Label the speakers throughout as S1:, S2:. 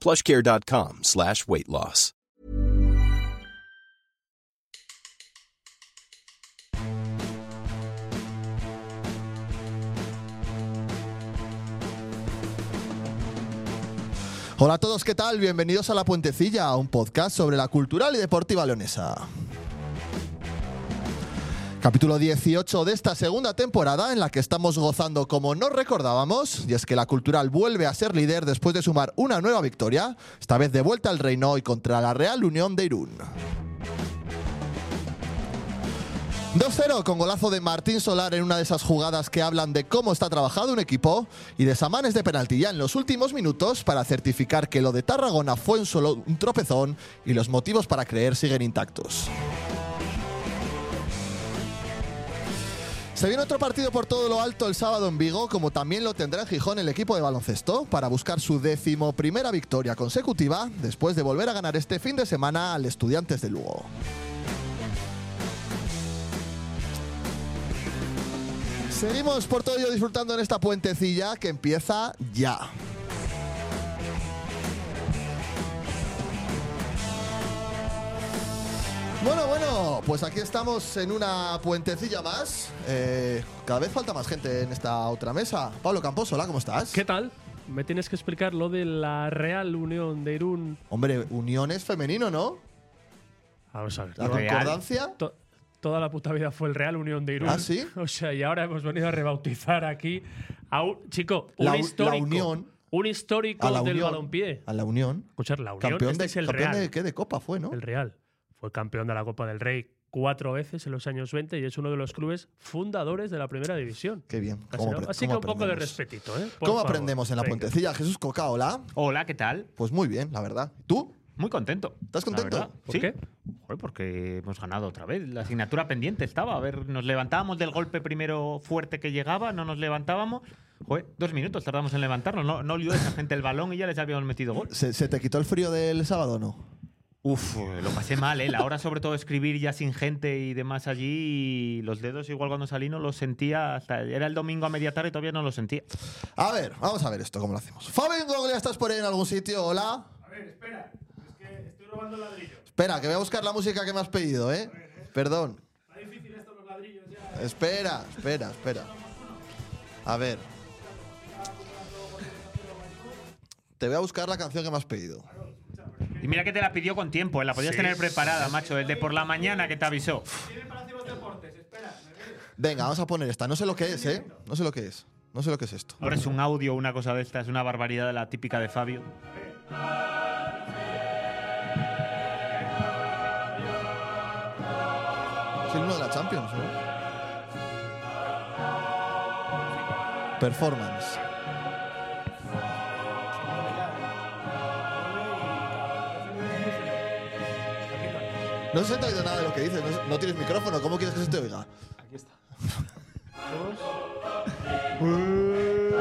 S1: plushcare.com slash weight loss.
S2: Hola a todos, ¿qué tal? Bienvenidos a La Puentecilla, un podcast sobre la cultural y deportiva leonesa. Capítulo 18 de esta segunda temporada en la que estamos gozando como no recordábamos, y es que la cultural vuelve a ser líder después de sumar una nueva victoria, esta vez de vuelta al reino y contra la Real Unión de Irún. 2-0 con golazo de Martín Solar en una de esas jugadas que hablan de cómo está trabajado un equipo y de Samanes de penalti ya en los últimos minutos para certificar que lo de Tarragona fue un solo un tropezón y los motivos para creer siguen intactos. Se viene otro partido por todo lo alto el sábado en Vigo, como también lo tendrá en Gijón el equipo de baloncesto, para buscar su décimo primera victoria consecutiva después de volver a ganar este fin de semana al Estudiantes de Lugo. Seguimos por todo ello disfrutando en esta puentecilla que empieza ya. Bueno, bueno, pues aquí estamos en una puentecilla más. Eh, cada vez falta más gente en esta otra mesa. Pablo Campos, hola, ¿cómo estás?
S3: ¿Qué tal? Me tienes que explicar lo de la Real Unión de Irún.
S2: Hombre, unión es femenino, ¿no?
S3: Vamos a ver.
S2: La
S3: to-
S2: concordancia.
S3: to- toda la puta vida fue el Real Unión de Irún.
S2: ¿Ah, sí?
S3: O sea, y ahora hemos venido a rebautizar aquí a un chico, un
S2: La u- la
S3: histórico.
S2: Unión.
S3: Un histórico
S2: A la
S3: del
S2: unión.
S3: balompié.
S2: A la unión.
S3: Escuchar, la Unión
S2: Campeón,
S3: este
S2: de,
S3: es el
S2: campeón
S3: Real.
S2: de qué? De copa fue, ¿no?
S3: El Real. Fue campeón de la Copa del Rey cuatro veces en los años 20 y es uno de los clubes fundadores de la primera división.
S2: Qué bien.
S3: Así,
S2: ¿Cómo
S3: ¿no?
S2: apre-
S3: Así que
S2: cómo
S3: un poco de
S2: aprendemos?
S3: respetito, ¿eh? Por
S2: ¿Cómo
S3: favor.
S2: aprendemos en la
S3: Venga.
S2: puentecilla? Jesús Coca, hola.
S4: Hola, ¿qué tal?
S2: Pues muy bien, la verdad. ¿Tú?
S4: Muy contento.
S2: ¿Estás
S4: la
S2: contento?
S4: verdad.
S3: ¿Por
S4: Sí.
S3: qué?
S4: Joder, porque hemos ganado otra vez. La asignatura pendiente estaba. A ver, nos levantábamos del golpe primero fuerte que llegaba, no nos levantábamos. Joder, dos minutos tardamos en levantarnos. No, no lió esa gente el balón y ya les habíamos metido gol.
S2: ¿Se, se te quitó el frío del sábado o no?
S4: Uf, eh, lo pasé mal, ¿eh? La hora, sobre todo, de escribir ya sin gente y demás allí. Y los dedos, igual cuando salí, no los sentía. Hasta era el domingo a media tarde y todavía no los sentía.
S2: A ver, vamos a ver esto, cómo lo hacemos. Fabián Goglia, ¿estás por ahí en algún sitio? Hola. A ver, espera. Es que estoy robando ladrillo. Espera, que voy a buscar la música que me has pedido, ¿eh? Perdón. Espera, espera, espera. A ver. Te voy a buscar la canción que me has pedido.
S4: Y mira que te la pidió con tiempo, ¿eh? La podías tener preparada, macho. El de por la mañana que te avisó.
S2: Venga, vamos a poner esta. No sé lo que es, ¿eh? No sé lo que es. No sé lo que es esto.
S4: Ahora es un audio, una cosa de esta, es una barbaridad de la típica de Fabio.
S2: Es el uno de la Champions, ¿no? Performance. No se te ha oído nada de lo que dices. No, no tienes micrófono. ¿Cómo quieres que se te oiga? Aquí está. Muro.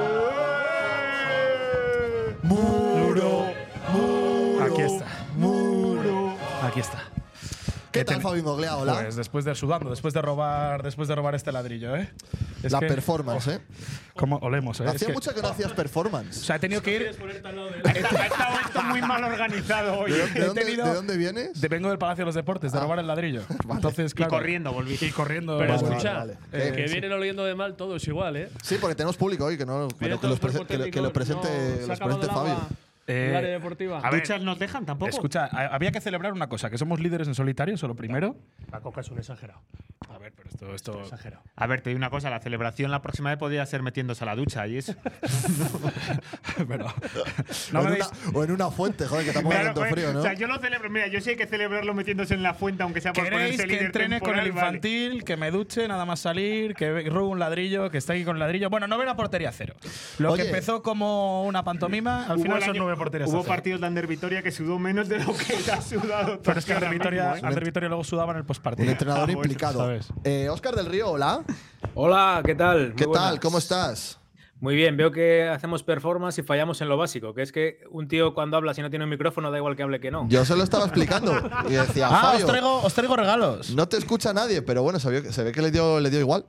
S2: Muro. Muro.
S5: Aquí está.
S2: ¿Qué
S5: He
S2: tal,
S5: teni-
S2: Fabi Moglea? Hola.
S5: Pues después de sudando, después de robar, después de robar este ladrillo, ¿eh? Es
S2: la
S5: que-
S2: performance, ¿eh?
S5: Cómo olemos, ¿eh? Es
S2: Hacía
S5: que-
S2: mucho que no hacías
S5: O
S2: performance.
S5: sea, he tenido que ir.
S4: Está, está esto muy mal organizado hoy.
S5: he
S2: ¿De dónde,
S5: tenido-
S2: de dónde vienes?
S5: de- vengo del Palacio de los Deportes, de robar el ladrillo. Entonces, claro,
S4: Y corriendo, volví.
S5: Y corriendo.
S3: Pero
S2: Vale,
S3: escucha,
S2: vale, vale.
S3: que
S2: Eh, sí.
S3: vienen oliendo de mal todos igual, ¿eh?
S2: Sí, porque tenemos público hoy, que no bueno, que, los presen- que, lo- que lo presente, los presente Fabio.
S5: Eh,
S3: área deportiva.
S5: a ver,
S4: ¿Duchas nos dejan tampoco?
S5: Escucha, ha- había que celebrar una cosa, que somos líderes en solitario, eso lo primero.
S3: La coca es un exagerado.
S5: A ver, pero esto, esto
S3: Exagerado.
S4: A ver, te digo una cosa, la celebración la próxima vez podría ser metiéndose a la ducha y eso.
S5: pero, no
S2: o,
S5: me
S2: en
S5: veis.
S2: una, o en una fuente, joder, que tampoco
S4: Claro,
S2: tanto
S4: joder,
S2: frío, ¿no?
S4: O sea, yo lo celebro, mira, yo sí hay que celebrarlo metiéndose en la fuente, aunque sea por
S5: ¿Queréis
S4: ponerse
S5: que
S4: líder
S5: entrene con el
S4: temporal, vale.
S5: infantil, que me duche, nada más salir, que ve- robe un ladrillo, que esté aquí con el ladrillo? Bueno, no ve la portería cero. Lo
S2: Oye.
S5: que empezó como una pantomima, al
S4: Hubo
S5: final
S4: el
S5: son
S4: año-
S5: nueve porterías.
S4: Hubo
S5: a cero.
S4: partidos de Ander Vitoria que sudó menos de lo que ha sudado.
S5: Pero es que
S4: ahora
S5: Ander Vitoria,
S4: mismo, ¿eh?
S5: Ander Vitoria luego sudaba en el
S2: Un
S5: postpartido.
S2: entrenador
S4: Ah, bueno,
S2: implicado.
S5: sabes.
S2: Eh, Oscar del Río, hola.
S6: Hola, ¿qué tal? Muy
S2: ¿Qué tal?
S6: buenas.
S2: ¿Cómo estás?
S6: Muy bien, veo que hacemos performance y fallamos en lo básico, que es que un tío cuando habla si no tiene un micrófono da igual que hable que no.
S2: Yo se lo estaba explicando y decía,
S5: Ah, os
S2: Fabio,
S5: traigo, os traigo regalos.
S2: no te escucha nadie, pero bueno, se, vio que- se ve que le dio, le dio igual.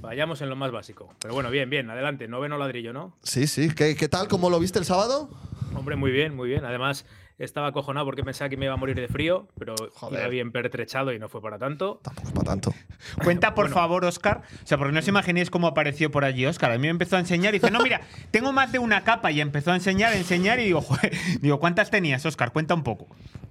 S6: Fallamos en lo más básico. Pero bueno, bien, bien, adelante, noveno ladrillo, ¿no?
S2: Sí, sí. ¿Qué, qué tal? ¿Cómo lo viste el sábado?
S6: Hombre, muy bien, muy bien. Además, estaba acojonado porque pensaba que me iba a morir de frío, pero
S2: Joder.
S6: iba bien pertrechado y no fue para tanto.
S2: Tampoco es para tanto.
S4: Cuenta, por
S6: Bueno.
S4: favor, Oscar. O sea, porque no os
S2: Mm.
S4: imaginéis cómo apareció por allí Oscar. A mí me empezó a enseñar y dice, no, mira, tengo más de una capa. Y empezó a enseñar, a enseñar y digo, joder, digo, ¿cuántas tenías, Oscar? Cuenta un poco.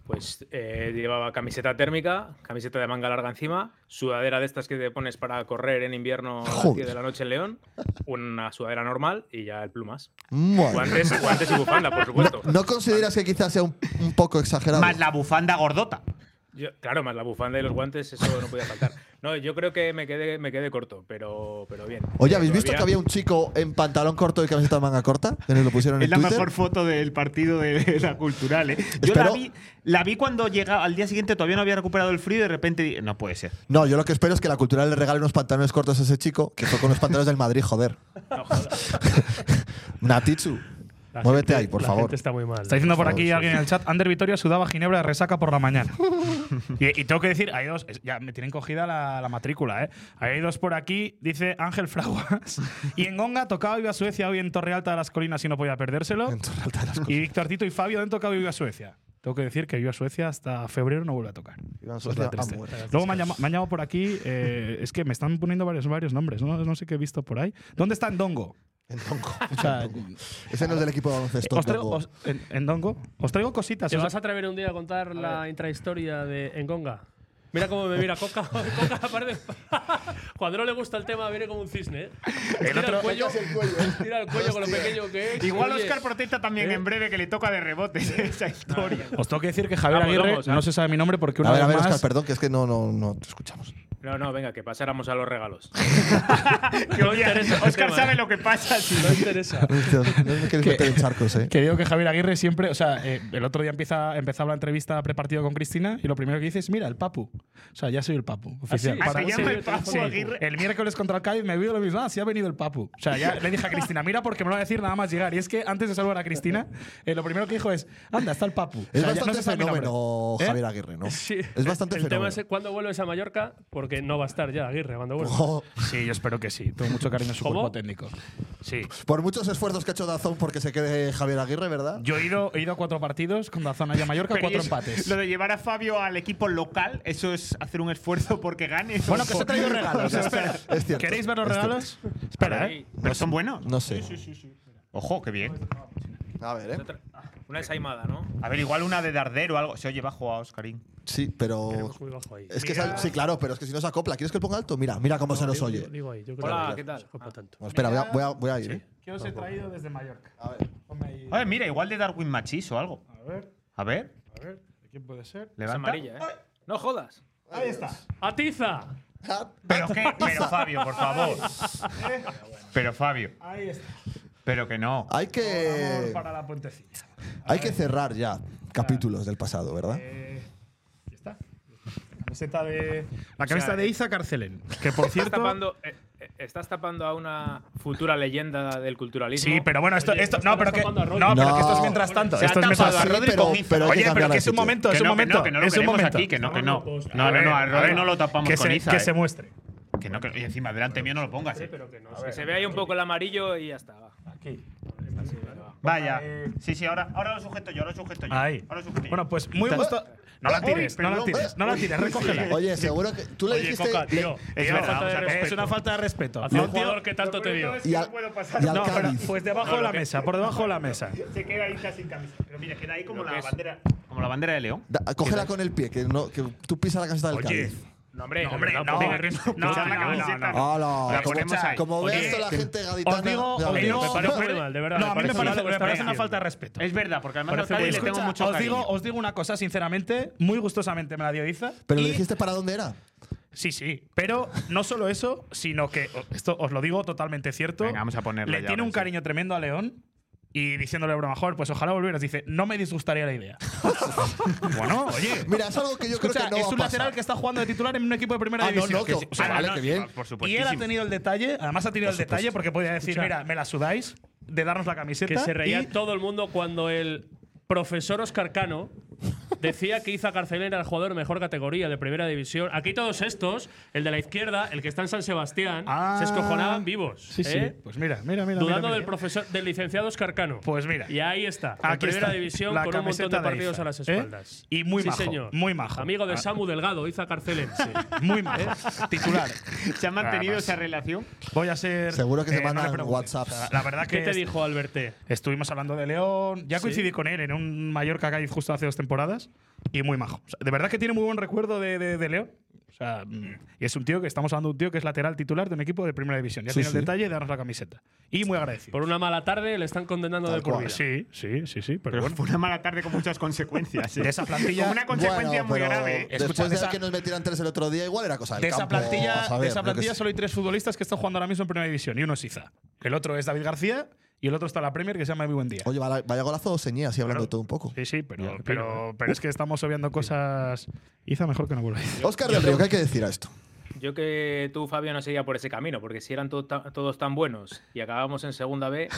S6: Pues eh, llevaba camiseta térmica, camiseta de manga larga encima, sudadera de estas que te pones para correr en invierno a las
S2: Joder.
S6: 10 de la noche en León, una sudadera normal y ya el plumas.
S2: Bueno.
S6: Guantes, guantes y bufanda, por supuesto.
S2: ¿No consideras que quizás sea un, un poco exagerado?
S4: Más la bufanda gordota.
S6: Yo- claro, más la bufanda y los guantes, eso no podía faltar. No, yo creo que me quedé, me quedé corto, pero, pero bien.
S2: Oye,
S6: Eh,
S2: ¿habéis visto que
S6: todavía-
S2: había un chico en pantalón corto y camiseta de manga corta? Que nos lo pusieron
S4: Es
S2: en
S4: la
S2: Twitter.
S4: mejor foto del partido de, de la cultural, ¿eh? Yo
S2: Espero-
S4: la vi, la vi cuando llegaba, al día siguiente todavía no había recuperado el frío y de repente dije, no puede ser.
S2: No, yo lo que espero es que la cultura le regale unos pantalones cortos a ese chico que fue con los pantalones del Madrid, joder. Natitsu,
S3: La
S2: muévete
S3: gente-
S2: ahí, por
S3: la
S2: favor.
S3: gente está muy mal.
S5: Está diciendo por aquí alguien en el chat, Ander Vitoria sudaba Ginebra de resaca por la mañana. y, y tengo que decir, hay dos, es- ya me tienen cogida la, la matrícula, ¿eh? Hay dos por aquí, dice Ángel Fraguas. y en Gonga tocaba Viva Suecia hoy en Torrealta de las Colinas y no podía perdérselo.
S2: En Torrealta de las
S5: y Víctor Tito y Fabio han tocado Viva Suecia. Tengo que decir que Viva Suecia hasta febrero no vuelve a tocar.
S2: Viva
S5: Es
S2: Suecia
S5: la triste.
S2: a muerte.
S5: Luego me han, llama- me han llamado por aquí, eh, es que me están poniendo varios, varios nombres, ¿no? no sé qué he visto por ahí. ¿Dónde está Ndongo?
S2: En Tongo.
S5: O sea,
S2: Ese no es del equipo de baloncesto.
S5: os traigo,
S2: Tongo.
S5: os- en, en Dongo, os traigo cositas.
S3: ¿Te
S5: os-
S3: vas a atrever un día a contar la intrahistoria de Engonga? Mira cómo me mira Coca. Coca parece- Cuando no le gusta el tema, viene como un cisne. ¿eh? Estira el cuello.
S2: ¿eh?
S3: Estira el cuello con lo pequeño que es.
S4: Igual
S3: Oye,
S4: Oscar protesta también en breve que le toca de rebotes esa historia.
S5: Os tengo que decir que
S3: Ah,
S5: Javier
S3: pues
S6: Vamos,
S5: Aguirre
S3: ¿eh?
S6: vamos,
S5: no se sabe mi nombre porque una
S2: A ver, a
S5: vez
S2: ver,
S5: más
S2: Oscar, perdón, que es que no, no, no te escuchamos.
S6: No, no, venga, que pasáramos a los regalos.
S4: Que hoy ya-
S3: interesa el
S4: Oscar
S3: tema.
S4: sabe lo que pasa. sí.
S3: No interesa.
S2: No me queréis meter en charcos, ¿eh?
S5: que digo que Javier Aguirre siempre, o sea, eh, el otro día empieza empezaba la entrevista prepartido con Cristina y lo primero que dice es, mira, el Papu. O sea, ya soy el Papu, oficial.
S3: Ah,
S4: Ah,
S3: Para-
S4: se llama el
S3: sí,
S4: Papu
S3: sí.
S4: Aguirre.
S5: El miércoles contra el Cádiz me vio lo mismo, ah, sí ha venido el Papu. O sea, ya le dije a Cristina, mira porque me lo va a decir nada más llegar. Y es que antes de saludar a Cristina, eh, lo primero que dijo es, anda, está el Papu. O sea,
S2: Es
S5: ya
S2: bastante
S5: no se sabe mi nombre.
S2: fenómeno,
S5: ¿Eh?
S2: Javier Aguirre, ¿no?
S3: Sí.
S2: Es bastante
S3: el
S2: fenómeno.
S3: tema es eh, cuándo vuelves a Mallorca, porque no va a estar ya Aguirre cuando vuelva.
S2: Ojo,
S5: Sí, yo espero que sí. Tengo mucho cariño en su
S3: ¿Cómo?
S5: cuerpo técnico. Sí.
S2: por muchos esfuerzos que ha hecho Dazón porque se quede Javier Aguirre, ¿verdad?
S5: Yo he ido, he ido a cuatro partidos con Dazón allá a Mallorca,
S4: Pero
S5: cuatro
S4: eso-
S5: empates.
S4: Lo de llevar a Fabio al equipo local, eso es hacer un esfuerzo porque gane.
S5: Bueno, que os he traído regalos. Espera.
S2: Es cierto.
S5: ¿Queréis ver los
S2: Es cierto.
S5: regalos? Espera, ¿eh?
S4: Pero son buenos.
S2: No sé.
S4: Ojo, qué bien.
S2: A ver, ¿eh?
S6: Otra- Una desaimada, ¿no?
S4: A ver, igual una de Dardero o algo. Se oye bajo a Oscarín.
S2: Sí, pero.
S3: Estamos muy bajo ahí.
S2: Es que sal- sí, claro, pero es que si no se acopla, ¿quieres que lo ponga alto? Mira, mira cómo se nos
S3: Digo-
S2: oye.
S3: digo ahí, yo creo
S6: Hola,
S3: que-
S6: ¿qué tal?
S5: Ah.
S3: Ojo, pa' tanto.
S2: No, espera, voy a, voy a- voy a ir. ¿eh?
S5: Que os he traído desde Mallorca.
S2: A ver.
S4: A ver, mira, igual de Darwin Machis o algo.
S5: A ver,
S4: A ver,
S5: a ver. ¿Quién puede ser?
S6: Es
S4: levanta.
S6: amarilla, ¿eh? No jodas.
S5: Ahí está.
S3: ¡Atiza!
S4: Pero qué, pero Fabio, por favor. Pero Fabio,
S5: Eh, Ahí está.
S4: pero que no.
S2: Hay que,
S5: Para la puentecilla.
S2: hay que cerrar ya capítulos del pasado, ¿verdad?
S5: Eh, ya está. La camiseta de. La camiseta de Iza Carcelén. Ah, Que por
S6: Estás
S5: cierto.
S6: tapando, eh, eh, estás tapando a una futura leyenda del culturalismo.
S5: Sí, pero bueno, esto,
S3: Oye,
S5: esto
S3: están
S5: no, pero que,
S3: tapando a Rodri.
S5: no, Ah, pero que
S2: No.
S5: esto es mientras tanto.
S4: Se ha
S5: Esto es mientras
S4: tapado a
S2: Sí,
S5: tanto.
S4: Rodri
S2: pero,
S4: con IFA.
S2: pero hay que
S5: Oye, pero
S2: cambiar
S5: que es un
S2: actitud.
S5: momento,
S4: Que
S5: es un
S4: no, que
S5: momento.
S4: no, que no lo
S5: es un
S4: queremos
S5: momento.
S4: aquí, que no, que no.
S3: Vamos, pues,
S4: No, no, no, a
S5: ver,
S4: Rodri
S5: ver,
S4: no lo tapamos
S5: que
S4: con
S5: se-
S4: Iza.
S5: Que
S4: eh.
S5: se muestre.
S4: Que no, que y encima, delante mío no lo pongas. eh.
S6: Pues que se ve ahí un poco el amarillo y ya está. va.
S4: Vaya. Sí, sí, ahora, ahora lo sujeto yo, ahora lo sujeto yo.
S5: Ahí.
S4: Ahora lo sujeto yo.
S5: Bueno, pues muy
S2: Te-
S5: gusto. No la tires,
S4: Uy,
S5: no la
S4: perdón.
S5: tires, no la tires, recógela.
S2: Oye, seguro que tú le
S5: Oye,
S2: dijiste.
S5: Coca, tío.
S4: Es
S5: tío,
S4: verdad,
S5: falta de
S4: o sea,
S5: respeto.
S4: es
S5: es una falta de respeto.
S3: Hacia un
S5: No,
S3: jugador que tanto te dio.
S2: y al, y al
S5: no, pero,
S2: Cádiz.
S5: pues debajo de la mesa, por debajo de la mesa.
S4: Se queda ahí casi sin camisa. Pero mira, queda ahí como
S6: la bandera-
S4: Como la bandera de León.
S2: Da- cógela con el pie, que, no, que tú pisas la camiseta del
S5: Oye,
S2: Cádiz.
S6: No, hombre,
S5: no, hombre, no,
S6: no,
S5: no,
S6: ponga-
S5: no, no, no, no.
S2: Hola.
S4: La ponemos
S2: Escucha,
S4: ahí.
S2: Como
S5: Oye,
S2: veas a la
S5: que-
S2: gente gaditana.
S5: Os digo,
S2: ya
S5: os
S2: verás.
S5: digo,
S3: me parece muy mal, de verdad,
S5: No,
S3: me parece mal lo
S5: a mí me parece,
S3: que
S5: me
S3: están
S5: parece una
S3: haciendo.
S5: falta de respeto.
S4: Es verdad, porque además
S5: Parece
S4: al Cádiz
S5: que-
S4: le tengo
S5: Escucha,
S4: mucho
S5: os
S4: cariño.
S5: digo, os digo una cosa, sinceramente, muy gustosamente me la dio Iza.
S2: Pero le
S5: y-
S2: dijiste para dónde era.
S5: Sí, sí. Pero no solo eso, sino que, esto os lo digo totalmente cierto.
S4: Venga, vamos a ponerlo
S5: Le
S4: ya
S5: tiene
S4: ahora,
S5: un
S4: sí.
S5: cariño tremendo a León y diciéndole a Bromajor, pues ojalá volvieras. Dice, no me disgustaría la idea. bueno, oye.
S2: Mira, es algo que yo
S5: Escucha,
S2: creo que no
S5: es
S2: va
S5: un
S2: a pasar.
S5: lateral que está jugando de titular en un equipo de primera
S2: Ah, no,
S5: división.
S2: no, que-
S5: sí.
S2: o sea,
S5: Ah,
S2: vale, que bien.
S4: Por
S5: Y él
S4: supuesto.
S5: ha tenido el detalle, además ha tenido el detalle porque podía decir,
S3: Escucha.
S5: mira, me la sudáis de darnos la camiseta.
S3: Que se reía
S5: y-
S3: todo el mundo cuando el profesor Oscar Cano decía que Iza Carcelera era el jugador de mejor categoría de primera división. Aquí todos estos, el de la izquierda, el que está en San Sebastián,
S5: Ah.
S3: se escojonaban vivos.
S5: Sí, sí.
S3: ¿eh?
S5: Pues mira, mira, mira.
S3: Dudando
S5: mira,
S3: del
S5: mira.
S3: profesor, del licenciado Oscar Cano.
S5: Pues mira.
S3: Y ahí está. en
S5: Aquí
S3: primera
S5: está,
S3: división
S5: la
S3: con un montón de
S5: camiseta de
S3: partidos
S5: Iza,
S3: a las
S5: ¿eh?
S3: espaldas.
S5: Y muy
S3: sí,
S5: majo,
S3: señor.
S5: muy majo.
S3: Amigo de
S5: Ah.
S3: Samu Delgado, Iza Carcelense.
S5: Muy
S3: ¿Eh?
S5: mal. Titular.
S4: ¿Se ha mantenido
S5: Además.
S4: esa relación?
S5: Voy a ser. eh,
S2: Seguro que se mandan
S5: le preguntes.
S2: WhatsApps.
S5: O sea, La verdad que
S3: ¿Qué te
S5: est-
S3: dijo Alberté?
S5: estuvimos hablando de León. Ya coincidí con él en un Mallorca Cádiz justo hace dos temporadas. Y muy majo. O sea, de verdad que tiene muy buen recuerdo de, de- de León. O sea, mm, y es un tío que estamos hablando de un tío que es lateral titular de un equipo de primera división. Ya
S2: Sí,
S5: tiene
S2: sí.
S5: el detalle de darnos la camiseta. Y muy agradecido.
S3: Por una mala tarde le están condenando
S2: Tal
S3: de por
S2: cual.
S3: vida.
S5: Sí, sí, sí, sí. Pero,
S4: Pero
S5: bueno.
S4: fue una mala tarde con muchas consecuencias. ¿eh?
S5: De esa plantilla-
S4: Con una consecuencia muy
S2: pero
S4: grave. ¿eh?
S5: Escucha,
S2: Después de
S5: esa-
S2: que nos metieran tres el otro día, igual era cosa del
S5: De esa
S2: campo,
S5: plantilla,
S2: a saber,
S5: de esa
S2: yo qué
S5: plantilla
S2: sé.
S5: solo hay tres futbolistas que están jugando ahora mismo en primera división. Y uno es Iza. El otro es David García y el otro está en la Premier que se llama Muy Buen Día.
S2: Oye, vaya vaya golazo ceñía, así hablando de todo un poco.
S5: Sí, sí, pero,
S2: eh.
S5: pero, pero es que estamos obviando cosas. Iza mejor que no vuelva.
S2: Oscar del Río, ¿qué hay que decir a esto?
S6: Yo que tú, Fabio, no seguía por ese camino, porque si eran to- ta- todos tan buenos y acabábamos en segunda B,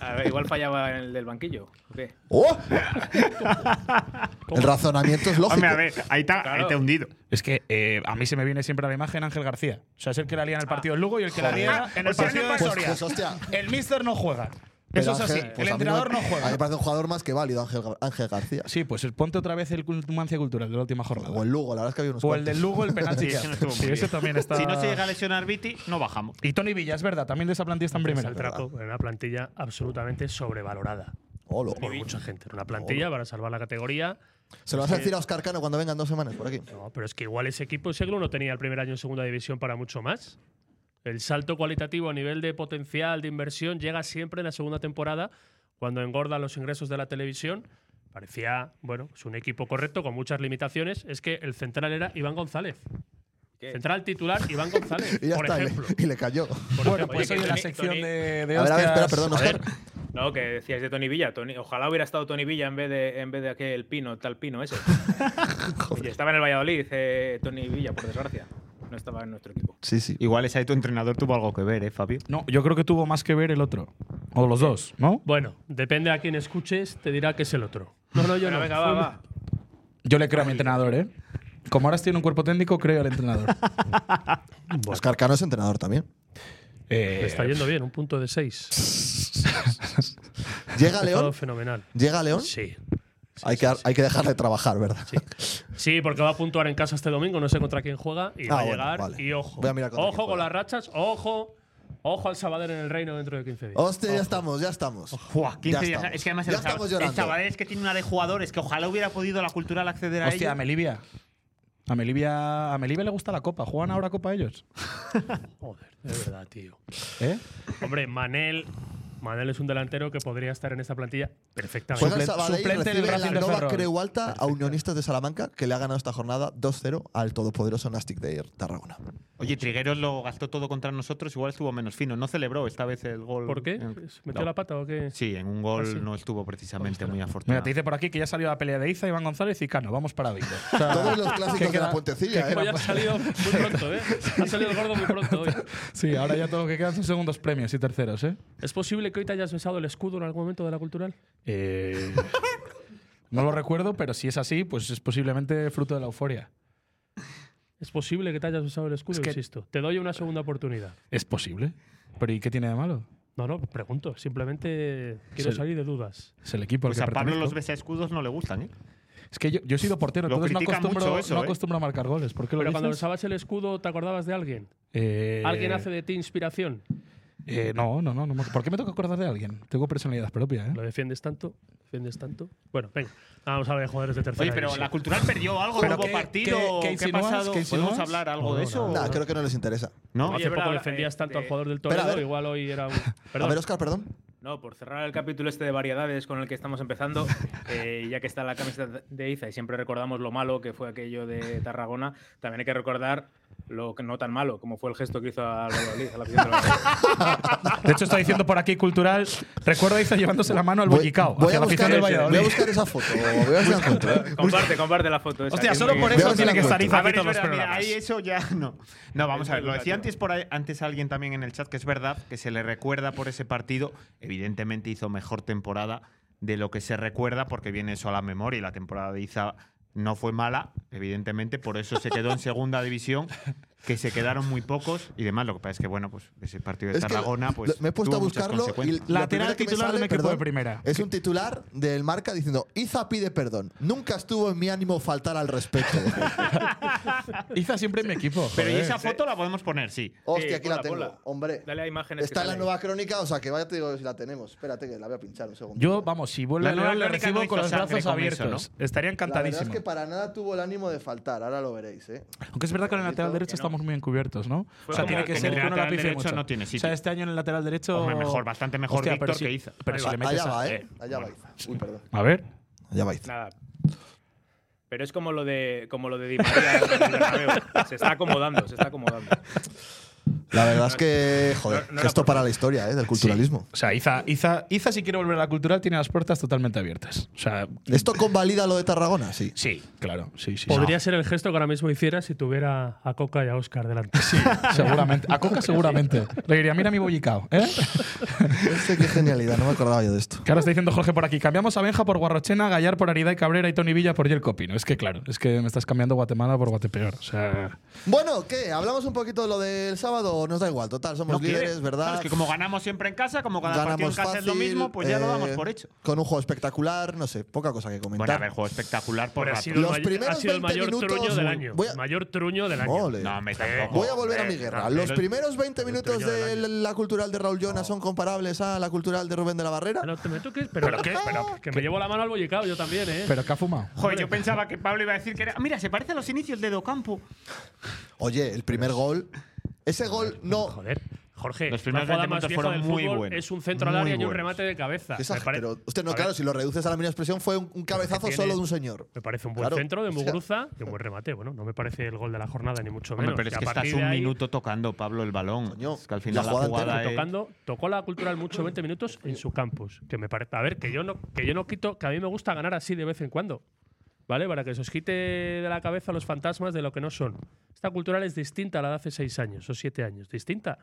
S6: a ver, igual fallaba el del banquillo. ¿o qué?
S2: ¡Oh! El razonamiento es lógico.
S4: Hombre, a ver, ahí te, ahí te he hundido.
S5: Es que eh, a mí se me viene siempre a la imagen Ángel García. O sea, es el que la lía en el partido del Lugo y el que la lía en
S4: o
S5: el
S4: sea,
S5: partido de
S4: pues-
S5: Soria.
S2: pues, hostia.
S5: El míster no juega. Eso es
S2: Pero
S5: así.
S2: Ángel, pues
S5: el
S2: a mí
S5: entrenador no
S2: A mí me
S5: juega.
S2: parece un jugador más que válido, Ángel, Gar- Ángel García.
S5: Sí, pues el- ponte otra vez el cult- Numancia Cultural de la última jornada.
S2: O el Lugo, la verdad es que había unos
S5: O el
S2: cuantos.
S5: del Lugo, el penalti.
S4: Sí, ese no estuvo muy
S5: Ah, Sí, ese
S4: bien.
S5: también está.
S4: Si no se llega a lesionar Viti, no bajamos.
S5: Y Tony Villa, es verdad, también de esa plantilla está en primera.
S3: Al trapo, era una plantilla absolutamente sobrevalorada
S2: Olo.
S3: por mucha gente. Era Una plantilla para salvar la categoría.
S2: Se lo vas a decir a Oscar Cano cuando vengan dos semanas por aquí.
S3: No, pero es que igual ese equipo seguro no tenía el primer año en segunda división para mucho más. El salto cualitativo a nivel de potencial de inversión llega siempre en la segunda temporada, cuando engordan los ingresos de la televisión. Parecía, bueno, es un equipo correcto con muchas limitaciones. Es que el central era Iván González.
S6: ¿Qué?
S3: Central titular Iván González,
S2: Y ya
S3: por
S2: está, y le-
S3: ejemplo.
S2: y le cayó.
S3: Por ¿eh?
S5: Bueno,
S3: ejemplo.
S5: pues hoy
S6: Oye, que
S5: en la
S6: Tony-
S5: sección
S6: Tony-
S5: de, de
S2: A ver, a ver,
S5: hostias-
S2: espera, perdón, Oscar.
S6: No, que decías de Tony Villa. Tony, ojalá hubiera estado Tony Villa en vez de, en vez de aquel pino, tal pino ese. Y estaba en el Valladolid, eh, Tony Villa, por desgracia. No estaba en nuestro equipo.
S2: Sí, sí.
S4: Igual ese tu entrenador tuvo algo que ver, ¿eh, Fabio?
S5: No, yo creo que tuvo más que ver el otro. O los dos, ¿no?
S3: Bueno, depende a quién escuches, te dirá que es el otro. No, no, yo
S6: Pero
S3: no.
S6: venga, va, va.
S5: Yo le creo a mi entrenador, ¿eh? Como ahora estoy en un cuerpo técnico, creo al entrenador.
S2: Oscar Cano es entrenador también.
S5: Eh,
S3: Me está yendo bien, un punto de seis.
S2: Llega
S3: Todo
S2: León.
S3: fenomenal.
S2: Llega León.
S3: Sí.
S2: Hay que, hay que dejarle trabajar, ¿verdad?
S3: Sí, porque va a puntuar en casa este domingo, no sé contra quién juega y
S2: Ah,
S3: va a
S2: bueno,
S3: llegar.
S2: vale.
S3: Y ojo,
S2: Voy a mirar contra quién
S3: ojo con
S2: juega.
S3: las rachas, ojo, ojo al Sabadell en el Reino dentro de 15 días.
S2: Hostia, ya estamos, ya estamos.
S4: Buah, 15
S2: Ya
S4: días.
S2: estamos.
S4: Es que además
S2: Ya
S4: el, Sab-
S2: estamos
S4: el
S2: llorando.
S4: Sabadell es que tiene una de jugadores que ojalá hubiera podido la cultural acceder a
S5: hostia, a
S4: ellos.
S5: Melivia. A Melivia, a Melivia le gusta la copa. ¿Juegan ahora copa ellos?
S3: Joder, de verdad, tío.
S5: ¿Eh?
S3: Hombre, Manel, Manel es un delantero que podría estar en esta plantilla perfectamente.
S2: Juega el Sabadell y
S5: suplente del
S2: recibe la
S5: Racing de
S2: Nova
S5: Ferrol.
S2: Creu Alta a Unionistas de Salamanca, que le ha ganado esta jornada 2-0 al todopoderoso Nastic de Tarragona.
S4: Oye, Trigueros lo gastó todo contra nosotros, igual estuvo menos fino. No celebró esta vez el gol.
S3: ¿Por qué?
S4: en-
S3: ¿Metió
S4: No.
S3: la pata o qué?
S4: Sí, en un gol
S3: Ah, sí.
S4: no estuvo precisamente muy
S5: Mira,
S4: afortunado. Pues
S5: te dice por aquí que ya salió la pelea de Iza, Iván González y Cano. Vamos para Vigo. O sea,
S2: Todos los
S5: ¿qué
S2: clásicos de
S5: queda?
S2: la puentecilla,
S5: ¿Qué
S2: ¿eh?
S3: Hoy ha salido muy pronto, ¿eh? Ha salido el gordo muy pronto hoy.
S5: Sí, ahora ya todo lo que quedan son segundos premios y terceros, ¿eh?
S3: ¿Es posible que hoy te hayas besado el escudo en algún momento de la cultural?
S5: Eh, no lo recuerdo, pero si es así, pues es posiblemente fruto de la euforia.
S3: ¿Es posible que te hayas besado el escudo?
S5: Es que-
S3: Insisto, te doy una segunda oportunidad.
S5: Es posible. Pero ¿y qué tiene de malo?
S3: No, no, pregunto. Simplemente quiero
S5: Sí.
S3: salir de dudas.
S5: Es el equipo. al
S4: Pues
S5: que
S4: a Pablo
S5: pertenezco.
S4: los besescudos no le gustan, ¿eh?
S5: Es que yo, yo he sido portero,
S4: Lo
S5: entonces no
S4: critica
S5: acostumbro,
S4: mucho eso,
S5: no
S4: ¿eh?
S5: acostumbro a marcar goles. ¿Por qué lo
S3: Pero cuando
S5: dices?
S3: besabas el escudo, ¿te acordabas de alguien?
S5: Eh,
S3: ¿Alguien hace de ti inspiración?
S5: eh, no, no, no, no. me- ¿Por qué me toca acordar de alguien? Tengo personalidad propia, ¿eh?
S3: ¿Lo defiendes tanto? ¿Defiendes tanto? Bueno, venga. Vamos a ver, jugadores de tercera
S4: Oye, pero
S3: división.
S4: la cultural perdió algo,
S5: ¿Pero
S4: no hubo
S5: qué-
S4: partido.
S5: qué- qué
S4: ¿Qué, ha
S5: insinúas?
S4: pasado?
S5: ¿Qué
S4: ¿Podemos
S5: insinúas?
S4: hablar algo
S3: No,
S4: de
S3: no,
S4: eso?
S2: Nah, creo que no les interesa.
S4: No,
S6: Oye,
S3: Hace poco
S6: verdad,
S3: defendías
S6: eh,
S3: tanto al
S6: eh,
S3: jugador del
S2: a
S3: Toledo,
S2: ver.
S3: igual hoy era un…
S2: A ver,
S3: Perdón.
S2: Oscar, perdón.
S6: No, por cerrar el capítulo este de variedades con el que estamos empezando, eh, ya que está la camiseta de Iza y siempre recordamos lo malo que fue aquello de Tarragona, también hay que recordar lo que no tan malo, como fue el gesto que hizo al Valladolid, a la afición del Valladolid.
S5: De hecho, está diciendo por aquí cultural. Recuerdo a Iza llevándose la mano al
S2: Voy,
S5: bollicao.
S2: voy
S5: hacia
S2: a
S5: la afición
S2: buscar,
S5: del
S2: voy a
S5: Valladolid.
S2: buscar esa foto. Voy a ver si la encuentro. eh.
S6: Comparte, comparte la foto. esa, que
S5: Hostia,
S6: es
S5: solo
S6: muy-
S5: por
S2: Voy a
S5: eso
S2: ver si
S5: tiene
S2: la
S5: que estar Iza
S4: A
S5: aquí
S4: ver,
S5: todos los
S4: es verdad, mira,
S5: programas.
S4: ahí eso ya no. No, vamos
S6: Es
S4: a ver, lo decía
S6: educativo.
S4: antes por ahí- antes alguien también en el chat que es verdad que se le recuerda por ese partido, evidentemente hizo mejor temporada de lo que se recuerda porque viene eso a la memoria y la temporada de Iza no fue mala, evidentemente, por eso se quedó en segunda división, que se quedaron muy pocos y demás, lo que pasa es que bueno, pues ese partido de
S2: Es que
S4: Tarragona
S2: lo-
S4: pues
S2: me he puesto a
S4: tuvo muchas
S2: buscarlo y
S4: consecuencias.
S2: lo
S5: Lateral
S2: primero que me
S5: titular de un equipo de primera.
S2: Es un titular del marca diciendo Iza pide perdón. Nunca estuvo en mi ánimo faltar al respeto.
S5: Iza siempre en mi equipo.
S4: Pero ¿y
S5: joder.
S4: esa foto la podemos poner, sí.
S6: Sí,
S2: Hostia, aquí
S6: ponla,
S2: la tengo.
S6: ponla.
S2: Hombre.
S6: Dale a imágenes.
S2: Está
S6: que
S2: en la
S6: sale.
S2: nueva crónica, o sea que vaya te digo si la tenemos. Espérate que la voy a pinchar un segundo.
S5: Yo, vamos, si vuelve
S4: La
S5: a
S4: nueva
S5: León, le
S4: crónica
S5: recibo
S4: no
S5: con
S4: hizo
S5: los
S4: sangre con
S5: brazos
S4: eso,
S5: abiertos. Estaría
S2: la verdad es
S5: encantadísimo.
S2: que para nada tuvo el ánimo de faltar, ahora lo veréis, ¿eh?
S5: Aunque es verdad que en el lateral derecho
S6: que no.
S5: estamos muy encubiertos, ¿no?
S6: Fue
S5: o sea,
S6: como
S5: tiene
S6: que
S5: que
S6: en
S5: ser
S6: el
S5: que uno la
S4: lateral
S5: pifie
S4: derecho
S5: mucho.
S4: no tiene sitio.
S5: O sea, este año en el lateral derecho.
S4: Hombre, mejor, bastante mejor
S5: Hostia,
S4: Víctor
S5: pero si-
S4: que Iza.
S5: Pero si le metes
S2: allá
S5: a-
S2: va, ¿eh?
S5: eh,
S2: allá va Iza. Uy, perdón.
S5: A ver.
S2: Allá va Iza.
S6: Nada. Pero es como lo de como lo de Di María en el Bernabéu. Se está acomodando, se está acomodando.
S2: La verdad es que, joder,
S6: no era
S2: esto
S6: por-
S2: para la historia, ¿eh? Del culturalismo.
S5: O sea, Iza, Iza, Iza, si quiere volver a la cultural, tiene las puertas totalmente abiertas. O sea,
S2: ¿Esto convalida lo de Tarragona? Sí.
S5: sí, claro. Sí, sí.
S3: Podría ser el gesto que ahora mismo hiciera si tuviera a Coca y a Oscar delante. Sí.
S5: No, seguramente. A Coca, seguramente. Le diría, mira mi bollicao, ¿eh?
S2: Este, qué genialidad, no me acordaba yo de esto.
S5: Que ahora está diciendo Jorge por aquí. Cambiamos a Benja por Guarrochena, Gallar por Arida y Cabrera y Tony Villa por Yel Copino. Es que, claro, es que me estás cambiando Guatemala por Guatepeor. O sea.
S2: Bueno, ¿qué? ¿Hablamos un poquito de lo del sábado o nos da igual? Total, somos
S4: No quiere.
S2: líderes, ¿verdad?
S4: Claro, es que como ganamos siempre en casa, como cada partido en casa es lo
S2: fácil,
S4: mismo, pues ya lo damos
S2: eh,
S4: por hecho.
S2: Con un juego espectacular, no sé, poca cosa que
S4: Bueno, a
S2: comentar.
S4: ver, juego espectacular por
S3: Ha
S4: rato.
S3: sido, el
S2: Los
S3: may- ha
S2: primeros
S3: sido el
S2: 20
S3: mayor
S2: minutos-
S3: truño del año.
S2: Voy a-
S3: mayor truño del año.
S2: Ole.
S4: No, me tampoco.
S2: Voy a volver a mi guerra. Los primeros 20 minutos
S4: truño
S2: de
S4: del año.
S2: la cultural de Raúl Jonas son comparables a la cultural de Rubén de la Barrera.
S3: Ah, No te me toques, pero,
S5: ¿Pero qué? Pero-
S3: que me llevo la mano al bollicao yo también, ¿eh?
S5: ¿Pero qué ha fumado?
S4: Joder, yo pensaba que Pablo iba a decir que era. Mira, se parece a los inicios de Docampo.
S2: Oye, el primer gol. Ese gol no.
S3: Joder, Jorge,
S4: Los
S3: la
S4: primeros
S3: jugada más
S4: 20 minutos
S3: vieja
S4: fueron
S3: del
S4: muy
S3: fútbol
S4: buenos,
S3: es un centro al
S4: muy
S3: área y un
S4: buenos.
S3: remate de cabeza.
S2: Qué
S3: Me
S2: exager-
S3: pare-
S2: pero usted no,
S3: A ver,
S2: claro, si lo reduces a la mínima expresión, fue un, un cabezazo
S3: tiene-
S2: solo de un señor.
S3: Me parece un buen
S2: Claro,
S3: centro de
S2: o sea-
S3: Muguruza y un buen remate. Bueno, no me parece el gol de la jornada, ni mucho menos.
S4: Hombre, pero es que
S3: a
S4: estás
S3: partir de
S4: un
S3: ahí,
S4: minuto tocando, Pablo, el balón.
S2: Coño,
S4: es que al final
S2: la
S4: la
S2: jugada
S4: jugada,
S2: entera
S4: es-
S3: tocando, tocó la cultural mucho 20 minutos en su campus. Que me parece. A ver, que yo no, que yo no quito, que a mí me gusta ganar así de vez en cuando. ¿Vale? Para que se os quite de la cabeza los fantasmas de lo que no son. Esta cultural es distinta a la de hace seis años o siete años. Distinta.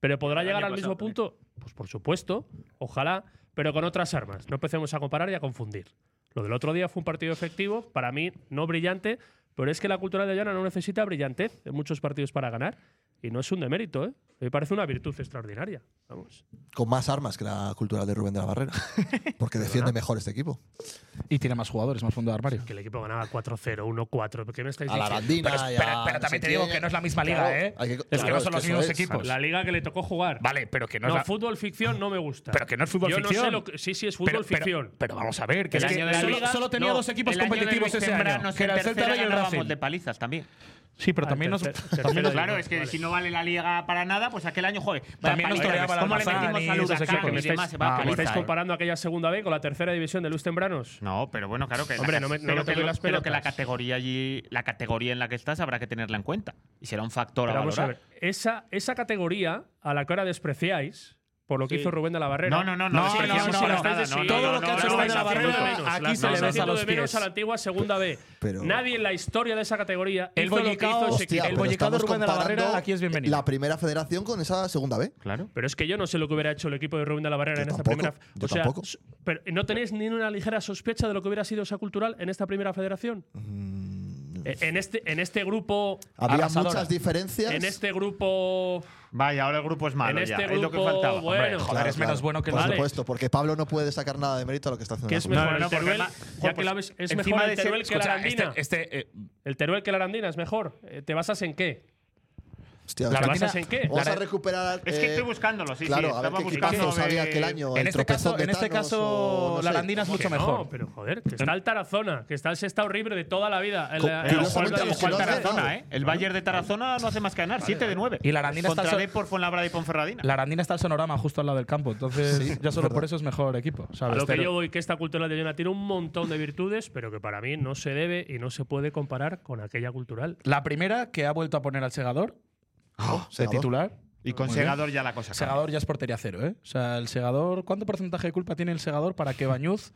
S3: ¿Pero podrá
S6: El
S3: llegar
S6: año
S3: al mismo
S6: pasado también.
S3: punto? Pues por supuesto, ojalá, pero con otras armas. No empecemos a comparar y a confundir. Lo del otro día fue un partido efectivo, para mí no brillante, pero es que la cultura de Llana no necesita brillantez en muchos partidos para ganar. Y no es un demérito, ¿eh? Me parece una virtud extraordinaria. Vamos.
S2: Con más armas que la cultural de Rubén de la Barrera. Porque defiende mejor este equipo.
S5: Y tiene más jugadores, más fondo de armario.
S3: Que el equipo ganaba 4-0, 1-4. ¿Qué me estáis
S2: A la
S3: diciendo?
S2: Arandina.
S5: Pero,
S2: y
S5: pero-
S2: a
S5: pero
S2: no sé
S5: también te digo
S2: quién.
S5: que no es la misma liga,
S2: Claro,
S5: ¿eh?
S2: hay que-
S5: es que
S2: claro,
S5: no
S2: es
S5: son
S2: que
S5: los
S2: eso
S5: mismos
S2: es.
S5: equipos.
S3: La liga que le tocó jugar.
S5: Vale, pero que no,
S3: No,
S5: es la-
S3: fútbol ficción no me gusta.
S5: Pero que no es fútbol
S3: Yo no sé
S5: ficción.
S3: lo que- Sí, sí, es fútbol
S5: pero, pero-
S3: ficción.
S5: pero vamos a ver, que,
S3: El
S5: es que
S3: año de la
S5: solo,
S3: liga-
S5: solo tenía
S3: no,
S5: dos equipos
S4: el año del
S5: competitivos
S4: Luis
S5: ese año,
S4: Zambrano,
S5: que era el
S4: en
S5: Celta
S4: tercera
S5: y el
S4: ganábamos
S5: Racing.
S4: de palizas también.
S5: Sí, pero
S3: Ah,
S5: también nos.
S3: tercer- tercero
S5: también nos-
S3: de-
S4: Claro, es que
S3: Vale.
S4: si no vale la liga para nada, pues aquel año, joder. vaya
S5: También nos
S4: paliza,
S5: troleaba la
S4: ¿Cómo le
S5: Almazán y
S4: metimos al
S5: esos
S4: huracán
S5: equipos.
S4: y
S3: me estáis,
S4: demás? Se va
S5: Ah,
S4: a
S5: bueno,
S3: me
S4: paliza,
S3: estáis
S4: ¿eh?
S3: comparando aquella segunda B con la tercera división de Luz
S5: Mm,
S3: Tembranos.
S4: No, pero bueno, claro que la
S3: Hombre,
S4: ca-
S3: no me- no
S4: pero
S3: me
S4: que
S3: toques
S4: lo-
S3: las
S4: pero que la
S3: pelotas.
S4: categoría allí, la categoría en la que estás habrá que tenerla en cuenta y será un factor
S3: Pero
S4: a
S3: vamos a ver,
S4: valorar.
S3: esa, esa categoría a la que ahora despreciáis por lo que
S6: Sí.
S3: hizo Rubén de la Barrera.
S4: No, no, no, no,
S5: No,
S4: despreciamos
S5: no, no,
S4: ahora
S5: no,
S4: nada,
S5: estáis
S4: no, no,
S5: todo
S4: no,
S5: lo que ha
S4: no,
S5: hecho
S4: no,
S5: Rubén
S4: no,
S5: de la
S4: no,
S5: Barrera,
S4: no, no,
S5: aquí
S4: no,
S5: se
S3: se
S4: no,
S5: le
S3: le
S5: ves
S4: no,
S5: a los
S3: de menos
S5: pies.
S3: a la antigua segunda B.
S2: Pero-
S3: Nadie en la historia de esa categoría
S5: El
S3: hizo lo que
S5: bollicao,
S3: hizo ese
S5: hostia,
S3: equipo.
S5: el
S2: pero
S5: bollicao de
S2: estamos
S5: Rubén de la
S2: comparando
S5: Barrera aquí es bienvenido.
S2: La primera federación con esa segunda B.
S4: Claro.
S3: Pero es que yo no sé lo que hubiera hecho el equipo de Rubén de la Barrera
S2: Yo
S3: en
S2: tampoco,
S3: esta primera.
S2: yo
S3: o sea,
S2: tampoco.
S3: s- pero no tenéis ni una ligera sospecha de lo que hubiera sido esa cultural en esta primera federación. Eh, En este, en este grupo.
S2: Había
S3: arrasadora.
S2: muchas diferencias.
S3: En este grupo.
S4: Vaya, ahora el grupo es malo
S3: En
S4: ya,
S3: este
S4: es lo que
S3: grupo,
S4: faltaba.
S3: bueno.
S4: Hombre, joder,
S5: es menos bueno que
S2: Por
S3: el otro.
S2: supuesto, porque Pablo no puede sacar nada de mérito a lo que está haciendo.
S3: Que
S2: la
S3: es
S2: Junta.
S3: mejor
S4: no,
S3: el
S4: porque
S3: Teruel.
S4: además-
S3: Ya
S4: Joder,
S3: que la
S4: pues,
S3: ves, es
S4: encima
S3: mejor
S4: de
S3: el
S4: ese-
S3: Teruel que la
S4: escucha,
S3: Arandina.
S5: Este, este, eh,
S3: El Teruel que la Arandina es mejor. Eh, ¿Te basas en qué?
S2: Hostia,
S3: ¿Te
S2: hostia.
S3: basas en qué?
S2: Vamos
S3: La-
S2: a recuperar.
S4: Es que
S2: eh,
S4: estoy buscándolo, sí, sí,
S2: Claro, a ver
S4: estaba
S2: qué
S4: buscando
S2: equipos había
S4: de-
S2: aquel año.
S5: en
S2: el
S5: este
S2: tropezón
S5: caso,
S2: de
S5: en este
S2: Thanos o
S5: caso
S2: no
S5: la
S2: sé.
S5: Landina es
S3: Que
S5: mucho
S3: no,
S5: mejor.
S3: pero joder, que está el Tarazona, que está el Sexta Horrible de toda la vida. El,
S2: Co-
S3: el-
S4: Eh,
S3: el-
S4: ojo al-
S2: Curiosamente,
S4: ojo al
S2: los Girones,
S4: Tarazona,
S2: claro.
S4: ¿eh? El Bayern de Tarazona no hace más que ganar, 7 de 9.
S5: Y la Arandina está
S4: Contra
S5: so-
S4: D por Fuenlabrada y Ponferradina.
S5: La Arandina está el sonorama justo al lado del campo, entonces
S2: Sí,
S5: ya
S2: es
S5: solo por
S2: verdad.
S5: eso es mejor equipo.
S3: a
S5: ¿sabes?
S3: lo que
S5: Pero-
S3: yo voy, que esta cultural de Girona tiene un montón de virtudes, pero que para mí no se debe y no se puede comparar con aquella cultural.
S5: La primera que ha vuelto a poner al segador de
S2: Ah, Segador.
S5: titular.
S4: Y con
S5: Muy bien.
S4: Segador ya la cosa cambia.
S5: Segador ya es portería cero, ¿eh? O sea, el segador, ¿cuánto porcentaje de culpa tiene el segador para que Bañuz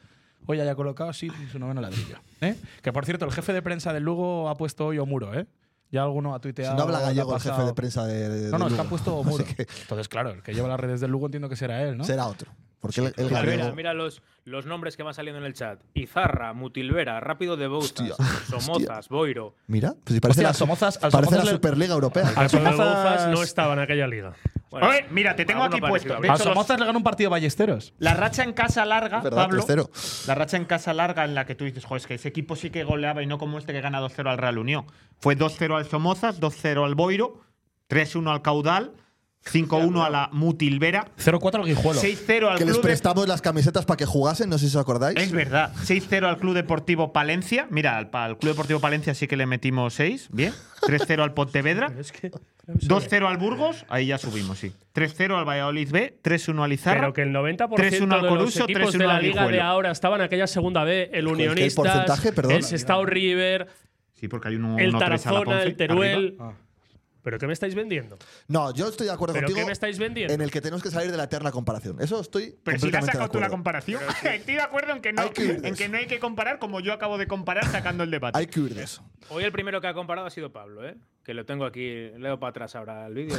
S5: hoy haya colocado así su noveno ladrillo? ¿eh? Que por cierto, el jefe de prensa del Lugo ha puesto hoy Omuro, ¿eh? Ya alguno ha
S2: Si
S5: tuiteado.
S2: no habla
S5: le ha
S2: gallego el jefe de
S5: pasado-
S2: prensa de. de-
S5: No, no,
S2: de
S5: es que
S2: Lugo.
S5: han puesto
S2: Así
S5: Omuro.
S2: que
S5: Entonces, claro, el que lleva las redes del Lugo entiendo que será él, ¿no? Ah,
S2: Será otro. Porque el, el
S6: Mira,
S2: gallego.
S6: mira, mira los, los nombres que van saliendo en el chat. Izarra, Mutilvera, Rápido de Bouzas,
S2: Hostia,
S6: Somozas, Boiro.
S2: Mira, pues si parece
S5: Hostia,
S2: la,
S5: Somozas- al
S2: parece
S5: Somozas
S2: la
S5: le-
S2: Superliga Europea.
S5: Al
S3: Al
S5: Somozas-
S3: Somozas no estaba en aquella liga.
S6: Bueno,
S4: Oye, mira, te tengo
S6: alguno
S4: aquí
S6: parecido
S4: puesto.
S6: había.
S4: De
S5: A
S4: hecho, los-
S5: Somozas le gana un partido a Ballesteros.
S4: La racha en casa larga,
S2: Es verdad,
S4: Pablo.
S2: 3-0.
S4: La racha en casa larga en la que tú dices, joder, es que ese equipo sí que goleaba y no como este que gana 2-0 al Real Unión. Fue 2-0 al Somozas, 2-0 al Boiro, 3-1 al Caudal, 5-1 a la Mutilvera,
S5: 0-4 al Guijuelo.
S4: 6-0 al
S2: Que les
S4: Club de-
S2: prestamos las camisetas para que jugasen, no sé si os acordáis.
S4: Es verdad, 6-0 al Club Deportivo Palencia. Mira, al, al Club Deportivo Palencia sí que le metimos 6, bien. 3-0 al Pontevedra,
S3: Pero es que.
S4: 2-0 al Burgos, ahí ya subimos, sí. 3-0 al Valladolid B, 3-1 al Izarra.
S3: Pero que el 90%
S4: 3-1 al
S3: de los
S4: Coruso,
S3: equipos
S4: 3-1
S3: de la
S4: al
S3: liga de
S4: Guijuelo.
S3: ahora estaban en aquella segunda B. El
S2: que el
S3: Unionistas,
S2: porcentaje, perdón.
S3: el Sestao River,
S4: Sí, porque hay un
S3: el
S4: 1-3 a la
S3: Tarazona,
S4: Ponce,
S3: el Teruel.
S4: arriba.
S3: ¿Pero qué me estáis vendiendo?
S2: No, yo estoy de acuerdo
S3: ¿Pero
S2: contigo.
S3: qué me estáis vendiendo?
S2: En el que tenemos que salir de la eterna comparación. Eso estoy
S4: Pero si te has
S2: completamente de
S4: sacado tú la
S2: acuerdo.
S4: comparación, estoy de acuerdo en que, no,
S2: Hay que huir de
S4: en que
S2: eso.
S4: no hay que comparar como yo acabo de comparar sacando el debate.
S2: Hay que huir de eso.
S6: Hoy el primero que ha comparado ha sido Pablo, ¿eh? Que lo tengo aquí, leo para atrás ahora el vídeo.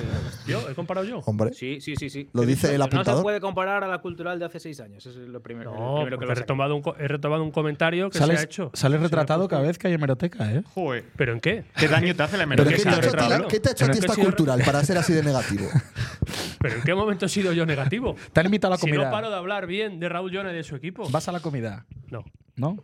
S3: ¿Yo? ¿He comparado yo?
S2: Hombre,
S6: Sí, sí, sí, sí.
S2: ¿Lo
S6: He
S2: dice
S6: dicho,
S2: el
S6: No
S2: apuntador?
S6: se puede comparar a la cultural de hace seis años. Eso es lo primero,
S3: No,
S6: el primero
S3: porque
S6: que lo
S3: he
S6: ha sacado.
S3: retomado, un, co- he retomado un comentario que
S5: Sales,
S3: se ha hecho.
S5: sales
S3: Se me ha
S5: retratado
S3: puesto-
S5: cada vez que hay hemeroteca, ¿eh?
S4: Joder,
S3: ¿Pero en qué?
S4: qué daño te hace la
S2: ¿Pero
S3: que
S2: qué
S3: si
S2: te, ha
S4: hemeroteca.
S3: lo
S2: hecho a ti,
S3: retrato-
S2: qué te ha hecho a
S3: pero
S2: ti
S3: es que
S2: esta
S3: si lo re-
S2: cultural para ser así de negativo?
S3: ¿Pero en qué momento he sido yo negativo?
S5: Te han invitado a la
S3: Si
S5: comida.
S3: no paro de hablar bien de Raúl Llona y de su equipo.
S5: Vas Ah, a la comida,
S3: No,
S5: ¿no?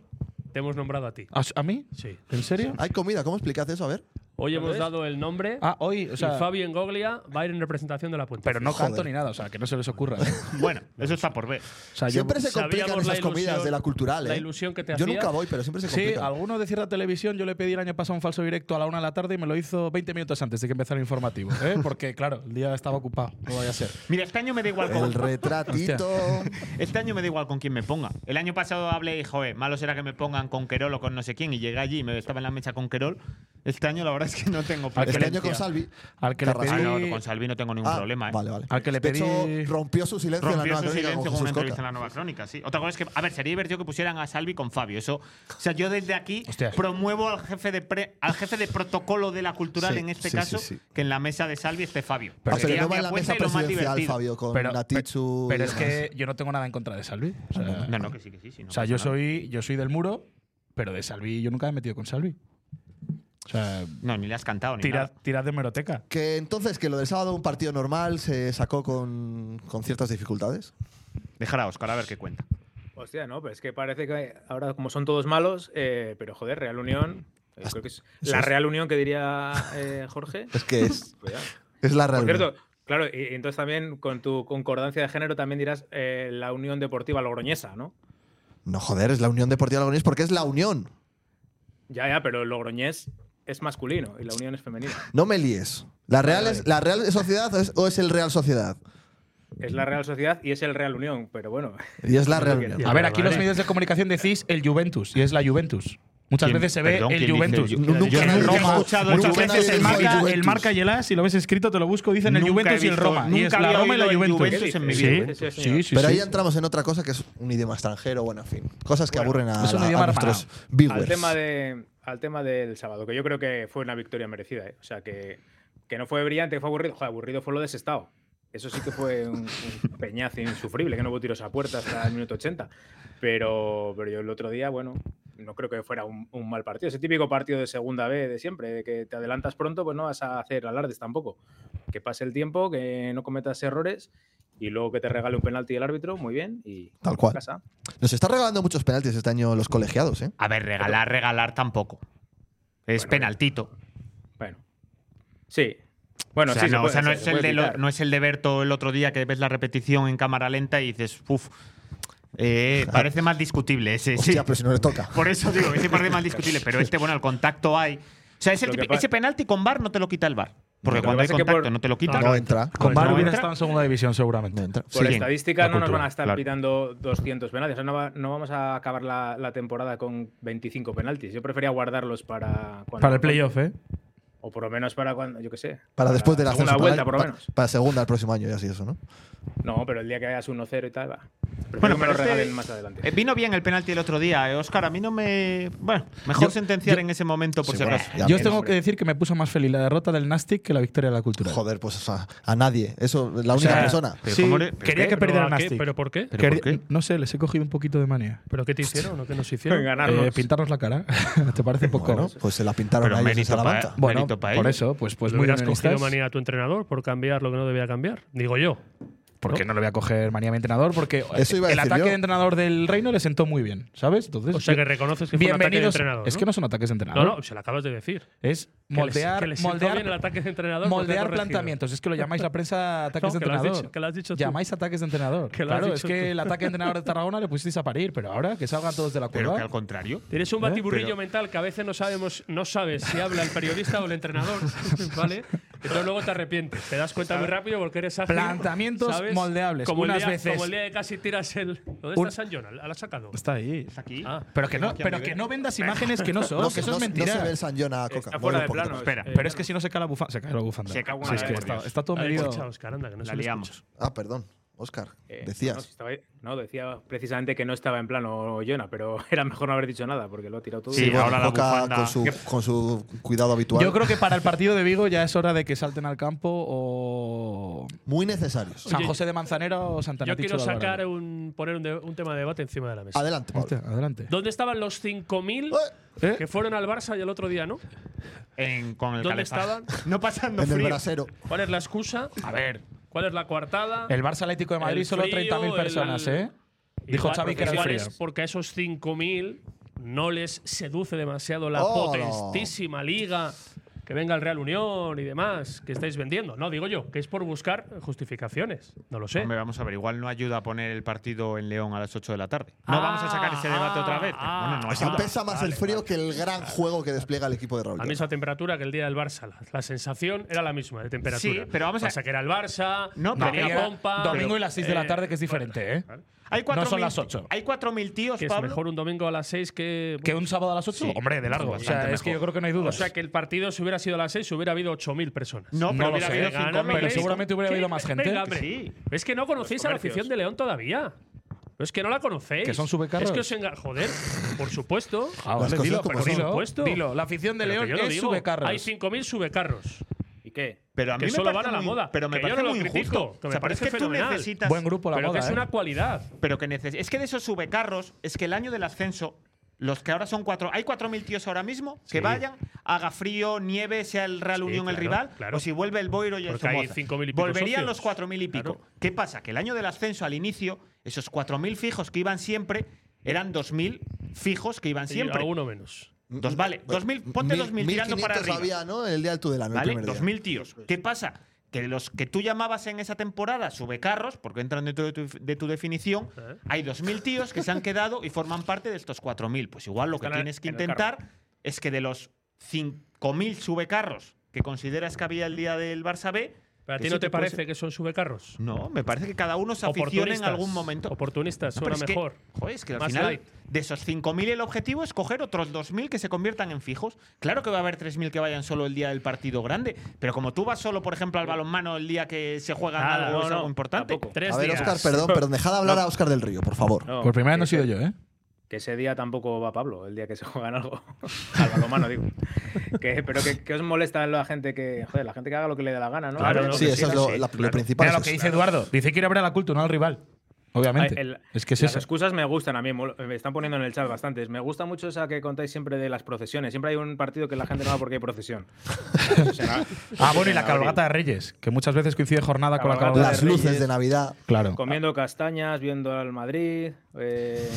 S3: te hemos nombrado a ti.
S5: ¿A, a mí?
S3: Sí.
S5: ¿En serio?
S2: ¿Hay comida? ¿Cómo explicas eso? A ver.
S3: Hoy hemos dado el nombre
S5: Ah, hoy, o sea,
S3: y Fabi Engoglia va a ir en representación de la Puente.
S5: pero no
S2: Joder.
S5: canto ni nada, o sea, que no se les ocurra. ¿eh?
S4: Bueno, eso está por ver.
S5: O sea, yo-
S2: Siempre se complican
S3: Sabíamos la
S2: esas comidas
S3: ilusión-
S2: de la cultural, ¿eh?
S3: la ilusión que te
S2: Yo
S3: hacía.
S2: nunca voy, pero siempre se
S5: Sí,
S2: complican.
S5: alguno de cierta televisión yo le pedí el año pasado un falso directo a la una de la tarde y me lo hizo 20 minutos antes de que empezara el informativo. ¿eh? Porque, claro, el día estaba ocupado. No vaya a ser.
S4: Mira, este año me da igual
S2: El
S4: con,
S2: retratito.
S4: este año me da igual con quién me ponga. El año pasado hablé y joder, malo será que me pongan con Querol o con no sé quién y llegué allí y me estaba en la mecha con Querol. Este año la verdad es que no tengo
S2: Este año
S4: preferencia.
S2: con Salvi.
S5: Al que le
S2: Carrasco.
S4: Ah,
S5: pedí-
S4: no, con Salvi no tengo ningún
S2: Ah,
S4: problema. ¿eh?
S2: Vale, vale.
S5: Al que le
S2: De
S5: pedí-
S2: hecho, rompió su silencio en la
S4: Rompió
S2: nueva
S4: su
S2: crónica
S4: silencio
S2: con
S4: con
S2: Jesús
S4: una entrevista
S2: Cota.
S4: en la nueva crónica, sí. Otra cosa es que, a ver, sería divertido que pusieran a Salvi con Fabio. Eso, o sea, yo desde aquí
S5: Hostia.
S4: promuevo al jefe de pre- al jefe de protocolo de la cultural
S2: Sí,
S4: en este
S2: sí,
S4: caso,
S2: sí, sí.
S4: que en la mesa de Salvi esté Fabio.
S2: O sea,
S4: Sería
S2: no
S4: mi
S2: va en la
S4: apuesta
S2: mesa
S4: y lo más
S2: presidencial,
S4: divertido.
S2: Fabio, con
S5: pero,
S2: Natichu.
S5: pero
S2: y
S5: es
S2: demás.
S5: que yo no tengo nada en contra de Salvi. O sea,
S4: No, no, que sí, que sí. sí no
S5: o sea,
S4: pasa
S5: yo
S4: nada.
S5: soy, yo soy del muro, pero de Salvi yo nunca me he metido con Salvi. O sea,
S4: No, ni le has cantado ni
S5: tirad,
S4: nada.
S5: tirad de meroteca.
S2: Que entonces, que lo del sábado, un partido normal, se sacó con, con ciertas dificultades.
S4: Dejar a Oscar a ver qué cuenta.
S6: Hostia, no, pero es que parece que ahora, como son todos malos, eh, pero joder, Real Unión. eh, creo que es la
S2: es.
S6: Real Unión que diría eh, Jorge.
S2: Es que es,
S6: Cuidado.
S2: es la
S6: Por
S2: realidad.
S6: cierto, claro, y y entonces también con tu concordancia de género también dirás eh, la Unión Deportiva Logroñesa, ¿no?
S2: No, joder, es la Unión Deportiva Logroñés porque es la Unión.
S6: Ya, ya, pero Logroñés es masculino y la unión es femenina.
S2: No me líes. ¿La Real, es, la Real Sociedad es- o es el Real Sociedad?
S6: Es la Real Sociedad y es el Real Unión, pero bueno.
S2: Y es la Real Unión.
S5: A ver, aquí los medios de comunicación decís el Juventus, y es la Juventus. Muchas
S4: ¿Quién-
S5: veces se ve
S4: perdón,
S5: el
S4: quién dice
S5: Juventus.
S4: el Ju-
S2: Nunca
S5: Yo en
S2: nadie
S5: Roma,
S2: dijo-
S5: muchas
S2: nunca nadie
S5: veces el
S2: dijo
S5: marca,
S2: Juventus.
S5: el marca y el AS, si lo ves escrito, te lo busco, dicen el
S4: Nunca
S5: Juventus
S4: he
S5: y el
S4: visto-
S5: Roma. y
S4: nunca
S5: es la
S4: había
S5: Roma y la
S4: oído el
S5: Juventus.
S4: Juventus en mi
S5: Sí,
S4: vida.
S5: sí,
S6: Sí,
S5: sí, sí,
S2: Pero ahí
S5: sí.
S2: entramos en otra cosa que es un idioma extranjero, bueno, en fin. Cosas que aburren a,
S5: es un
S2: la- a
S5: idioma
S2: nuestros
S6: Al
S2: viewers.
S6: tema, de, al tema del sábado, que yo creo que fue una victoria merecida. ¿eh? O sea, que, que no fue brillante, que fue aburrido. Joder, aburrido fue lo de Sestao. Eso sí que fue un, un peñazo insufrible, que no hubo tiros a puerta hasta el minuto 80. Pero, pero yo el otro día, bueno, no creo que fuera un, un mal partido. Ese típico partido de segunda B de siempre, de que te adelantas pronto, pues no vas a hacer alardes tampoco. Que pase el tiempo, que no cometas errores y luego que te regale un penalti el árbitro, muy bien. Y
S2: Tal cual.
S6: Casa.
S2: Nos está regalando muchos penaltis este año los colegiados, ¿eh?
S4: A ver, regalar, regalar tampoco. Es
S6: Bueno,
S4: penaltito.
S6: Bueno. Sí. Bueno,
S4: o sea,
S6: sí, se
S4: no,
S6: puede-
S4: o sea, no
S6: se-
S4: es
S6: se
S4: el
S6: puede
S4: de lo-
S6: pitar.
S4: no es el de Berto el otro día que ves la repetición en cámara lenta y dices, uff, parece más discutible ese. sí.
S2: Hostia, pero si no le toca.
S4: Por eso digo, ese parece más discutible, pero este, bueno, el contacto hay. O sea, es el
S6: Lo que
S4: típico-
S6: pa-
S4: ese penalti con bar no te lo quita el bar.
S6: Lo
S4: Porque
S6: que
S4: cuando hay
S6: pasa es que
S4: contacto
S6: por-
S4: no te lo quita.
S2: No entra.
S4: No
S5: Con Bar hubiera
S4: entra.
S5: estado en segunda división, seguramente.
S2: No entra.
S6: Por
S4: Sí,
S6: estadística
S4: la
S6: no nos
S4: cultura,
S6: van a estar
S4: claro.
S6: pitando 200 penaltis. O sea, no, va- no vamos a acabar la, la temporada con 25 penaltis. Yo prefería guardarlos para cuando-
S5: Para el playoff, ¿eh?
S6: O por lo menos para cuando, yo qué sé.
S2: Para después de la
S6: segunda
S2: ascenso, para-
S6: vuelta, por lo menos.
S2: pa- Para segunda el próximo año y así eso, ¿no?
S6: No, pero el día que hagas 1-0 y tal, va. Prefiero
S4: Bueno,
S6: que me
S4: pero
S6: lo
S4: este-
S6: regalen más adelante.
S4: Eh, vino bien el penalti el otro día, eh, Oscar. A mí no me. Bueno, mejor
S5: Yo-
S4: sentenciar
S5: yo-
S4: en ese momento, por
S2: Sí,
S4: si
S2: bueno,
S4: acaso.
S2: ya
S5: Yo
S2: ves.
S5: os tengo que decir que me puso más feliz la derrota del Nastic que la victoria de la cultura.
S2: Joder, pues o sea, a nadie. Eso, la única
S5: sea,
S2: persona.
S4: Pero
S5: Sí,
S4: ¿cómo le- pero
S5: quería
S4: qué?
S5: que perdiera el
S3: ¿Pero a qué?
S5: Nastic.
S3: ¿Pero por qué?
S4: ¿Pero por
S5: Quería-
S4: qué?
S5: No sé, les he cogido un poquito de manía.
S3: ¿Pero qué te hicieron o qué nos hicieron?
S6: Ganarnos.
S5: Eh, pintarnos la cara. ¿Te parece poco?
S2: Bueno, pues se la pintaron
S4: Pero
S2: a ellos en
S4: mérito pa-
S2: Salamanca.
S5: Bueno,
S4: Mérito pa'
S5: por
S4: ellos.
S5: eso, pues,
S3: Pues
S5: pues
S3: le
S5: muy bien
S3: hubieras cogido
S5: estás.
S3: manía a tu entrenador por cambiar lo que no debía cambiar. Digo yo.
S5: ¿Por qué no le voy a coger manía a mi entrenador? Porque
S2: Eso iba a
S5: el
S2: decir
S5: ataque
S2: yo.
S5: de entrenador del Reino le sentó muy bien, ¿sabes? Entonces,
S3: O sea que
S5: yo-
S3: reconoces que fue un ataque de
S5: bienvenidos.
S3: entrenador.
S5: Es que no son ataques de
S3: No,
S5: entrenador.
S3: no, se lo acabas de decir.
S5: Es
S3: Que les-
S5: moldear,
S3: que les sentó
S5: moldear,
S3: bien el ataque de entrenador, pero te ha
S5: moldear
S3: corregido.
S5: planteamientos. Es que lo llamáis la prensa ataques
S3: No,
S5: de
S3: que lo has
S5: entrenador.
S3: dicho- que lo has dicho tú.
S5: llamáis ataques de entrenador.
S3: Que lo has
S5: claro,
S3: dicho
S5: es que
S3: tú.
S5: el ataque de entrenador de Tarragona le pusisteis a parir, pero ahora que salgan todos de la
S4: Pero que
S5: curva.
S4: al contrario.
S3: Tienes
S5: ¿Eh?
S3: un batiburrillo mental que a veces no sabemos, no sabes si habla el periodista o el entrenador, ¿vale? Entonces luego te arrepientes, te das cuenta muy rápido porque eres ágil.
S5: Planteamientos
S3: ¿sabes?
S5: moldeables,
S3: Como el
S5: unas
S3: día,
S5: veces-
S3: Como el día de casi tiras el. ¿Dónde
S5: Un-
S3: está San John? ¿La la has sacado?
S5: Está ahí.
S4: Aquí.
S3: Ah.
S5: Pero que no, pero que no vendas imágenes que no son,
S2: No,
S5: que
S2: se-
S5: eso
S2: no,
S5: es
S2: se- no
S5: mentira.
S2: se ve el San John a Coca.
S6: Está
S2: Mueve
S6: fuera
S2: un
S6: de Eh,
S2: poquito
S6: plano.
S2: más.
S4: Espera,
S5: Pero es que si no se cae la bufanda, se cae la bufanda.
S4: Se cago en
S5: Sí, es
S4: la
S5: que
S4: leche,
S5: está,
S4: Dios.
S5: está todo
S3: Ahí,
S5: medido.
S3: escucha, Óscar, anda, que no
S4: La
S3: se le
S4: liamos.
S3: escucha.
S2: Ah, perdón, Óscar.
S6: Eh, No, si
S2: Decías.
S6: estaba- no, decía precisamente que no estaba en plano Jonah, pero era mejor no haber dicho nada porque lo ha tirado todo.
S4: Sí,
S6: Y-
S4: bueno. ahora la
S2: Coca
S4: bufanda.
S2: con su, con su cuidado habitual.
S5: Yo creo que para el partido de Vigo ya es hora de que salten al campo o
S2: Muy necesarios.
S5: San José de Manzanera o Santa
S3: Yo
S5: Ana
S3: quiero
S5: Ticho de
S3: sacar
S5: Alvarado.
S3: un, poner un, de- un tema de debate encima de la mesa.
S2: Adelante, Pablo.
S5: Hostia, adelante.
S3: ¿Dónde estaban los 5.000
S5: ¿Eh?
S3: que fueron al Barça y el otro día, no?
S4: En- con el
S3: ¿Dónde
S4: calefactor.
S3: estaban?
S4: No pasando
S2: En el
S4: frío.
S2: brasero.
S3: ¿Cuál es la excusa?
S4: A ver,
S3: ¿Cuál es la coartada?
S5: El Barça Atlético de Madrid
S3: El
S5: solo
S3: frío,
S5: 30.000 personas,
S3: el-
S5: ¿eh? Dijo
S3: Igual-
S5: Xavi que era el
S3: igual
S5: frío.
S3: es porque a esos 5.000 no les seduce demasiado la
S2: Oh, no.
S3: potentísima liga que venga el Real Unión y demás que estáis vendiendo. No, digo yo, que es por buscar justificaciones. No lo sé.
S4: hombre, vamos a ver. Igual no ayuda a poner el partido en León a las 8 de la tarde. No
S3: Ah,
S4: vamos a sacar ese debate
S3: ah,
S4: otra vez.
S3: ah.
S4: bueno, no
S2: O sea,
S4: ayuda.
S2: pesa más el frío que el gran juego que despliega el equipo de Raúl.
S3: A mí
S2: Llorens.
S3: esa temperatura que el día del Barça, la, la sensación era la misma de temperatura.
S4: Sí, pero vamos a-
S3: Pasa que era el Barça,
S4: No, pero-
S3: tenía
S4: Era
S3: pompa…
S5: Domingo y las 6 de la
S3: eh,
S5: tarde, que es diferente, ¿eh?
S4: Hay cuatro
S5: No son
S4: mil-
S5: las ocho.
S4: Hay 4.000 tíos,
S3: Que es
S4: Pablo.
S3: mejor un domingo a las 6 que…
S5: ¿Que un sábado a las 8?
S4: Sí.
S5: Hombre, de largo. O sea,
S4: Bastante
S5: es que
S4: mejor.
S5: yo creo que no hay
S3: O
S5: dudas.
S3: sea, que el partido si hubiera sido a las 6 hubiera habido 8.000 personas.
S4: No, pero
S5: No lo
S4: hubiera
S5: sé.
S4: habido
S5: Ganarlo,
S4: 5.000.
S5: pero seguramente hubiera habido más gente.
S3: Venga, hombre.
S4: Sí.
S3: Es que no conocéis a la afición de León todavía. No, es que no la conocéis.
S5: Que son subbecarros.
S3: Es que os enga Joder, por supuesto.
S5: Ah,
S2: Las
S5: vale,
S2: cosas
S5: dilo,
S2: como
S5: pero
S2: son.
S5: dilo,
S3: Por supuesto.
S5: dilo. La afición de
S3: Pero que
S5: León
S3: yo lo
S5: es
S3: digo,
S5: subecarros.
S3: Hay 5.000 subecarros.
S6: ¿Y qué?
S4: Pero a mí
S3: que
S4: me
S3: solo
S4: parece
S3: van a la
S4: muy-
S3: moda.
S4: Pero me
S3: Que yo
S4: parece
S3: no lo
S4: muy
S3: critico,
S4: injusto.
S3: que me
S4: O sea, pero es
S3: parece
S4: que tú
S3: fenomenal.
S4: necesitas.
S5: Buen grupo la
S3: Pero que
S5: moda.
S3: es
S5: ¿eh?
S3: una cualidad.
S4: Pero que neces- es que de esos subecarros, es que el año del ascenso, los que ahora son cuatro, hay 4.000 tíos ahora mismo que vayan, haga frío, nieve, sea el Real
S3: Sí,
S4: Unión el
S3: claro,
S4: rival,
S3: claro.
S4: o si vuelve el Boiro y el
S3: Porque hay
S4: Somoza.
S3: 5.000 y pico
S4: Volverían
S3: socios.
S4: los 4.000 y pico.
S3: Claro.
S4: ¿Qué pasa? Que el año del ascenso al inicio, esos 4.000 fijos que iban siempre, eran 2.000 fijos que iban
S3: Siempre.
S4: siempre.
S3: alguno menos.
S4: Dos, vale, 2.000, ponte
S2: Mil-
S4: 2.000 tirando para
S2: 1500
S4: arriba.
S2: había, ¿no? El día del Tudelano, el
S4: ¿Vale?
S2: primer día.
S4: 2.000 tíos. ¿Qué pasa? Que los que tú llamabas en esa temporada subecarros, porque entran dentro de tu, de tu definición,
S3: ¿Eh?
S4: hay 2.000 tíos que se han quedado y forman parte de estos 4.000. Pues igual lo que
S6: Están en-
S4: tienes que
S6: en el carro.
S4: intentar es que de los 5.000 subecarros que consideras que había el día del Barça B.
S3: ¿Pero a
S4: que
S3: ti
S4: sí
S3: no te
S4: que puede
S3: parece
S4: ser-
S3: que son subecarros?
S4: No, me parece que cada uno se aficiona en
S3: Oportunistas.
S4: algún momento.
S3: Oportunistas,
S4: No, pero
S3: suena
S4: es que-
S3: mejor.
S4: joder, es que al
S3: Más
S4: final,
S3: light.
S4: de esos 5.000, el objetivo es coger otros 2.000 que se conviertan en fijos. Claro que va a haber 3.000 que vayan solo el día del partido grande, pero como tú vas solo, por ejemplo, al balonmano el día que se juega
S3: Nada,
S4: algo,
S3: Ah, no,
S4: es
S3: no,
S4: algo importante.
S3: tampoco. Tres
S2: A ver,
S3: días.
S2: Oscar, perdón, pero dejad hablar a Oscar del Río, por favor.
S6: No,
S5: Por primera vez
S6: que
S5: no he sido
S6: ese-
S5: yo, ¿eh?
S6: Que ese día tampoco va Pablo, el día que se juegan algo. Al balonmano, digo. Que- pero que, que os molesta la gente que. Joder, la gente que haga lo que le dé la gana, ¿no?
S4: Claro,
S6: Haga lo
S2: sí,
S6: que
S2: eso es
S6: quiera.
S2: lo,
S4: sí,
S2: la- lo
S4: claro.
S2: principal.
S3: Pues
S5: Mira lo
S2: es
S5: que
S2: eso.
S5: dice Eduardo. Dice que quiere abrir a la culto, no al rival. Obviamente.
S6: Ay, el-
S5: es que es
S6: las
S5: eso.
S6: excusas me gustan a mí, mol- me están poniendo en el chat bastantes. Me gusta mucho esa que contáis siempre de las procesiones. Siempre hay un partido que la gente no va porque hay procesión.
S3: Pues
S5: Ah, bueno, y la cabalgata de Reyes, que muchas veces coincide jornada con la
S6: Cabalgata
S5: cabalgata.
S2: Las
S5: de
S6: de
S2: luces
S6: Reyes.
S2: de Navidad.
S5: Claro.
S6: Comiendo castañas, viendo al Madrid, eh,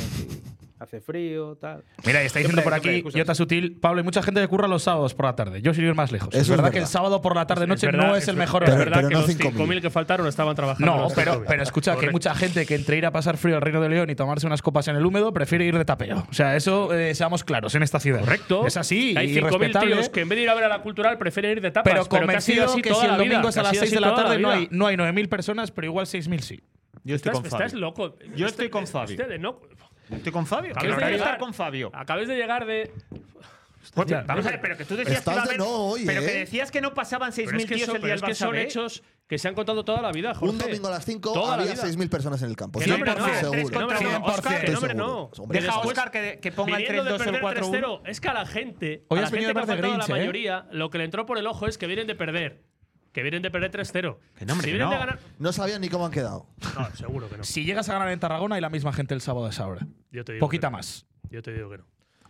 S6: hace frío, tal.
S5: Mira, y está diciendo
S6: Siempre-
S5: por
S6: siempre hay
S5: aquí,
S6: excusas.
S5: Yota Sutil, Pablo, hay mucha gente que curra los sábados por la tarde. Yo sin ir más lejos.
S2: Eso
S5: es
S2: es
S5: verdad, que
S2: verdad.
S5: el sábado por la tarde
S3: Es
S5: noche
S3: verdad,
S5: no es el
S3: ver-
S5: mejor
S3: Es
S5: horario.
S3: verdad
S2: pero
S3: que
S2: no
S3: los
S2: 5.000.
S3: 5.000 que faltaron estaban trabajando.
S5: No,
S3: los
S5: pero,
S3: 5.000.
S5: pero escucha, que hay mucha gente que entre ir a pasar frío al Reino de León y tomarse unas copas en el húmedo prefiere ir de tapeo. O sea, eso eh, seamos claros en esta ciudad.
S3: Correcto.
S5: Es así.
S3: Hay
S5: y
S3: 5.000
S5: respetable, ¿eh?
S3: tíos que en vez de ir a ver a la cultural prefieren ir de tapas.
S5: pero
S3: que ha sido
S5: convencido
S3: así
S5: que
S3: toda
S5: si
S3: la
S5: el
S3: vida,
S5: domingo es
S3: que
S5: a
S3: ha
S5: las
S3: sido
S5: 6
S3: así
S5: de la
S3: toda
S5: tarde no
S3: vida.
S5: hay, no hay 9.000 personas, pero igual 6.000 sí.
S4: Yo estoy
S3: Estás,
S4: con
S3: estás
S4: Fabio.
S3: loco.
S4: Yo estoy con Fabio.
S3: Ustedes, ¿no?
S4: Estoy con Fabio.
S3: Acabas de
S4: Claro,
S3: llegar- Ah,
S4: estar con Fabio.
S3: Acabas de llegar de.
S4: Hostia, vamos a ver, pero que tú decías
S2: Estás de
S4: que iba a haber-
S2: no hoy,
S4: pero que
S2: ¿eh?
S4: decías que no pasaban
S3: Pero
S4: 6.000
S3: es que
S4: tíos
S3: son,
S4: el día
S3: pero
S4: del
S3: es que
S4: Barça ¿eh?
S3: son
S4: B.
S3: hechos que se han contado toda la vida, Jorge.
S2: Un domingo a las 5
S3: Toda la
S2: había
S3: vida.
S2: 6.000 personas en el campo.
S3: Que
S2: Estoy
S3: hombre, no,
S2: seguro.
S3: tres contra uno. Oscar, que
S2: Estoy
S3: hombre,
S2: seguro.
S3: no.
S2: Hombre,
S4: Deja a
S3: después,
S4: Oscar que, que ponga el
S3: Viniendo
S4: 3-2
S3: de
S4: o el
S3: perder
S4: 4-1.
S3: 3-0, es que a la gente,
S5: Hoy
S3: a la
S5: has venido
S3: gente
S5: de
S3: que ha
S5: verde
S3: faltado la
S5: Grinch, ¿eh?
S3: mayoría, lo que le entró por el ojo es que vienen de perder. Que vienen de perder 3-0.
S4: Que no,
S3: si
S4: hombre, que
S3: vienen
S4: no.
S3: de ganar.
S2: No sabían ni cómo han quedado.
S3: No, seguro que no.
S5: Si llegas a ganar en Tarragona, hay la misma gente el sábado a esa hora.
S3: Yo te digo
S5: Poquita
S3: que no.
S5: más.
S3: Yo te digo que no.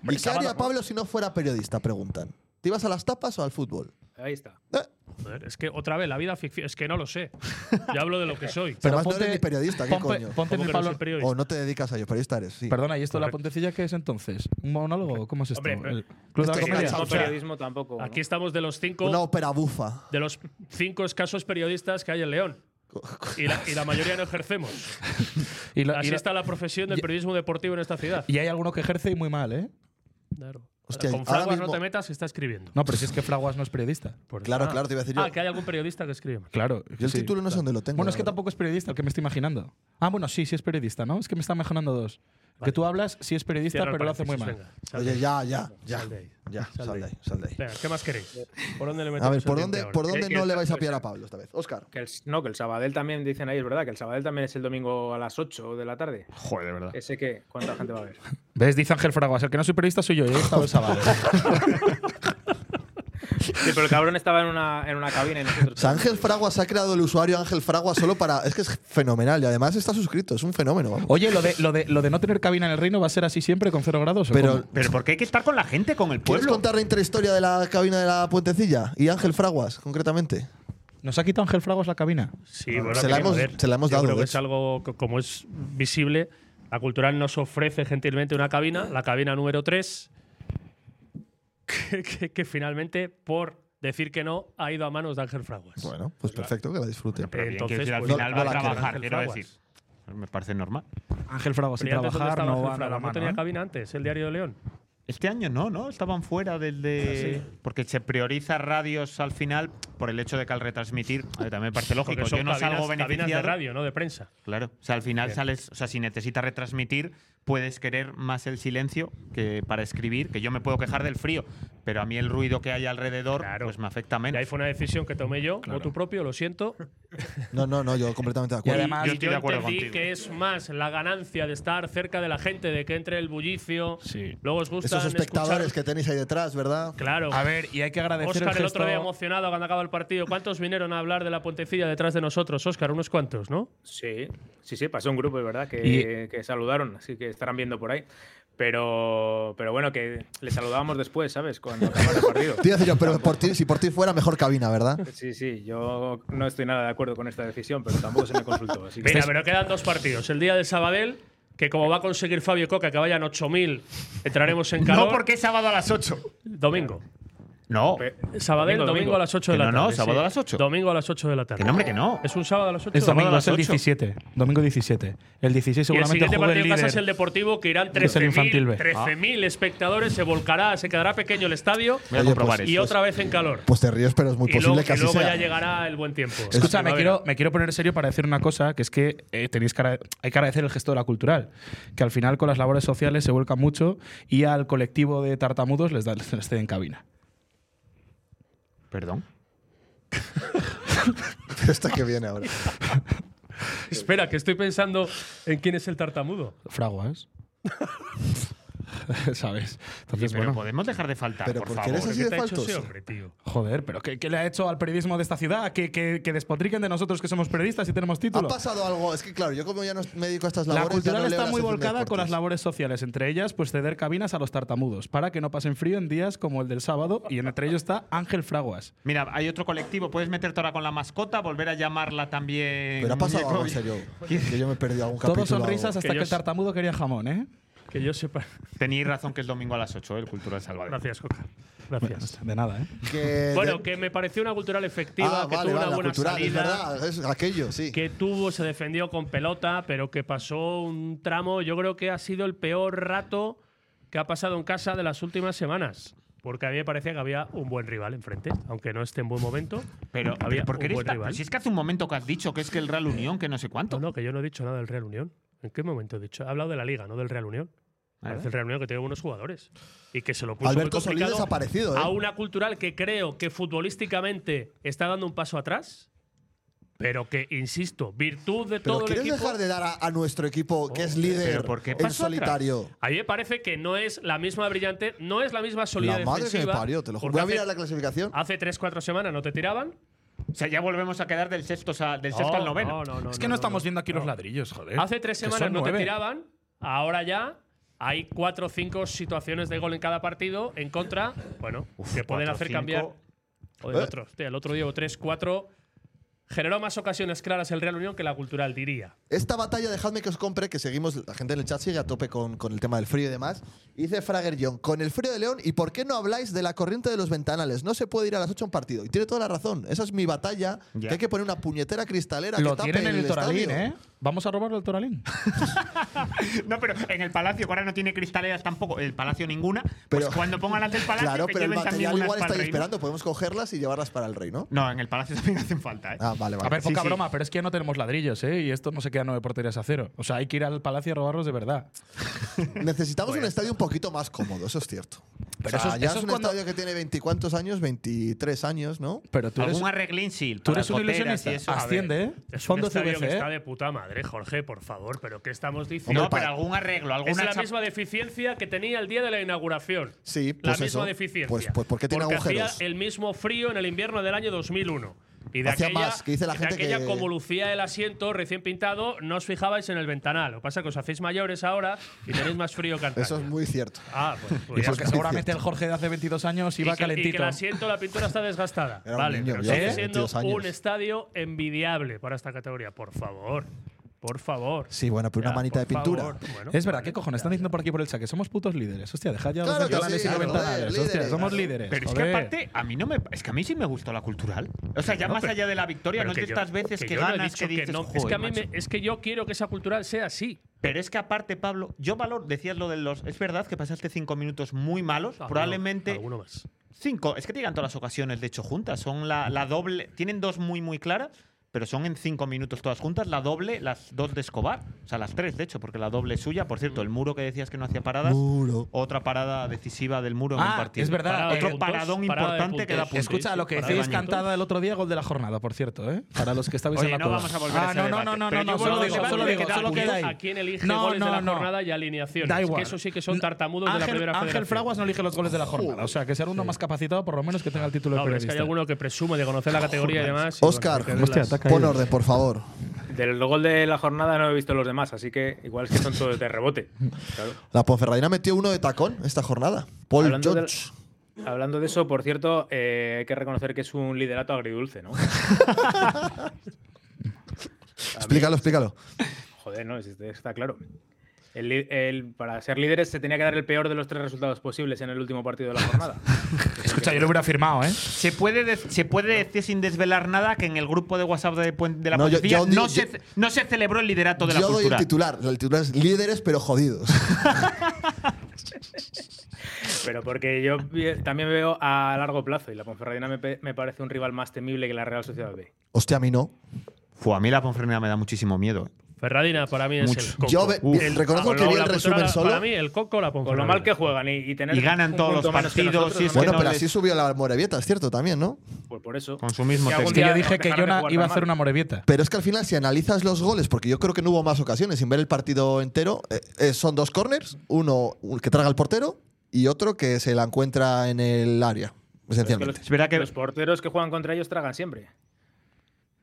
S2: ¿Y qué haría Pablo si no fuera periodista? Preguntan. ¿Te ibas a las tapas o al fútbol?
S6: Ahí está.
S2: Eh,
S3: Joder, es que otra vez, la vida ficción. Es que no lo sé. Yo hablo de lo que soy.
S2: Pero además no eres ni periodista, ¿qué
S5: ponte-
S2: coño?
S5: ponte en
S3: ¿Cómo que
S5: el
S3: no
S5: Pablo-
S3: soy periodista?
S2: O no te dedicas a ello, periodista eres, sí.
S5: Perdona, ¿y esto de la pontecilla qué es entonces? ¿Un monólogo? ¿Cómo es esto?
S3: Hombre,
S5: ¿El Club de la
S2: esto es
S5: Comedia?
S2: una
S6: No
S2: O sea,
S6: periodismo tampoco. ¿no?
S3: Aquí estamos de los cinco,
S2: Una ópera bufa.
S3: de los cinco escasos periodistas que hay en León. Y la, y la mayoría no ejercemos.
S5: Y, lo- y
S3: Así
S5: lo-
S3: está la profesión del periodismo deportivo en esta ciudad.
S5: y hay alguno que ejerce y muy mal, ¿eh?
S3: Claro.
S2: Hostia,
S3: Con
S2: ahora
S3: fraguas no
S2: mismo-
S3: te metas, está escribiendo.
S5: No, pero si es que Fraguas no es periodista.
S3: Por-
S2: Claro,
S3: ah.
S2: claro, te iba a decir yo.
S3: Ah, que hay algún periodista que escribe. mal.
S5: Claro.
S2: Yo el título no sé dónde lo tengo.
S5: Bueno,
S2: la
S5: es que
S2: verdad.
S5: tampoco es periodista el que me estoy imaginando. Ah, bueno, sí, sí es periodista, ¿no? Es que me están mejorando dos. Que tú hablas, sí es periodista,
S3: Cierra el
S5: pero lo hace muy mal.
S3: paréntesis, venga, sal de
S2: Oye,
S3: ahí.
S2: ya, ya, ya.
S3: Sal de ahí.
S2: Ya,
S3: Sal
S2: sal de
S3: de
S2: ahí, sal de ahí.
S3: Venga, ¿qué más queréis? ¿Por dónde le metemos
S2: Eh, A ver, ¿por
S3: el
S2: dónde,
S3: diente
S2: por
S3: ahora?
S2: dónde
S6: ¿Qué-
S2: no
S6: qué-
S2: le vais a pillar a Pablo esta vez? Oscar.
S6: Que el- no, que el Sabadell también dicen ahí, es verdad, que el Sabadell también es el domingo a las 8 de la tarde.
S4: Joder, de verdad.
S6: Ese que, ¿cuánta gente va a ver?
S5: ¿Ves? Dice Ángel Fraguas, el que no soy periodista soy yo, ¿eh? yo he estado el sábado.
S6: Sí, pero el cabrón estaba en una, en una cabina y nosotros.
S2: O sea, Ángel Fraguas ha creado el usuario Ángel Fraguas solo para. Es que es fenomenal y además está suscrito, es un fenómeno. vamos.
S5: Oye, lo de, lo, de, lo de no tener cabina en el reino va a ser así siempre con cero grados. ¿o
S2: Pero-
S5: cómo?
S4: Pero porque hay que estar con la gente, con el
S2: ¿Quieres
S4: pueblo.
S2: contar la intrahistoria de la cabina de la puentecilla? Y Ángel Fraguas, concretamente.
S5: ¿Nos ha quitado Ángel Fraguas la cabina?
S3: Sí, bueno,
S2: Se la
S3: que,
S2: hemos-
S3: joder,
S2: se la hemos
S3: yo
S2: dado,
S3: Creo
S2: de
S3: que es
S2: hecho.
S3: algo co- como es visible. La cultural nos ofrece gentilmente una cabina, la cabina número 3, que, que- que finalmente, por decir que no, ha ido a manos de Ángel Fraguas.
S2: Bueno, pues perfecto, que la disfrute.
S4: Pero bien, quiero
S3: Entonces,
S4: decir, al
S3: pues,
S4: final
S2: no- no
S4: va a
S2: la quiero,
S4: trabajar,
S3: Ángel
S4: quiero
S3: Fraguas.
S4: decir. Me parece normal.
S5: Ángel Fraguas sin
S3: Pero ¿y antes dónde
S5: trabajar
S3: estaba
S5: no
S3: Ángel
S5: va a la
S3: Fraguas? ¿No
S5: mano,
S3: tenía
S5: ¿eh?
S3: cabina antes, el Diario de León.
S4: Este año no, ¿no? Estaban fuera del
S2: Ah,
S4: de. Porque se prioriza radios al final por el hecho de que al retransmitir. a ver, también me parece lógico.
S3: Porque son
S4: Yo no
S3: cabinas,
S4: salgo
S3: cabinas
S4: beneficiado.
S3: de radio, no de prensa.
S4: Claro. O sea, al final sales. O sea, si necesitas retransmitir, puedes querer más el silencio que para escribir. Que yo me puedo quejar del frío, pero a mí el ruido que hay alrededor
S3: Claro.
S4: pues me afecta menos.
S3: Y ahí fue una decisión que tomé yo, no tu propio, lo siento.
S2: No, no, no, yo completamente de
S5: Y
S2: acuerdo.
S5: además,
S4: Yo estoy
S3: yo
S4: de acuerdo
S3: entendí
S4: contigo.
S3: que es más la ganancia de estar cerca de la gente, de que entre el bullicio.
S5: Sí.
S3: Luego os gusta.
S2: Esos espectadores que tenéis ahí detrás, ¿verdad?
S3: Claro.
S5: a ver, y hay que agradecer
S3: Óscar
S5: el
S3: el,
S5: gesto…
S3: otro día emocionado cuando acaba el partido. ¿Cuántos vinieron a hablar de la puentecilla detrás de nosotros, Óscar? Unos cuantos, ¿no?
S6: Sí, sí, sí, pasó un grupo, es verdad,
S5: Y-
S6: que, que saludaron, así que estarán viendo por ahí. Pero, pero bueno, que le saludábamos después, ¿sabes? Cuando acabara el partido.
S2: Te iba a decir yo, pero por ti, si por ti fuera, mejor cabina, ¿verdad?
S6: Sí, sí, yo no estoy nada de acuerdo con esta decisión, pero tampoco se me consultó. Así que
S3: Mira, pero quedan dos partidos. El día de Sabadell, que como va a conseguir Fabio Coca que vayan 8.000, entraremos en calor.
S4: No porque es sábado a las 8.
S3: Domingo.
S4: No.
S6: Pe-
S3: Sabadell, domingo, a las 8 de
S4: Que
S3: la
S4: no,
S3: tarde.
S4: no, sábado
S3: sí.
S4: a las 8.
S3: Domingo a las 8 de la tarde.
S4: Que no, hombre, que no.
S3: Es un sábado a las 8
S5: Es
S4: Sábado a
S5: domingo,
S4: las
S5: es el
S4: ocho.
S5: 17. Domingo 17. El 16
S3: Y el
S5: seguramente
S3: siguiente
S5: juega
S3: partido
S5: el
S3: en casa
S5: líder.
S3: es el Deportivo, que irán
S5: Es el
S3: 13.000
S5: infantil B.
S3: 13.000 espectadores, se volcará, se quedará pequeño el estadio
S4: Voy a
S2: Oye,
S4: comprobar
S2: pues-
S3: y
S4: esto.
S3: otra vez en calor.
S2: Pues te ríes, pero es muy
S3: y
S2: posible
S3: luego,
S2: que
S3: y
S2: así
S3: luego
S2: sea.
S3: ya llegará el buen tiempo.
S5: Escucha, me
S3: Primavera.
S5: quiero, me quiero poner serio para decir una cosa, que es que eh, tenéis que agrade- hay que agradecer el gesto de la cultural, que al final con las labores sociales se vuelca mucho y al colectivo de tartamudos les, da, les ceden cabina.
S4: Perdón.
S2: Este que viene ahora.
S3: Espera, que estoy pensando en quién es el tartamudo.
S5: Fraguas. ¿Sabes?
S4: Oye,
S5: Entonces,
S4: pero
S5: bueno,
S4: podemos dejar de faltar,
S2: Pero
S4: Ah, por
S2: ¿por qué
S4: favor.
S2: eres así
S3: ¿Qué
S2: de
S3: te ha hecho
S2: faltoso?
S3: ese hombre, tío?
S5: joder, ¿pero qué, qué le ha hecho al periodismo de esta ciudad? ¿Que, que, que despotriquen de nosotros que somos periodistas y tenemos
S2: Ha
S5: título?
S2: pasado algo. Es que claro, yo como ya no me dedico a estas
S5: La
S2: labores. ya
S5: cultural
S2: no leo
S5: está
S2: las
S5: muy
S2: secciones de
S5: volcada con las
S2: deportes.
S5: labores sociales, entre ellas pues ceder cabinas a los tartamudos para que no pasen frío en días como el del sábado y entre ellos está Ángel Fraguas.
S4: Mira, hay otro colectivo. Puedes meterte ahora con la mascota, volver a llamarla también.
S2: Pero ha pasado algo en
S4: Muñeco.
S2: serio. Que yo me he perdido algún capítulo.
S5: Todos sonrisas
S2: o
S5: hasta
S3: Que
S5: que,
S3: yo
S5: el
S3: sé-
S5: tartamudo quería jamón, ¿eh?
S3: Que yo sepa.
S4: Tenéis razón que es domingo a las 8, el Cultural Salvador.
S3: Gracias, Coca. Gracias.
S5: De nada, ¿eh?
S2: algo. Que
S3: Bueno,
S2: de-
S3: que me pareció una cultural efectiva,
S2: Ah,
S3: que
S2: vale,
S3: tuvo
S2: vale,
S3: una
S2: la
S3: buena
S2: cultural, es
S3: salida.
S2: verdad, es aquello, sí.
S3: que tuvo, se defendió con pelota, pero que pasó un tramo, yo creo que ha sido el peor rato que ha pasado en casa de las últimas semanas. Porque a mí me parecía que había un buen rival enfrente, aunque no esté en buen momento.
S4: Pero,
S3: había
S4: ¿por qué
S3: un
S4: eres
S3: buen
S4: tan-
S3: rival. Eh,
S4: Si es que hace un momento que has dicho que es que el Real Unión, que no sé cuánto.
S3: No, no, que yo no he dicho nada del Real Unión. ¿En qué momento he dicho? He hablado de la Liga, no del Real Unión.
S4: Vale.
S3: Parece el Real Unión que tiene buenos jugadores. Y que se lo puso
S2: Alberto
S3: muy
S2: Solís
S3: complicado
S2: desaparecido, ¿eh?
S3: a una cultural que creo que futbolísticamente está dando un paso atrás, pero que, insisto, virtud de
S2: Pero
S3: todo el
S2: ¿quieres
S3: equipo…
S2: dejar de dar a, a nuestro equipo, que es
S4: pero
S2: líder,
S4: ¿por qué
S2: en
S4: pasó atrás?
S2: solitario?
S3: A mí me parece que no es la misma brillante, no es la misma solidez
S2: La madre que me
S3: defensiva,
S2: parió, te lo juro.
S3: porque
S2: Voy a mirar la
S3: hace,
S2: clasificación.
S3: hace 3-4 semanas no te tiraban.
S4: O sea, ya volvemos a quedar del sexto, sa- del sexto al
S3: No,
S4: noveno.
S3: no, no,
S5: es que no, estamos viendo aquí los ladrillos, joder.
S3: Hace tres
S5: ¿Eh? que son
S3: semanas no
S5: nueve.
S3: te tiraban, ahora ya hay 4 o 5 situaciones de gol en cada partido en contra, bueno, que pueden
S4: cuatro,
S3: hacer
S4: cinco.
S3: cambiar. O del
S2: Eh.
S3: otro, hostia, el otro llevo 3-4. Generó más ocasiones claras el Real Unión que la Cultural, diría.
S2: Esta batalla, dejadme que os compre, que seguimos, la gente en el chat sigue a tope con, con el tema del frío y demás. Y Dice Frager John, con el frío de León, ¿y por qué no habláis de la corriente de los ventanales? No se puede ir a las 8 a un partido. Y tiene toda la razón, esa es mi batalla,
S4: Ya.
S2: que hay que poner una puñetera cristalera
S5: Lo
S2: que tape
S5: tienen en el Toralín,
S2: estadio.
S5: ¿eh? Vamos a robarlo el Toralín.
S4: No, pero en el Palacio, que ahora no tiene cristaleras tampoco, el Palacio ninguna, pues
S2: Pero-
S4: cuando pongan las del Palacio,
S2: Claro,
S4: que
S2: pero el
S4: lleven también
S2: material
S4: unas
S2: igual
S4: para
S2: está ahí
S4: el Reino.
S2: esperando, podemos cogerlas y llevarlas para el rey, ¿no?
S4: No, en el Palacio también hacen falta, ¿eh?
S2: Ah, vale, vale.
S5: A ver,
S4: Sí,
S5: poca
S4: sí.
S5: broma, pero es que no tenemos ladrillos, ¿eh? Y esto no se queda nueve porterías a cero. O sea, hay que ir al palacio a robarlos de verdad.
S2: Necesitamos un estadio un poquito más cómodo, eso es cierto.
S5: Pero
S2: O sea,
S5: eso es-
S2: ya
S5: eso
S2: es
S5: es
S2: un
S5: cuando-
S2: estadio que tiene veinticuantos años, 23 años, ¿no?
S5: Pero tú eres,
S4: Algún arreglín, sí.
S5: tú
S4: para
S5: eres un
S4: goteras y
S5: ilusionista.
S4: eso. A ver.
S5: Asciende, ¿eh?
S3: Es un
S5: Fondo
S3: estadio que
S5: CBC,
S3: está
S5: ¿eh?
S3: de puta madre, Jorge, por favor, pero ¿qué estamos diciendo?
S4: No,
S2: pa-
S4: pero algún arreglo, alguna
S3: Es la
S4: chapa-
S3: misma deficiencia que tenía el día de la inauguración.
S2: Sí,
S3: La
S2: pues
S3: misma
S2: eso.
S3: deficiencia.
S2: Pues- pues porque tiene agujeros.
S3: hacía el mismo frío en el invierno del año 2001. Y de
S2: Hacía
S3: aquella,
S2: más, que dice la
S3: y de
S2: gente
S3: aquella,
S2: que-
S3: como lucía el asiento recién pintado, no os fijabais en el ventanal. Lo que pasa es que os hacéis mayores ahora y tenéis más frío que antaño.
S2: Eso es muy cierto.
S3: Ah, pues, pues
S5: Y
S3: ya
S5: porque
S3: está.
S5: seguramente el Jorge de hace 22 años
S3: Y
S5: iba
S3: que- y que
S5: calentito.
S3: el asiento, la pintura está desgastada.
S2: Era un
S3: vale,
S2: niño,
S3: pero
S2: yo
S3: sigue
S2: hace
S3: siendo
S2: 22 años.
S3: un estadio envidiable para esta categoría. Por favor, por favor.
S2: Sí, bueno, pero una
S3: Ya,
S2: manita de
S3: por
S2: pintura.
S3: favor. Bueno,
S5: Es verdad,
S3: vale.
S5: ¿qué cojones están diciendo por aquí por el chat? Que somos putos líderes. Hostia, dejad ya
S2: Claro
S5: los
S2: que
S5: ventanales
S2: sí,
S5: y los
S2: joder,
S5: ventanales. Hostia,
S2: líderes.
S5: somos líderes.
S4: Pero es que
S5: joder.
S4: aparte, a mí no me. Es que a mí sí me gustó la cultural. O sea, ya
S3: No,
S4: más
S3: pero-
S4: allá de la victoria,
S3: pero
S4: no es de
S3: yo-
S4: estas veces que,
S3: yo no he
S4: ganas
S3: dicho
S4: que dices,
S3: no. es,
S4: "Joder,
S3: que a mí
S4: macho".
S3: me- es que yo quiero que esa cultural sea así.
S4: Pero es que aparte, Pablo, yo valor, decías lo de los. Es verdad que pasaste cinco minutos muy malos.
S3: Alguno-
S4: probablemente
S3: Alguno más.
S4: cinco. Es que te llegan todas las ocasiones, de hecho, juntas. Son la, la doble. Tienen dos muy, muy claras, pero son en cinco minutos todas juntas. La doble, las dos de Escobar. O sea, las tres, de hecho, porque la doble es suya. Por
S3: Mm.
S4: cierto, el muro que decías que no hacía paradas.
S2: Muro.
S4: Otra parada decisiva del muro en
S5: Ah,
S4: un partido.
S5: es verdad. Parada de
S4: Otro
S3: puntos,
S4: paradón
S3: parada de
S4: importante que da
S3: puntos.
S4: puntos.
S5: Escucha lo que
S4: Parada de
S5: decís
S4: baño.
S5: cantada el otro día, gol de la jornada, por cierto, ¿eh? Para los que estabais
S4: Oye,
S5: en la
S4: no
S5: cueva.
S4: vamos a volver a
S5: ah,
S4: ese
S5: no, no,
S4: debate,
S5: no, no,
S4: pero
S5: no,
S4: yo
S5: no,
S4: vuelvo
S5: solo
S4: al
S5: digo,
S4: debate
S5: solo
S4: de
S5: digo,
S4: que da
S5: solo queda ahí.
S3: ¿A quién elige
S5: No,
S3: goles de
S5: no,
S3: la
S5: no.
S3: jornada y alineaciones?
S5: Da
S3: Que
S5: igual.
S3: eso sí que son tartamudos de la
S5: Ángel-
S3: primera
S5: Ángel
S3: federación.
S5: Fraguas no elige los goles de la jornada. O sea, que ser uno más capacitado, por lo menos que tenga el título
S3: No,
S5: de
S3: pero es que hay
S5: periodista.
S3: alguno que presume de conocer la categoría y demás. y
S2: Oscar,
S3: bueno, hay que verlas.
S5: Hostia, ataca
S2: Pon
S5: ahí.
S2: orden, por favor.
S6: Del gol de la jornada no he visto los demás, así que igual es que son todos de rebote. Claro.
S2: La Ponferradina metió uno de tacón esta jornada. Paul
S6: Hablando de-
S2: George.
S6: Hablando de eso, por cierto, eh, hay que reconocer que es un liderato agridulce, ¿no?
S2: Explícalo, explícalo.
S6: Joder, no, si este- está claro. El li- el- para ser líderes se tenía que dar el peor de los tres resultados posibles en el último partido de la jornada.
S5: Escucha, yo lo hubiera firmado, ¿eh?
S4: Se puede, de- se puede decir sin desvelar nada que en el grupo de WhatsApp de, Puen- de la
S2: No, yo-
S4: policía
S2: yo
S4: no,
S2: digo-
S4: se,
S2: yo-
S4: no se celebró el liderato de la
S2: Yo doy el
S4: cultura.
S2: titular. El titular es líderes, pero jodidos.
S6: Pero porque yo vi- también veo a largo plazo y la Ponferradina me, pe- me parece un rival más temible que la Real Sociedad B.
S2: Hostia, a mí no.
S4: Fua, a mí la Ponferradina me da muchísimo miedo.
S3: Ferradina para mí es
S4: Mucho.
S3: el coco.
S2: Yo ve-
S3: Uf.
S2: el- reconozco
S3: Ah,
S2: que
S3: no,
S2: vi el
S3: la cultura,
S2: resumen
S3: la-
S2: solo.
S3: Para mí, el coco la pongo.
S6: Con lo mal que juegan y, y tener
S4: Y ganan
S6: un
S4: todos
S6: punto
S4: los
S6: menos que
S4: partidos,
S6: nosotros,
S4: sí, es
S6: ¿no?
S4: que
S2: Bueno,
S4: no
S2: pero
S4: les-
S2: así subió la Morevieta, es cierto, también, ¿no?
S6: Pues por eso.
S4: Con su mismo
S6: Si
S4: sexo.
S6: algún
S5: Es que
S6: día
S5: yo dije que
S6: dejaran de
S5: Jonah
S6: jugar
S5: iba a
S6: tan
S5: hacer
S6: mal.
S5: una morevieta.
S2: Pero es que al final, si analizas los goles, porque yo creo que no hubo más ocasiones sin ver el partido entero, eh, eh, son dos corners, uno que traga el portero y otro que se la encuentra en el área,
S6: Pero es que
S2: esencialmente.
S4: Es verdad que-
S6: los porteros que juegan contra ellos tragan siempre.
S4: Y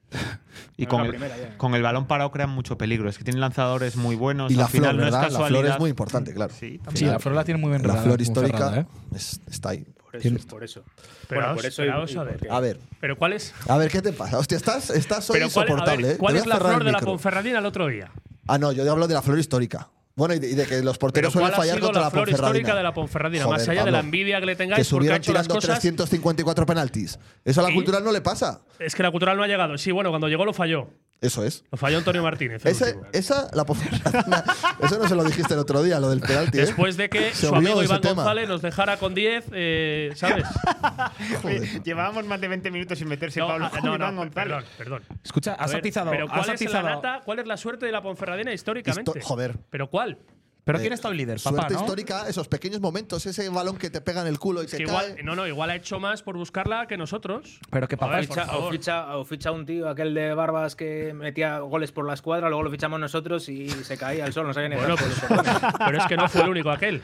S6: No,
S4: con
S6: la
S4: el,
S6: primera, ya.
S4: con el balón parado crean mucho peligro. Es que tienen lanzadores muy buenos.
S2: Y la
S4: al final
S2: flor,
S4: no es
S2: ¿verdad? La flor
S4: casualidad.
S2: es muy importante, claro.
S4: Sí,
S5: Sí, la flor la tiene muy bien
S2: La
S5: rodada,
S2: flor
S5: muy
S2: histórica
S5: cerrada, ¿eh?
S2: es- está ahí.
S6: Por eso. Por eso. bueno,
S3: Esperaos,
S6: por eso.
S3: esperaos a ver.
S6: porque-
S2: A ver,
S3: Pero ¿cuál es,
S2: a ver, ¿qué te pasa? Hostia, estás, estás hoy
S3: pero cuál, a ver,
S2: insoportable, ¿eh? Te
S3: ¿cuál
S2: voy a
S3: es la
S2: cerrar
S3: flor
S2: el
S3: de la
S2: micro.
S3: Ponferradina el otro día?
S2: Ah, no, yo hablo de la flor histórica. Bueno, y de, y de que los porteros
S3: Pero
S2: suelen
S3: ¿Cuál ha
S2: fallar
S3: sido
S2: contra
S3: la
S2: la
S3: flor
S2: Ponferradina.
S3: histórica de la Ponferradina?
S2: Joder,
S3: más allá de
S2: Pablo,
S3: la envidia que le tengáis
S2: Que
S3: porque ha
S2: subieron
S3: hecho las
S2: tirando
S3: cosas…
S2: 354 penaltis. Eso a la
S3: ¿Y?
S2: cultural no le pasa.
S3: Es que la cultural no ha llegado. Sí, bueno, cuando llegó lo falló.
S2: Eso es.
S3: Lo falló Antonio Martínez. el
S2: Ese-
S3: último.
S2: esa, la Ponferradina. eso no se lo dijiste el otro día, lo del penalti. ¿eh?
S3: Después de que
S2: Se
S3: su
S2: olvidó
S3: amigo
S2: de ese
S3: Iván
S2: tema.
S3: González nos dejara con 10, eh, ¿sabes?
S2: Joder.
S4: Llevábamos más de 20 minutos sin meterse Pablo
S3: ah, no, no, perdón, perdón.
S5: Escucha, has
S3: A ver,
S5: atizado.
S3: Pero
S5: has
S3: ¿cuál es, la
S5: atizado.
S3: nata, ¿cuál es la suerte de la Ponferradina históricamente?
S2: Histo- joder.
S3: ¿Pero cuál?
S5: Pero
S2: Eh,
S5: ¿quién ha estado líder? Papá,
S2: Suerte
S5: ¿no?
S2: histórica, esos pequeños momentos, ese balón que te pega en el culo y
S3: Que
S2: te
S3: igual,
S2: cae.
S3: no, no, igual ha hecho más por buscarla que nosotros.
S5: Pero que
S3: A
S5: papá,
S3: ver,
S5: por
S3: ficha-
S5: favor.
S6: O ficha, o ficha un tío, aquel de barbas que metía goles por la escuadra, luego lo fichamos nosotros y se caía al sol, no sabía ni
S3: Bueno,
S6: dar
S3: pues,
S6: por los cordones.
S3: pero es que no fue el único aquel.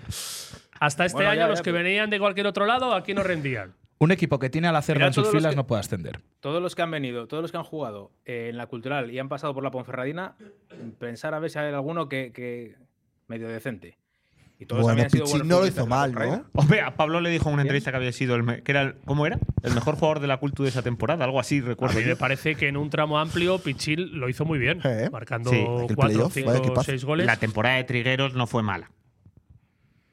S3: Hasta este
S6: Bueno,
S3: año
S6: ya, ya,
S3: los que
S6: pero-
S3: venían de cualquier otro lado aquí no rendían.
S5: Un equipo que tiene a la cerda
S6: Mira,
S5: en sus
S6: todos los
S5: filas
S6: que-
S5: no puede ascender.
S6: Todos los que han venido, todos los que han jugado eh, en la cultural y han pasado por la Ponferradina, pensar a ver si hay alguno que, que medio decente. Y todos
S2: Bueno,
S6: habían sido
S2: Pichín
S6: buenos
S2: no lo
S6: futbolistas
S2: hizo
S6: en la
S2: mal, ¿no?
S6: Ponferradina.
S4: Hombre, a Pablo le dijo en una entrevista que había sido el, me- que era el- ¿cómo era? El mejor jugador de la cultura de esa temporada, algo así,
S3: A
S4: recuerdo.
S3: mí
S4: yo.
S3: me parece que en un tramo amplio Pichil lo hizo muy bien,
S2: Eh,
S3: marcando
S4: sí,
S2: aquel
S3: 4,
S2: playoff, vaya
S3: 5,
S2: equipazo.
S3: 6 goles.
S4: La temporada de Trigueros no fue mala.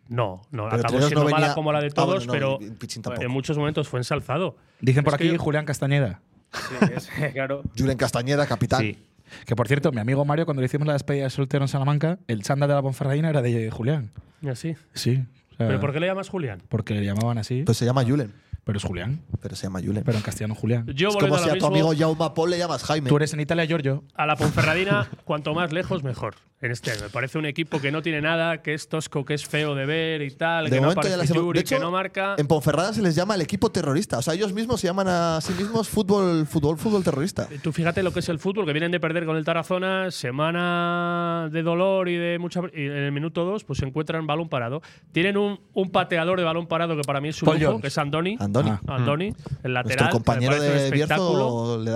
S3: No, no,
S2: Pero
S3: acabó
S2: Trigueros
S3: siendo
S2: no venía-
S3: mala como la de
S2: Ah, bueno,
S3: todos,
S2: no,
S3: pero
S2: y Pichín tampoco.
S3: en muchos momentos fue ensalzado.
S5: Dicen
S3: Es
S5: por
S3: que
S5: aquí
S3: yo-
S5: Julián Castañeda.
S6: Sí, es- claro.
S2: Julen Castañeda, capitán.
S4: Sí.
S5: Que por cierto, mi amigo Mario, cuando le hicimos la despedida de soltero en Salamanca, el chándal de la Ponferradina era de Julián.
S3: Y
S2: Eh.
S3: así.
S5: Sí. o sea,
S3: ¿Pero por qué le llamas Julián?
S5: Porque le llamaban así.
S2: Pues se llama Julen.
S5: pero es Julián.
S2: Pero se llama Julen.
S5: Pero en castellano Julián.
S3: Yo
S2: es como
S3: volviendo ahora
S2: si a tu
S3: mismo
S2: amigo Jaume Paul le llamas Jaime.
S5: Tú eres en Italia, Giorgio.
S3: a la Ponferradina, cuanto más lejos mejor. En este año. Me parece un equipo que no tiene nada, que es tosco, que es feo de ver y tal, que no
S2: ya
S3: aparece
S2: las hemos-
S3: Yuri,
S2: de hecho,
S3: que no marca.
S2: En Ponferrada se les llama el equipo terrorista. O sea, ellos mismos se llaman a sí mismos fútbol, fútbol, fútbol terrorista.
S3: Eh, Tú fíjate lo que es el fútbol, que vienen de perder con el Tarazona, semana de dolor y de mucha. y en el minuto 2, pues se encuentran balón parado. Tienen un, un pateador de balón parado que para mí es un
S5: Paul
S3: lujo,
S5: Jones.
S3: que es Andoni.
S2: Andoni. Mm.
S5: Ah,
S3: Andoni, el
S2: Nuestro
S3: lateral.
S2: compañero
S3: me parece un
S2: de
S3: espectáculo.
S2: Bierzo le da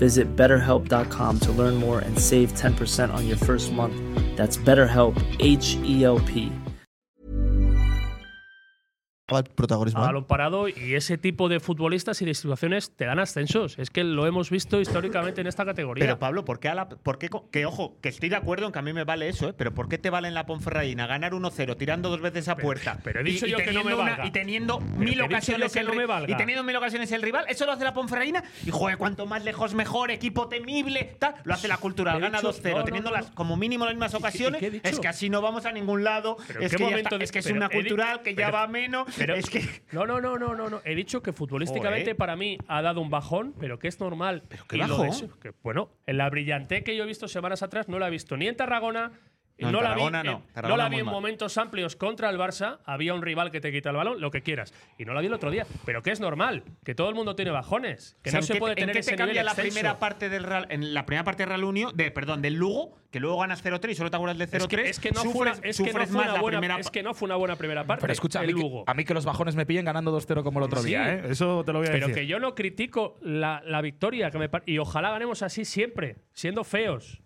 S7: Visit betterhelp.com to learn more and save 10% on your first month. That's BetterHelp, H E L P.
S2: el protagonismo.
S3: a balón parado y ese tipo de futbolistas y de situaciones te dan ascensos. Es que lo hemos visto históricamente en esta categoría.
S4: Pero Pablo, ¿por qué, a la, por qué co- que ojo, que estoy de acuerdo en que a mí me vale eso, ¿eh? pero ¿por qué te vale en la Ponferradina ganar 1-0 tirando dos veces a puerta?
S3: pero he dicho yo que no
S4: teniendo
S3: me
S4: una-
S3: valga.
S4: y teniendo
S3: Pero que he
S4: mil
S3: dicho
S4: ocasiones
S3: yo que
S4: el
S3: no
S4: ri-
S3: me valga.
S4: y teniendo mil ocasiones el rival, eso lo hace la Ponferradina y joder, cuanto más lejos mejor, equipo temible, tal, lo hace la Cultural,
S3: He
S4: gana
S3: dicho-
S4: 2-0,
S3: no, no,
S4: teniendo
S3: no, no.
S4: las como mínimo las mismas
S3: ¿Y qué- y
S4: ocasiones,
S3: qué he dicho?
S4: es que así no vamos a ningún lado,
S3: Pero ¿en
S4: es
S3: qué
S4: que, ya
S3: momento
S4: está-
S3: de-
S4: es que es
S3: pero
S4: una
S3: he di-
S4: Cultural que ya
S3: pero-
S4: va a menos,
S3: Pero
S4: es que.
S3: No, no, no, no, no, no. He dicho que futbolísticamente
S4: Joder.
S3: para mí ha dado un bajón, pero que es normal. ¿Pero
S4: qué
S3: lo
S4: bajón?
S3: deseo- que, bueno, en la brillante que yo he visto semanas atrás no la he visto ni en Tarragona.
S4: No,
S3: No,
S4: en
S3: la vi,
S4: Tarragona
S3: en-
S4: no.
S3: no
S4: Tarragona
S3: la vi
S4: muy
S3: en
S4: mal.
S3: momentos amplios contra el Barça. Había un rival que te quita el balón, lo que quieras. Y no la vi el otro día. Pero que es normal, que todo el mundo tiene bajones. Que
S4: O sea,
S3: no
S4: ¿en
S3: se
S4: qué-
S3: puede
S4: en
S3: tener
S4: qué
S3: ese
S4: te cambia
S3: nivel
S4: la
S3: extenso.
S4: primera parte del Real, en la primera parte del Real Unión, de, perdón, del Lugo, que luego ganas 0-3 y solo te acuerdas del 0-3.
S3: Es que, es que no fue una,
S4: sufres,
S3: es que no
S4: sufres
S3: fue
S4: más
S3: una
S4: la
S3: buena,
S4: primera
S3: es
S4: pa-
S3: que no fue una buena primera parte.
S5: Pero escucha, a
S3: el
S5: mí, que,
S3: Lugo.
S5: a mí que los bajones me pillen ganando 2-0 como el otro
S3: Sí.
S5: día, ¿eh? Eso te lo voy a
S3: Pero
S5: decir.
S3: que yo no critico la, la victoria. Que me par- y ojalá ganemos así siempre, siendo feos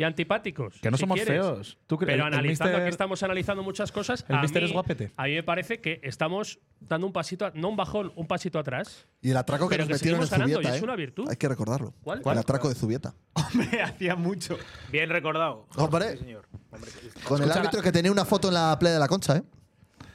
S3: y antipáticos.
S5: Que no
S3: si
S5: somos
S3: quieres.
S5: feos. Tú cre-
S3: Pero
S5: el- el
S3: analizando,
S5: mister-
S3: aquí estamos analizando muchas cosas.
S5: el
S3: a
S5: mister
S3: mí-
S5: es guapete.
S3: A mí me parece que estamos dando un pasito, a- no un bajón, un pasito atrás.
S2: Y el atraco que
S3: Pero
S2: nos
S3: que
S2: metieron en
S3: seguimos ganando,
S2: Zubieta,
S3: y
S2: ¿eh?
S3: es una virtud.
S2: Hay que recordarlo.
S3: ¿Cuál?
S2: El atraco de Zubieta.
S4: Hombre, hacía mucho.
S6: Bien recordado.
S2: Hombre. eh,
S6: Sí, señor. Hombre, sí, sí.
S2: Con el árbitro que tenía una foto en la playa de la Concha, ¿eh?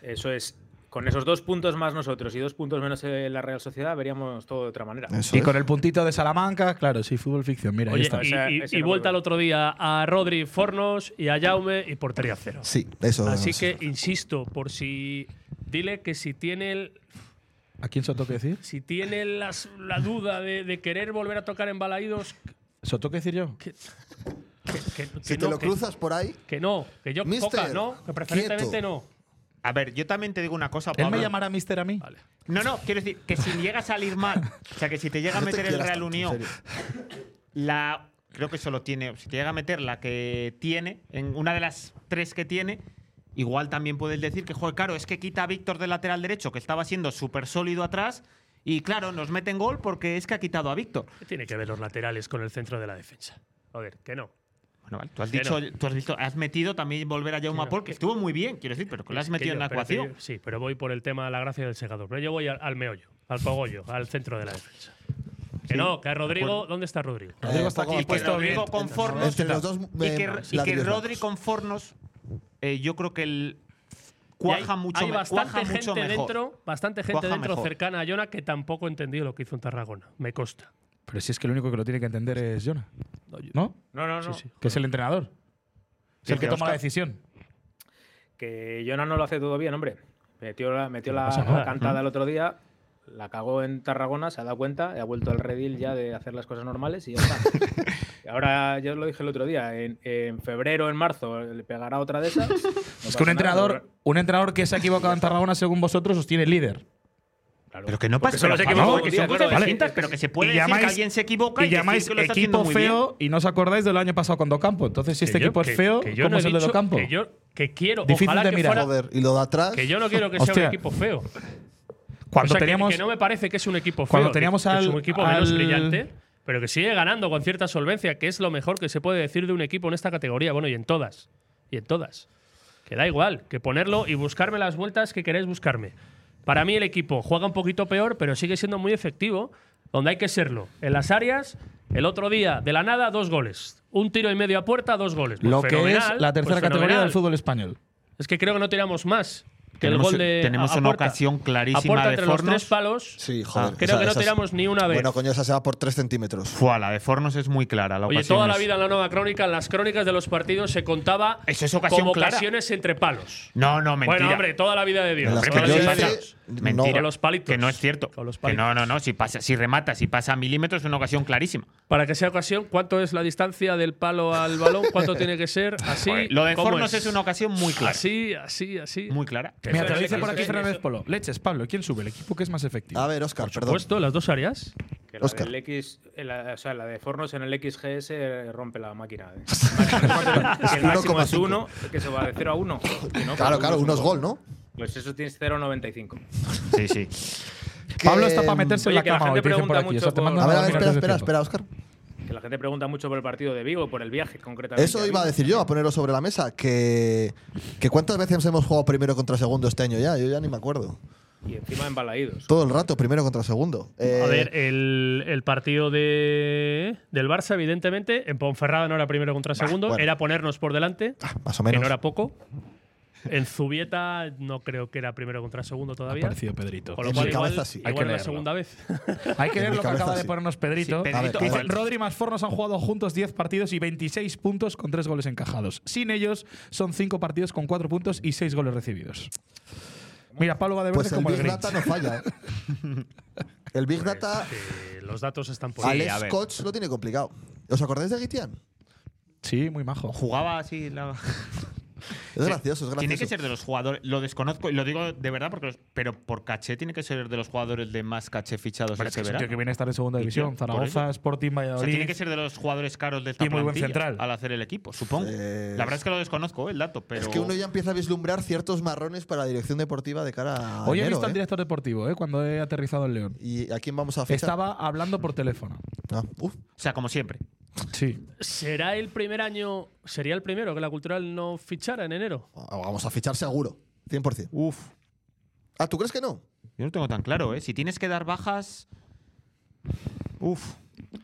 S6: Eso es. Con esos dos puntos más nosotros y dos puntos menos eh, la Real Sociedad, veríamos todo de otra manera.
S2: Eso
S5: Y
S2: es.
S5: con el puntito de Salamanca, claro, sí, fútbol ficción. Mira, ahí
S3: Oye,
S5: está.
S3: y,
S6: Esa-
S3: y-
S6: esa
S3: y
S6: no
S3: vuelta
S6: vuelve.
S3: al otro día a Rodri Fornos y a Jaume y portería cero.
S2: Sí, eso
S3: Así
S2: sí.
S3: que insisto, por si. Dile que si tiene el,
S5: ¿A quién se lo tengo que decir?
S3: si tiene las- la duda de, de querer volver a tocar en Balaídos,
S5: ¿Se lo tengo que decir yo?
S3: que, que- que-
S2: Si te
S3: que no,
S2: lo
S3: que-
S2: cruzas por ahí,
S3: Que, no, que yo
S2: Mister,
S3: Coca, no, que preferentemente
S2: quieto.
S3: no.
S4: A ver, yo también te digo una cosa,
S5: Él me
S4: Pablo.
S5: llamará mister a mí.
S4: No, no, quiero decir que si llega a salir mal, o sea, que si te llega a
S2: No te
S4: meter el
S2: quieras
S4: Real
S2: tanto, en
S4: Unión,
S2: serio.
S4: la. Creo que solo tiene. Si te llega a meter la que tiene, en una de las tres que tiene, igual también puedes decir que, joder, claro, es que quita a Víctor del lateral derecho, que estaba siendo súper sólido atrás, y claro, nos meten gol porque es que ha quitado a Víctor.
S3: ¿Qué tiene que ver los laterales con el centro de la defensa? Joder, que no.
S4: Bueno, vale, tú has,
S3: Pero-
S4: dicho, tú has dicho, has metido también volver a Jaume Paul, que estuvo muy bien, quiero decir, pero que lo has
S3: Que
S4: metido
S3: yo-
S4: en la
S3: pero que
S4: ecuación.
S3: yo- sí, pero voy por el tema de la gracia del segador. Pero yo voy al, al meollo, al cogollo, al centro de la defensa. Que no, que a Rodrigo, ¿dónde está Rodrigo?
S5: Rodrigo está aquí
S2: poco
S4: Y que
S3: pues,
S5: puesto bien.
S4: Rodrigo con Fornos.
S2: Entre los dos,
S4: y que,
S2: eh,
S4: y que
S2: laterales
S4: Rodri
S2: blancos.
S4: con Fornos, eh, yo creo que el
S3: Y hay-
S4: cuaja mucho,
S3: hay
S4: me-
S3: bastante
S4: cuaja
S3: gente
S4: mucho mejor.
S3: dentro, bastante gente
S4: Cuaja
S3: dentro
S4: mejor.
S3: cercana a Jonah que tampoco entendió lo que hizo en Tarragona. Me consta.
S5: Pero si es que el único que lo tiene que entender es Jonah. ¿No?
S6: No, no, no.
S3: Sí, sí.
S5: Que es el entrenador. Es el
S4: Sí,
S5: que
S4: que
S5: toma la
S4: Oscar-
S5: decisión.
S6: Que Jonah no lo hace todo bien, hombre. Metió la, metió la,
S5: pasa nada,
S6: la cantada el otro día, la cagó en Tarragona, se ha dado cuenta, y ha vuelto al redil ya de hacer las cosas normales y ya está. Y Ahora, yo os lo dije el otro día, en, en febrero, en marzo, le pegará otra de esas.
S5: Es que un entrenador, un entrenador que se ha equivocado en Tarragona, según vosotros, os tiene líder.
S4: Pero que no pasa
S6: solo se
S4: nada,
S6: equivocó
S4: ¿no?
S6: un
S4: que
S6: día,
S4: son
S6: claro,
S4: cosas
S6: es que-
S4: distintas, pero que se puede
S5: Y
S4: decir que
S5: llamáis-
S4: alguien se equivoca
S5: y
S4: y, decir
S5: llamáis
S4: que lo está haciendo
S5: equipo
S4: muy bien.
S5: feo y no os acordáis del año pasado con Docampo. Entonces, si este
S3: Que yo-
S5: equipo es
S3: que-
S5: feo,
S3: que yo
S5: ¿cómo
S3: no he
S5: es el de
S3: dicho-
S5: Docampo?
S3: Que yo que quiero,
S5: Difícil
S3: ojalá
S5: de
S3: que
S5: mirar.
S3: fuera-
S2: Joder, y lo de atrás.
S3: que yo no quiero que sea un
S5: Hostia.
S3: equipo feo. O
S5: Cuando
S3: sea, que-
S5: teníamos.
S3: que, no me parece que es un equipo feo.
S5: cuando
S3: que-
S5: teníamos
S3: que es
S5: al-
S3: un equipo menos
S5: al-
S3: brillante, pero que sigue ganando con cierta solvencia, que es lo mejor que se puede decir de un equipo en esta categoría, bueno, y en todas. Y en todas. Que da igual, que ponerlo y buscarme las vueltas que queréis buscarme. Para mí el equipo juega un poquito peor, pero sigue siendo muy efectivo, donde hay que serlo. En las áreas, el otro día, de la nada, dos goles. Un tiro y medio a puerta, dos goles. Pues
S5: lo que es
S3: fenomenal,
S5: la tercera
S3: pues
S5: categoría
S3: fenomenal.
S5: del fútbol español.
S3: Es que creo que no tiramos más que
S4: Tenemos-
S3: el gol de.
S4: tenemos
S3: a- a
S4: una
S3: puerta.
S4: ocasión clarísima
S3: A puerta
S4: de
S3: entre los
S4: Fornos. Ah,
S3: tres palos.
S2: Sí, joder.
S3: Ah, creo
S2: esa-
S3: que no
S2: esa-
S3: tiramos ni una vez.
S2: Bueno, coño, esa se va por 3 centímetros.
S4: Fua, la de Fornos es muy clara. La
S3: Oye,
S4: ocasión
S3: toda la
S4: es-
S3: vida en la nueva crónica, en las crónicas de los partidos se contaba
S4: Eso es ocasión
S3: como
S4: clara.
S3: ocasiones entre palos.
S4: No, no, mentira.
S3: Bueno, hombre, toda la vida de Dios.
S2: En las
S3: toda
S4: Pero
S3: la
S2: que
S4: sí
S2: yo
S3: vida
S2: hice-
S3: de
S4: pasa.
S3: Dios.
S2: no.
S4: Mentira.
S3: Con los palitos.
S4: Que no es cierto.
S3: Con los
S4: Que no,
S3: palitos.
S4: no, no. Si, pasa, si remata, si pasa a milímetros, es una ocasión clarísima.
S3: Para que sea ocasión, ¿cuánto es la distancia del palo al balón? ¿Cuánto tiene que ser? Así.
S4: Joder, lo de
S3: ¿cómo Ah,
S4: Fornos es? una ocasión muy clara.
S3: Así, así, así.
S4: Muy clara.
S5: Mira, te lo
S3: es-
S5: dice por
S3: eso
S5: aquí
S3: es-
S5: Fernández Polo. Leches, Pablo, ¿quién sube? El equipo que es más efectivo.
S2: A ver, Oscar,
S3: Por
S2: perdón.
S3: supuesto, las dos áreas.
S6: Que la
S2: Óscar.
S6: del X, eh, la- o sea, la de Fornos en el XGS rompe la máquina. eh. Que el máximo es
S2: 1,5.
S6: 1, que se va de 0 a 1.
S2: Claro, claro, unos gol, ¿no?
S6: Pues eso tienes 0,95.
S4: Sí, sí.
S5: Pablo
S2: Que,
S5: está para
S2: mm,
S5: meterse
S6: oye,
S5: en
S6: que
S5: la
S6: la
S5: cama
S6: gente
S5: hoy, te dicen por
S6: pregunta
S5: aquí.
S6: mucho
S5: O sea, te
S6: por-
S5: mandan
S2: A ver, a
S5: las
S2: ver, espera,
S5: imágenes de
S2: espera,
S5: tiempo.
S2: espera, Oscar.
S6: Que la gente pregunta mucho por el partido de Vigo, por el viaje, concretamente.
S2: Eso iba a decir yo, a ponerlo sobre la mesa. Que, que cuántas veces hemos jugado primero contra segundo este año ya, yo ya ni me acuerdo.
S6: Y encima embalaídos.
S2: Todo el rato, primero contra segundo. Eh,
S3: A ver, el, el partido de, del Barça, evidentemente, en Ponferrada no era primero contra segundo,
S2: bueno.
S3: era ponernos por delante,
S2: Más o
S3: que no
S2: menos.
S3: era poco. En Zubieta no creo que era primero contra segundo
S5: Ha
S3: todavía.
S5: aparecido Pedrito.
S3: Con lo
S2: En
S3: cual,
S2: mi
S3: igual,
S2: cabeza sí.
S3: igual
S5: Hay que
S3: es la
S5: leerlo.
S3: segunda vez.
S5: Hay que
S2: En
S5: ver
S2: mi
S5: lo que
S2: cabeza,
S5: acaba de
S2: sí.
S5: ponernos Pedrito.
S4: Sí, Pedrito,
S5: que dice,
S2: joder.
S5: Rodri más Fornos han jugado juntos 10 partidos y 26 puntos con 3 goles encajados. Sin ellos son 5 partidos con 4 puntos y 6 goles recibidos. Mira, Pablo va de verde
S2: Pues el
S5: como el
S2: Big
S5: Grinch.
S2: Data no falla. ¿eh? El Big Data,
S3: Eh, los datos están por ahí.
S4: a
S2: Pues Alex
S4: ver.
S2: Koch lo tiene complicado. ¿Os acordáis de Gitian?
S5: Sí, muy majo.
S4: Jugaba así la.
S2: Es gracioso, es gracioso.
S4: Tiene que ser de los jugadores, lo desconozco y lo digo de verdad, porque los- pero por caché tiene que ser de los jugadores de más caché fichados
S5: Pero es
S4: este
S5: que es un
S4: verano.
S5: tío que viene a estar en segunda
S4: Y tío,
S5: división.
S4: por
S5: Zaragoza,
S4: eso.
S5: Sporting,
S4: O
S5: Valladolid.
S4: sea, tiene que ser de los jugadores caros de esta
S5: Y muy buen
S4: plantilla
S5: central.
S4: al hacer el equipo, supongo. La verdad es que lo desconozco, eh, el dato,
S2: Pues
S4: pero
S2: Es que uno ya empieza a vislumbrar ciertos marrones para la dirección deportiva de cara a.
S5: Hoy he
S2: enero,
S5: visto al
S2: ¿eh?
S5: director deportivo, eh, cuando he aterrizado en León.
S2: ¿Y a quién vamos a fichar?
S5: Estaba hablando por teléfono.
S2: Ah, uf.
S4: o sea, como siempre.
S5: Sí.
S3: ¿Será el primer año, sería el primero que la cultural no fichara en enero?
S2: Ah, Vamos a fichar seguro, 100%.
S4: Uf,
S2: Ah, ¿tú crees que no?
S4: yo no tengo tan claro, eh. Si tienes que dar bajas Uf,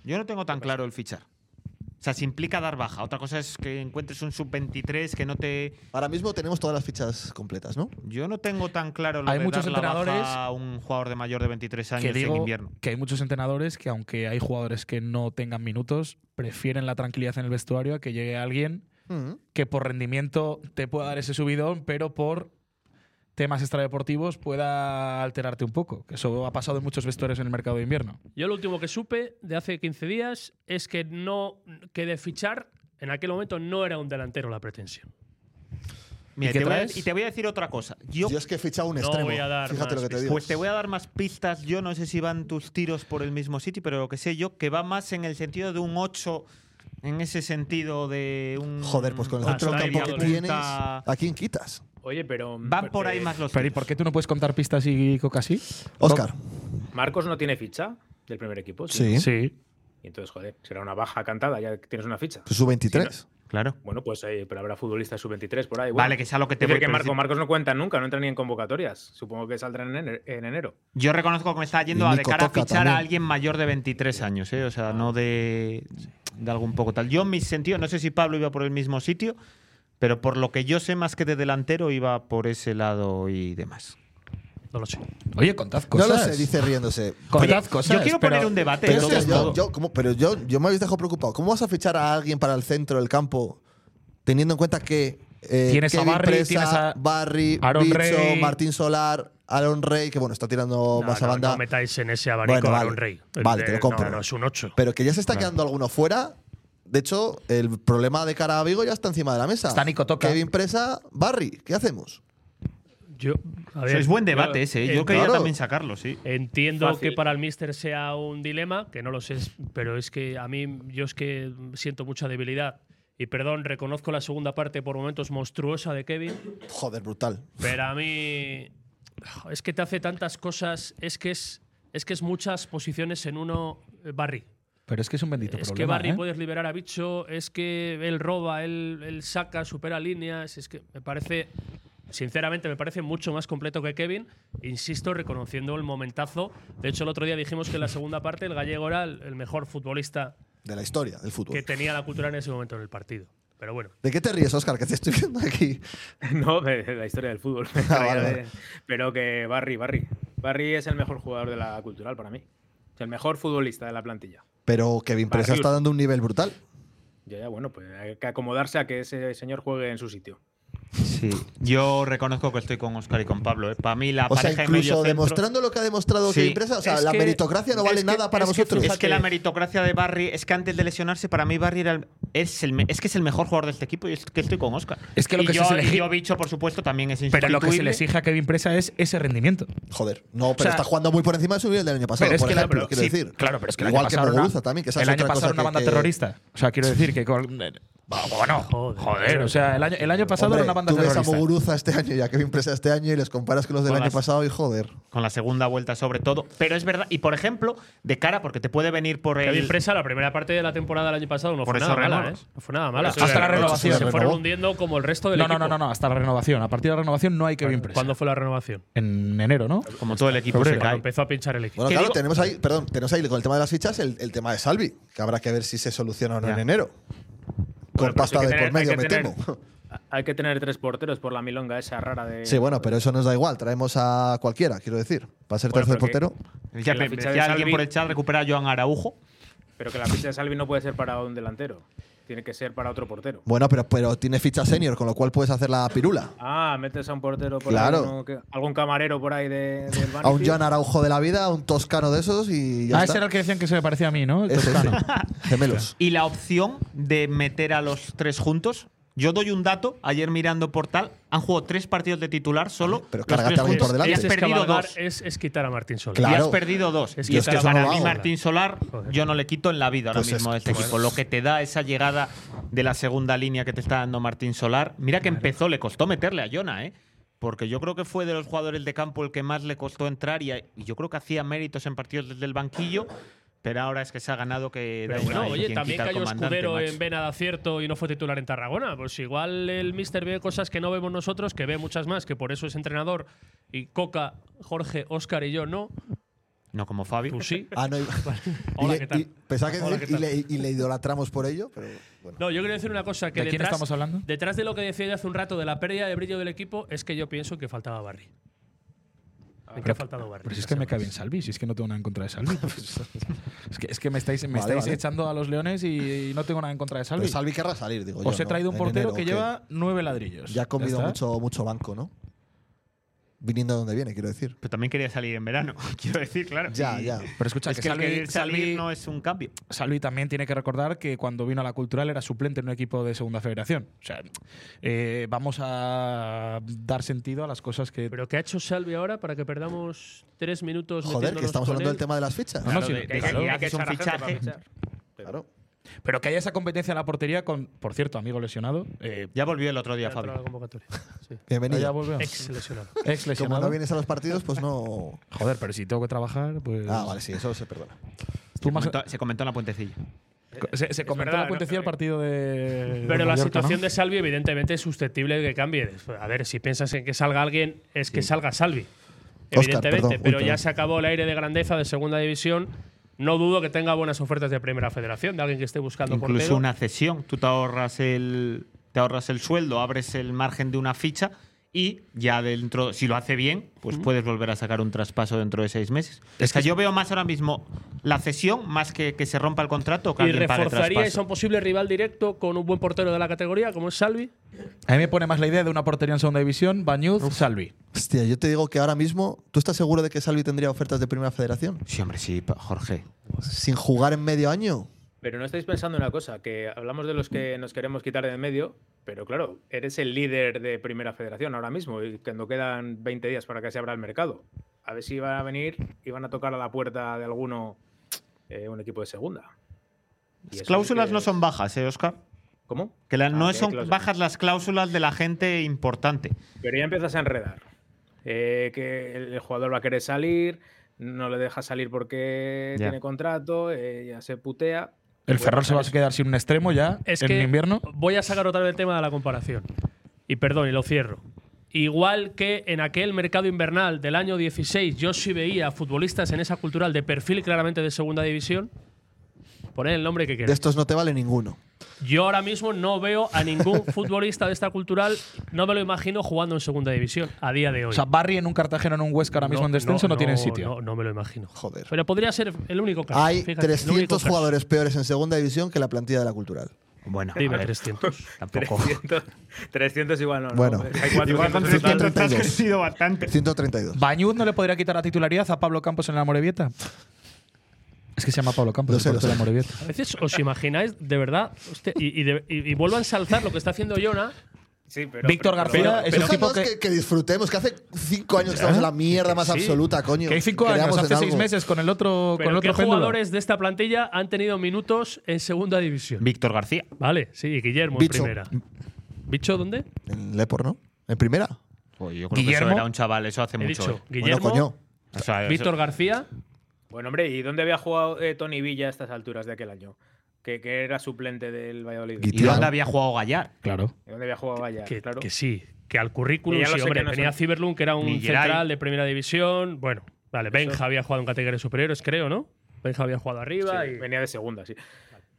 S4: yo no tengo tan claro el fichar. O sea, si implica dar baja. Otra cosa es que encuentres un sub-23 que no te.
S2: Ahora mismo tenemos todas las fichas completas, ¿no?
S4: Yo no tengo tan claro lo
S5: Hay
S4: de
S5: muchos
S4: dar la baja
S5: entrenadores
S4: a un jugador de mayor de 23 años
S5: Que
S4: en
S5: digo
S4: invierno.
S5: que hay muchos entrenadores que, aunque hay jugadores que no tengan minutos, prefieren la tranquilidad en el vestuario a que llegue alguien
S2: Mm.
S5: que por rendimiento te pueda dar ese subidón, pero por temas extradeportivos pueda alterarte un poco. Que eso ha pasado en muchos vestuarios en el mercado de invierno.
S3: Yo lo último que supe de hace 15 días es que no que de fichar en aquel momento no era un delantero la pretensión.
S4: Mira,
S5: qué
S4: te voy a-
S5: traes?
S4: y te voy a decir otra cosa. Yo,
S2: Yo es que he fichado un
S3: No
S2: extremo.
S3: voy a dar
S2: Fíjate lo
S3: más
S2: que te digo.
S4: pues te voy a dar más pistas. Yo no sé si van tus tiros por el mismo sitio, pero lo que sé yo, que va más en el sentido de un 8, en ese sentido de un. Ah,
S2: Joder, pues con el
S4: una
S2: centro del campo
S4: media
S2: que tienes,
S4: punta.
S2: ¿a quién quitas?
S6: Oye, pero.
S4: Van por ahí
S6: eh,
S4: más los
S5: Pero ¿y
S4: tiros.
S5: por qué tú no puedes contar pistas y coca sí?
S2: Oscar.
S6: Marcos no tiene ficha del primer equipo.
S5: Sí.
S6: Y entonces, joder, será una baja cantada, ya que tienes una ficha.
S2: Su 23.
S4: Claro.
S6: Bueno, pues eh, pero habrá futbolistas sub-23 por ahí.
S4: Vale, que sea lo que te voy
S6: que
S4: pero
S6: Marco,
S4: sí.
S6: Marcos no cuentan nunca, no entran ni en convocatorias. Supongo que saldrán en ener- en enero.
S4: Yo reconozco que me está yendo
S2: Y
S4: a de
S2: Nico
S4: cara a
S2: Toca
S4: fichar a
S2: también.
S4: alguien mayor de 23 años, ¿eh? o sea, no de, de algo un poco tal. Yo en mi sentido, no sé si Pablo iba por el mismo sitio, pero por lo que yo sé más que de delantero iba por ese lado y demás.
S3: No lo sé.
S5: Oye, contad
S2: No
S5: cosas.
S2: lo sé, dice riéndose.
S5: Contad
S4: Oye,
S5: cosas.
S4: yo quiero
S5: pero-
S4: poner un debate.
S2: Pero, es
S4: de
S2: que
S4: todos
S2: yo,
S4: modos.
S2: yo- ¿cómo? Pero yo, yo me habéis dejado preocupado. ¿Cómo vas a fichar a alguien para el centro del campo teniendo en cuenta que eh,
S5: Tienes a
S2: Kevin
S5: Barry,
S2: Presa,
S5: tienes a
S2: Barry,
S5: Aaron
S2: Bicho,
S5: Rey.
S2: Martín Solar, Aaron Rey, que bueno, está tirando más a
S3: no,
S2: banda,
S3: no metáis en ese abanico
S2: Bueno,
S3: a
S2: vale.
S3: Aaron Rey.
S2: Vale,
S3: Eh,
S2: te lo
S3: no,
S2: compro.
S3: No, es un 8.
S2: pero que ya se está quedando alguno fuera. De hecho, el problema de cara a Vigo ya está encima de la mesa.
S5: Está Nico Toca.
S2: Kevin Presa, Barry, ¿qué hacemos?
S3: Yo, a
S4: Eso
S3: ver,
S4: es buen debate
S3: yo-
S4: ese, ¿eh?
S3: eh,
S4: yo quería
S2: claro.
S4: también sacarlo, sí.
S3: Entiendo
S6: Fácil.
S3: que para el míster sea un dilema, que no lo sé, pero es que a mí yo es que siento mucha debilidad. Y perdón, reconozco la segunda parte por momentos monstruosa de Kevin,
S2: Joder, brutal.
S3: pero a mí es que te hace tantas cosas, es que es es que es muchas posiciones en uno eh, Barry.
S5: Pero es que es un bendito
S3: Es que
S5: problema.
S3: Barry
S5: ¿eh?
S3: puedes liberar a Bicho, es que él roba, él, él saca, supera líneas, es que me parece, sinceramente, me parece mucho más completo que Kevin, insisto, reconociendo el momentazo. De hecho, el otro día dijimos que en la segunda parte el gallego era el, el mejor futbolista
S2: De la historia, del fútbol.
S3: que tenía la cultura en ese momento en el partido. Pero bueno,
S2: ¿De qué te ríes, Oscar? Que te estoy viendo aquí.
S6: no, de, de la historia del fútbol.
S2: Ah, vale, vale.
S6: Pero que Barry, Barry. Barry es el mejor jugador de la cultural para mí. Es el mejor futbolista de la plantilla.
S2: Pero Kevin Presa
S6: Barrios.
S2: está dando un nivel brutal.
S6: Ya, ya, bueno, pues hay que acomodarse a que ese señor juegue en su sitio.
S4: Sí. Yo reconozco que estoy con Oscar y con Pablo. ¿eh? Para mí la
S2: O sea,
S4: pareja de medio
S2: incluso
S4: centro-
S2: demostrando lo que ha demostrado
S4: Sí.
S2: Kevin Presa, o sea,
S3: Es
S2: la
S3: que-
S2: meritocracia no
S3: es
S2: vale
S3: que-
S2: nada para
S3: es que
S2: vosotros.
S3: fíjate-
S4: Es que la meritocracia de Barry es que antes de lesionarse, para mí Barry era el- es, el, me- es que es el mejor jugador de este equipo y es que estoy con Oscar.
S5: Es que lo
S4: Y
S5: que se
S4: yo,
S5: se le-
S4: y yo, bicho, por supuesto, también es
S5: Pero lo que se le
S4: insustituible.
S5: exige a Kevin Presa es ese rendimiento.
S2: Joder, no, pero
S5: sea,
S2: está jugando muy por encima de su nivel del año pasado,
S5: Pero es
S2: por
S5: que la-
S2: ejemplo,
S5: pero-
S2: quiero
S5: sí,
S2: decir.
S5: Claro, pero es que el
S2: Igual
S5: año
S2: que
S5: pasado
S2: Muguruza
S5: una-
S2: también, que esa es
S5: el año
S2: otra cosa
S5: pasado era una
S2: que-
S5: banda
S2: que-
S5: terrorista. O sea, quiero decir que con- eh, bueno, joder, o sea, el año, el año pasado
S2: Hombre,
S5: era una banda
S2: tú ves
S5: terrorista.
S2: a Muguruza este año y a Kevin Presa este año y les comparas con los del
S4: Con
S2: año
S4: las-
S2: pasado y joder.
S4: Con la segunda vuelta, sobre todo. Pero es verdad. Y por ejemplo, de cara, porque te puede venir por
S3: Kevin
S4: el.
S3: Presa, la primera parte de la temporada del año pasado no
S4: Por
S3: fue
S4: eso
S3: nada mala, ¿eh?
S4: renovas.
S3: No fue nada mala.
S5: Hasta la renovación.
S3: Se fueron hundiendo como el resto del
S5: no, no,
S3: equipo.
S5: no, no, no, hasta la renovación. A partir de la renovación no hay Kevin Presa.
S3: ¿Cuándo fue la renovación?
S5: En enero, ¿no?
S4: Como todo el equipo se
S5: Febrero,
S3: Cuando
S4: cae.
S3: empezó a pinchar el equipo.
S2: Bueno,
S4: ¿Qué
S2: claro,
S4: digo?
S2: tenemos ahí, perdón, tenemos ahí con el tema de las fichas el, el tema de Salvi, que habrá que ver si se soluciona o no
S4: Ya.
S2: en enero. Con
S6: Bueno, pero
S2: pasta
S6: hay
S2: de
S6: que
S2: por
S6: tener-
S2: medio,
S6: hay
S2: me
S6: que
S2: temo.
S6: tener- Hay que tener tres porteros por la milonga esa rara de.
S2: Sí, bueno, pero eso nos da igual, traemos a cualquiera, quiero decir. Para ser
S6: Bueno,
S2: tercer
S6: pero que-
S2: portero.
S4: Ya,
S6: Que la ficha de
S4: ya alguien
S6: Salvi-
S4: por el chat recupera a Joan Araujo.
S6: Pero que la ficha de Salvi no puede ser para un delantero. tiene que ser para otro portero.
S2: Bueno, pero, pero tiene ficha senior, con lo cual puedes hacer la pirula.
S6: Ah, metes a un portero por ahí,
S2: Claro.
S6: uno que- algún camarero por ahí de, del
S2: A un
S6: Banfield.
S2: Joan Araujo de la vida, a un toscano de esos y ya
S5: Ah,
S2: está.
S5: ese era el que decían que se me parecía a mí, ¿no? El
S2: Ese,
S5: toscano.
S2: ese. Gemelos.
S4: Y la opción de meter a los tres juntos. Yo doy un dato. Ayer mirando portal, han jugado tres partidos de titular solo.
S2: Pero
S4: los
S2: cárgate
S4: tres
S2: algún por
S4: juntos,
S2: delante.
S4: Y has
S3: Es
S4: perdido
S3: cabalgar,
S4: dos.
S3: es, es quitar a Martín Soler.
S2: Claro.
S4: Y has perdido dos.
S3: Es
S4: Es
S3: que
S4: que
S3: es que eso
S4: para
S2: no lo
S4: mí,
S2: hago.
S4: Martín Solar,
S3: Joder.
S4: yo no le quito en la vida ahora
S2: Pues es-
S4: mismo a este
S2: pues-
S4: equipo. Lo que te da esa llegada de la segunda línea que te está dando Martín Solar. Mira que empezó, le costó meterle a Jona, ¿eh? Porque yo creo que fue de los jugadores de campo el que más le costó entrar y, y yo creo que hacía méritos en partidos desde el banquillo. Pero ahora es que se ha ganado que.
S3: Pero
S4: da igual
S3: bueno, oye,
S4: quién
S3: también
S4: quita al
S3: cayó
S4: comandante,
S3: Escudero
S4: macho.
S3: en vena de acierto y no fue titular en Tarragona. Pues igual el Mister ve cosas que no vemos nosotros, que ve muchas más, que por eso es entrenador. Y Coca, Jorge, Óscar y yo no.
S4: No como Fabio.
S6: Pues
S3: Tú Pues sí.
S2: Ah, no. y-
S3: Hola,
S2: y-
S3: ¿qué tal?
S2: y- pensaba que
S3: Hola,
S2: decir-
S3: ¿qué tal?
S2: y, le, y le idolatramos por ello, pero bueno.
S3: No, yo quiero decir una cosa. Que
S5: ¿De quién
S3: detrás,
S5: estamos hablando?
S3: Detrás de lo que decía yo hace un rato de la pérdida de brillo del equipo, es que yo pienso que faltaba Barry.
S2: Ah.
S3: ¿En qué ha faltado Barry?
S5: Pero si es que me cae bien Salvi, si es que no tengo nada en contra de Salvi. es, que, es que me estáis, me
S2: Vale,
S5: estáis
S2: vale.
S5: echando a los leones y, y no tengo nada en contra de
S2: Pero
S5: Salvi.
S2: Salvi querrá salir, digo yo.
S5: Os he
S2: ¿no?
S5: traído un
S2: En
S5: portero
S2: enero,
S5: que lleva nueve ladrillos.
S2: Ya ha comido
S5: está.
S2: mucho, mucho banco, ¿no? Viniendo de donde viene, quiero decir.
S4: Pero también quería salir en verano, quiero decir, claro.
S2: Ya,
S4: Y-
S2: ya.
S5: Pero escucha,
S4: es
S5: que,
S4: que, el
S5: Salvi,
S4: querer salir
S5: Salvi-
S4: no es un cambio.
S5: Salvi también tiene que recordar que cuando vino a la Cultural era suplente en un equipo de Segunda Federación. O sea, eh, vamos a dar sentido a las cosas que.
S3: ¿Pero qué ha hecho Salvi ahora para que perdamos tres minutos?
S2: Joder, que
S3: metiéndonos
S2: estamos
S3: con
S2: hablando
S3: él?
S2: del tema de las fichas.
S5: No, no, sí,
S6: de- de-
S5: claro.
S6: hay que
S4: haces un
S6: echar a gente para
S4: fichaje.
S6: fichar.
S2: Claro.
S5: Pero que haya esa competencia en la portería con, por cierto, amigo lesionado. eh,
S4: Ya volvió el otro día,
S3: Ya entró a la
S4: Fabio.
S3: convocatoria. Sí.
S5: ya
S2: Bienvenido.
S5: volvemos.
S3: Ex seleccionado.
S5: Ex
S2: Como
S5: lesionado.
S2: no vienes a los partidos, pues no.
S5: Joder, pero si tengo que trabajar, pues.
S2: Ah, vale, sí, eso se perdona.
S5: Tú
S4: Se
S5: más-
S4: comentó, se comentó en la puentecilla.
S5: Se, se comentó
S3: verdad,
S5: la puentecilla
S3: no-
S5: el partido de.
S3: Pero
S5: de
S3: la
S5: Mallorca,
S3: situación
S5: ¿no?
S3: de Salvi, evidentemente, es susceptible de que cambie. A ver, si piensas en que salga alguien, es que salga Salvi.
S2: Óscar,
S3: Evidentemente,
S2: perdón. Uy,
S3: pero ya
S2: perdón.
S3: se acabó el aire de grandeza de segunda división. No dudo que tenga buenas ofertas de primera federación, de alguien que esté buscando
S4: Incluso
S3: portero.
S4: una cesión. Tú te ahorras el te ahorras el sueldo, abres el margen de una ficha y ya dentro, si lo hace bien, pues puedes volver a sacar un traspaso dentro de seis meses. Es que yo veo más ahora mismo la cesión más que que se rompa el contrato o que
S3: Y
S4: alguien pague el
S3: reforzaríais a
S4: traspaso.
S3: un posible rival directo con un buen portero de la categoría, como es Salvi.
S5: A mí me pone más la idea de una portería en segunda división, Bañuz, Salvi.
S2: Hostia, yo te digo que ahora mismo. ¿Tú estás seguro de que Salvi tendría ofertas de primera federación?
S4: Sí, hombre, sí, pa- Jorge.
S2: ¿Sin jugar en medio año?
S6: Pero no estáis pensando una cosa, que hablamos de los que nos queremos quitar de en medio, pero claro, eres el líder de Primera Federación ahora mismo y cuando quedan 20 días para que se abra el mercado. A ver si van a venir y van a tocar a la puerta de alguno eh, un equipo de segunda. Y eso
S4: Las
S6: es
S4: cláusulas
S6: que-
S4: no son bajas, ¿eh, Oscar?
S6: ¿Cómo?
S4: Que la-
S6: Ah,
S4: no
S6: hay
S4: son
S6: cláusulas.
S4: bajas las cláusulas de la gente importante.
S6: Pero ya empiezas a enredar. Eh, que el, el jugador va a querer salir, no le deja salir porque
S4: Ya.
S6: tiene contrato, eh, ya se putea.
S5: El
S6: Puede
S5: Ferrol se
S6: pasar
S5: va a
S6: eso.
S5: quedar sin un extremo ya
S3: Pues Es
S5: en
S3: que
S5: invierno.
S3: voy a sacar otra vez el tema de la comparación. Y perdón, y lo cierro. Igual que en aquel mercado invernal del año 16 yo sí veía futbolistas en esa cultural de perfil claramente de segunda división, poner el nombre que
S2: De
S3: quieras.
S2: estos no te vale ninguno.
S3: Yo ahora mismo no veo a ningún futbolista de esta cultural, no me lo imagino jugando en segunda división a día de hoy.
S5: O sea, Barry en un Cartagena en un Huesca ahora mismo en descenso no, tiene sitio.
S3: No, no me lo imagino.
S2: Joder.
S3: Pero podría ser el único caso.
S2: Hay
S3: fíjate, el único
S2: 300
S3: caso.
S2: jugadores peores en segunda división que la plantilla de la cultural.
S4: Bueno, a
S3: Dime,
S4: ver,
S3: 300.
S4: tampoco.
S6: 300, 300 igual no.
S2: Bueno.
S6: no, hay 400
S4: Igual con
S6: en
S4: 300 te has
S2: 332.
S4: crecido bastante.
S2: 132.
S5: ¿Bañuz no le podría quitar la titularidad a Pablo Campos en la Morevieta? Es que se llama Pablo Campos,
S2: Lo sé,
S5: el
S2: lo
S5: portero de
S2: sé.
S5: la Morevieta.
S3: A veces os imagináis, de verdad, hostia, y, y de- y- y vuelvo a ensalzar lo que está haciendo Jonah.
S6: Sí, pero-
S5: Víctor
S6: pero-
S5: García
S6: pero-
S5: es
S2: Pero
S5: un tipo
S2: que,
S5: que-
S2: que disfrutemos, que hace cinco años que estamos en la mierda más
S3: Sí.
S2: absoluta, coño.
S5: Que hay cinco
S2: Creamos
S5: años,
S2: en
S5: hace seis
S2: algo.
S5: meses con el otro,
S3: Pero
S5: con el
S3: ¿qué
S5: otro péndulo.
S3: jugadores de esta plantilla han tenido minutos en segunda división?
S4: Víctor García.
S3: vale, sí, y Guillermo
S2: Bicho.
S3: en primera. ¿Bicho dónde?
S2: En Lepor, ¿no? En primera.
S4: Pues yo creo
S5: Guillermo.
S4: que eso era un chaval, eso hace
S3: He
S4: mucho.
S3: dicho,
S4: ¿eh?
S3: Guillermo,
S2: Bueno, coño.
S4: O sea, eso-
S3: Víctor García.
S6: Bueno, hombre, ¿y dónde había jugado eh, Tony Villa a estas alturas de aquel año? Que, que era suplente del Valladolid.
S2: Guit-
S4: ¿Y
S2: Claro.
S4: dónde había jugado Gallar?
S5: Claro.
S6: ¿Y ¿Dónde había jugado Vaya?
S3: Que,
S6: claro.
S3: que sí, que al currículum
S6: Ya lo
S3: sí,
S6: sé
S3: hombre,
S6: que no
S3: tenía
S6: son-
S3: Ciberlun, que era un
S4: Ni Geray.
S3: central de primera división. Bueno, vale, Benja había jugado en categorías superiores, creo, ¿no? Benja había jugado arriba
S6: Sí,
S3: y
S6: Venía de segunda, sí.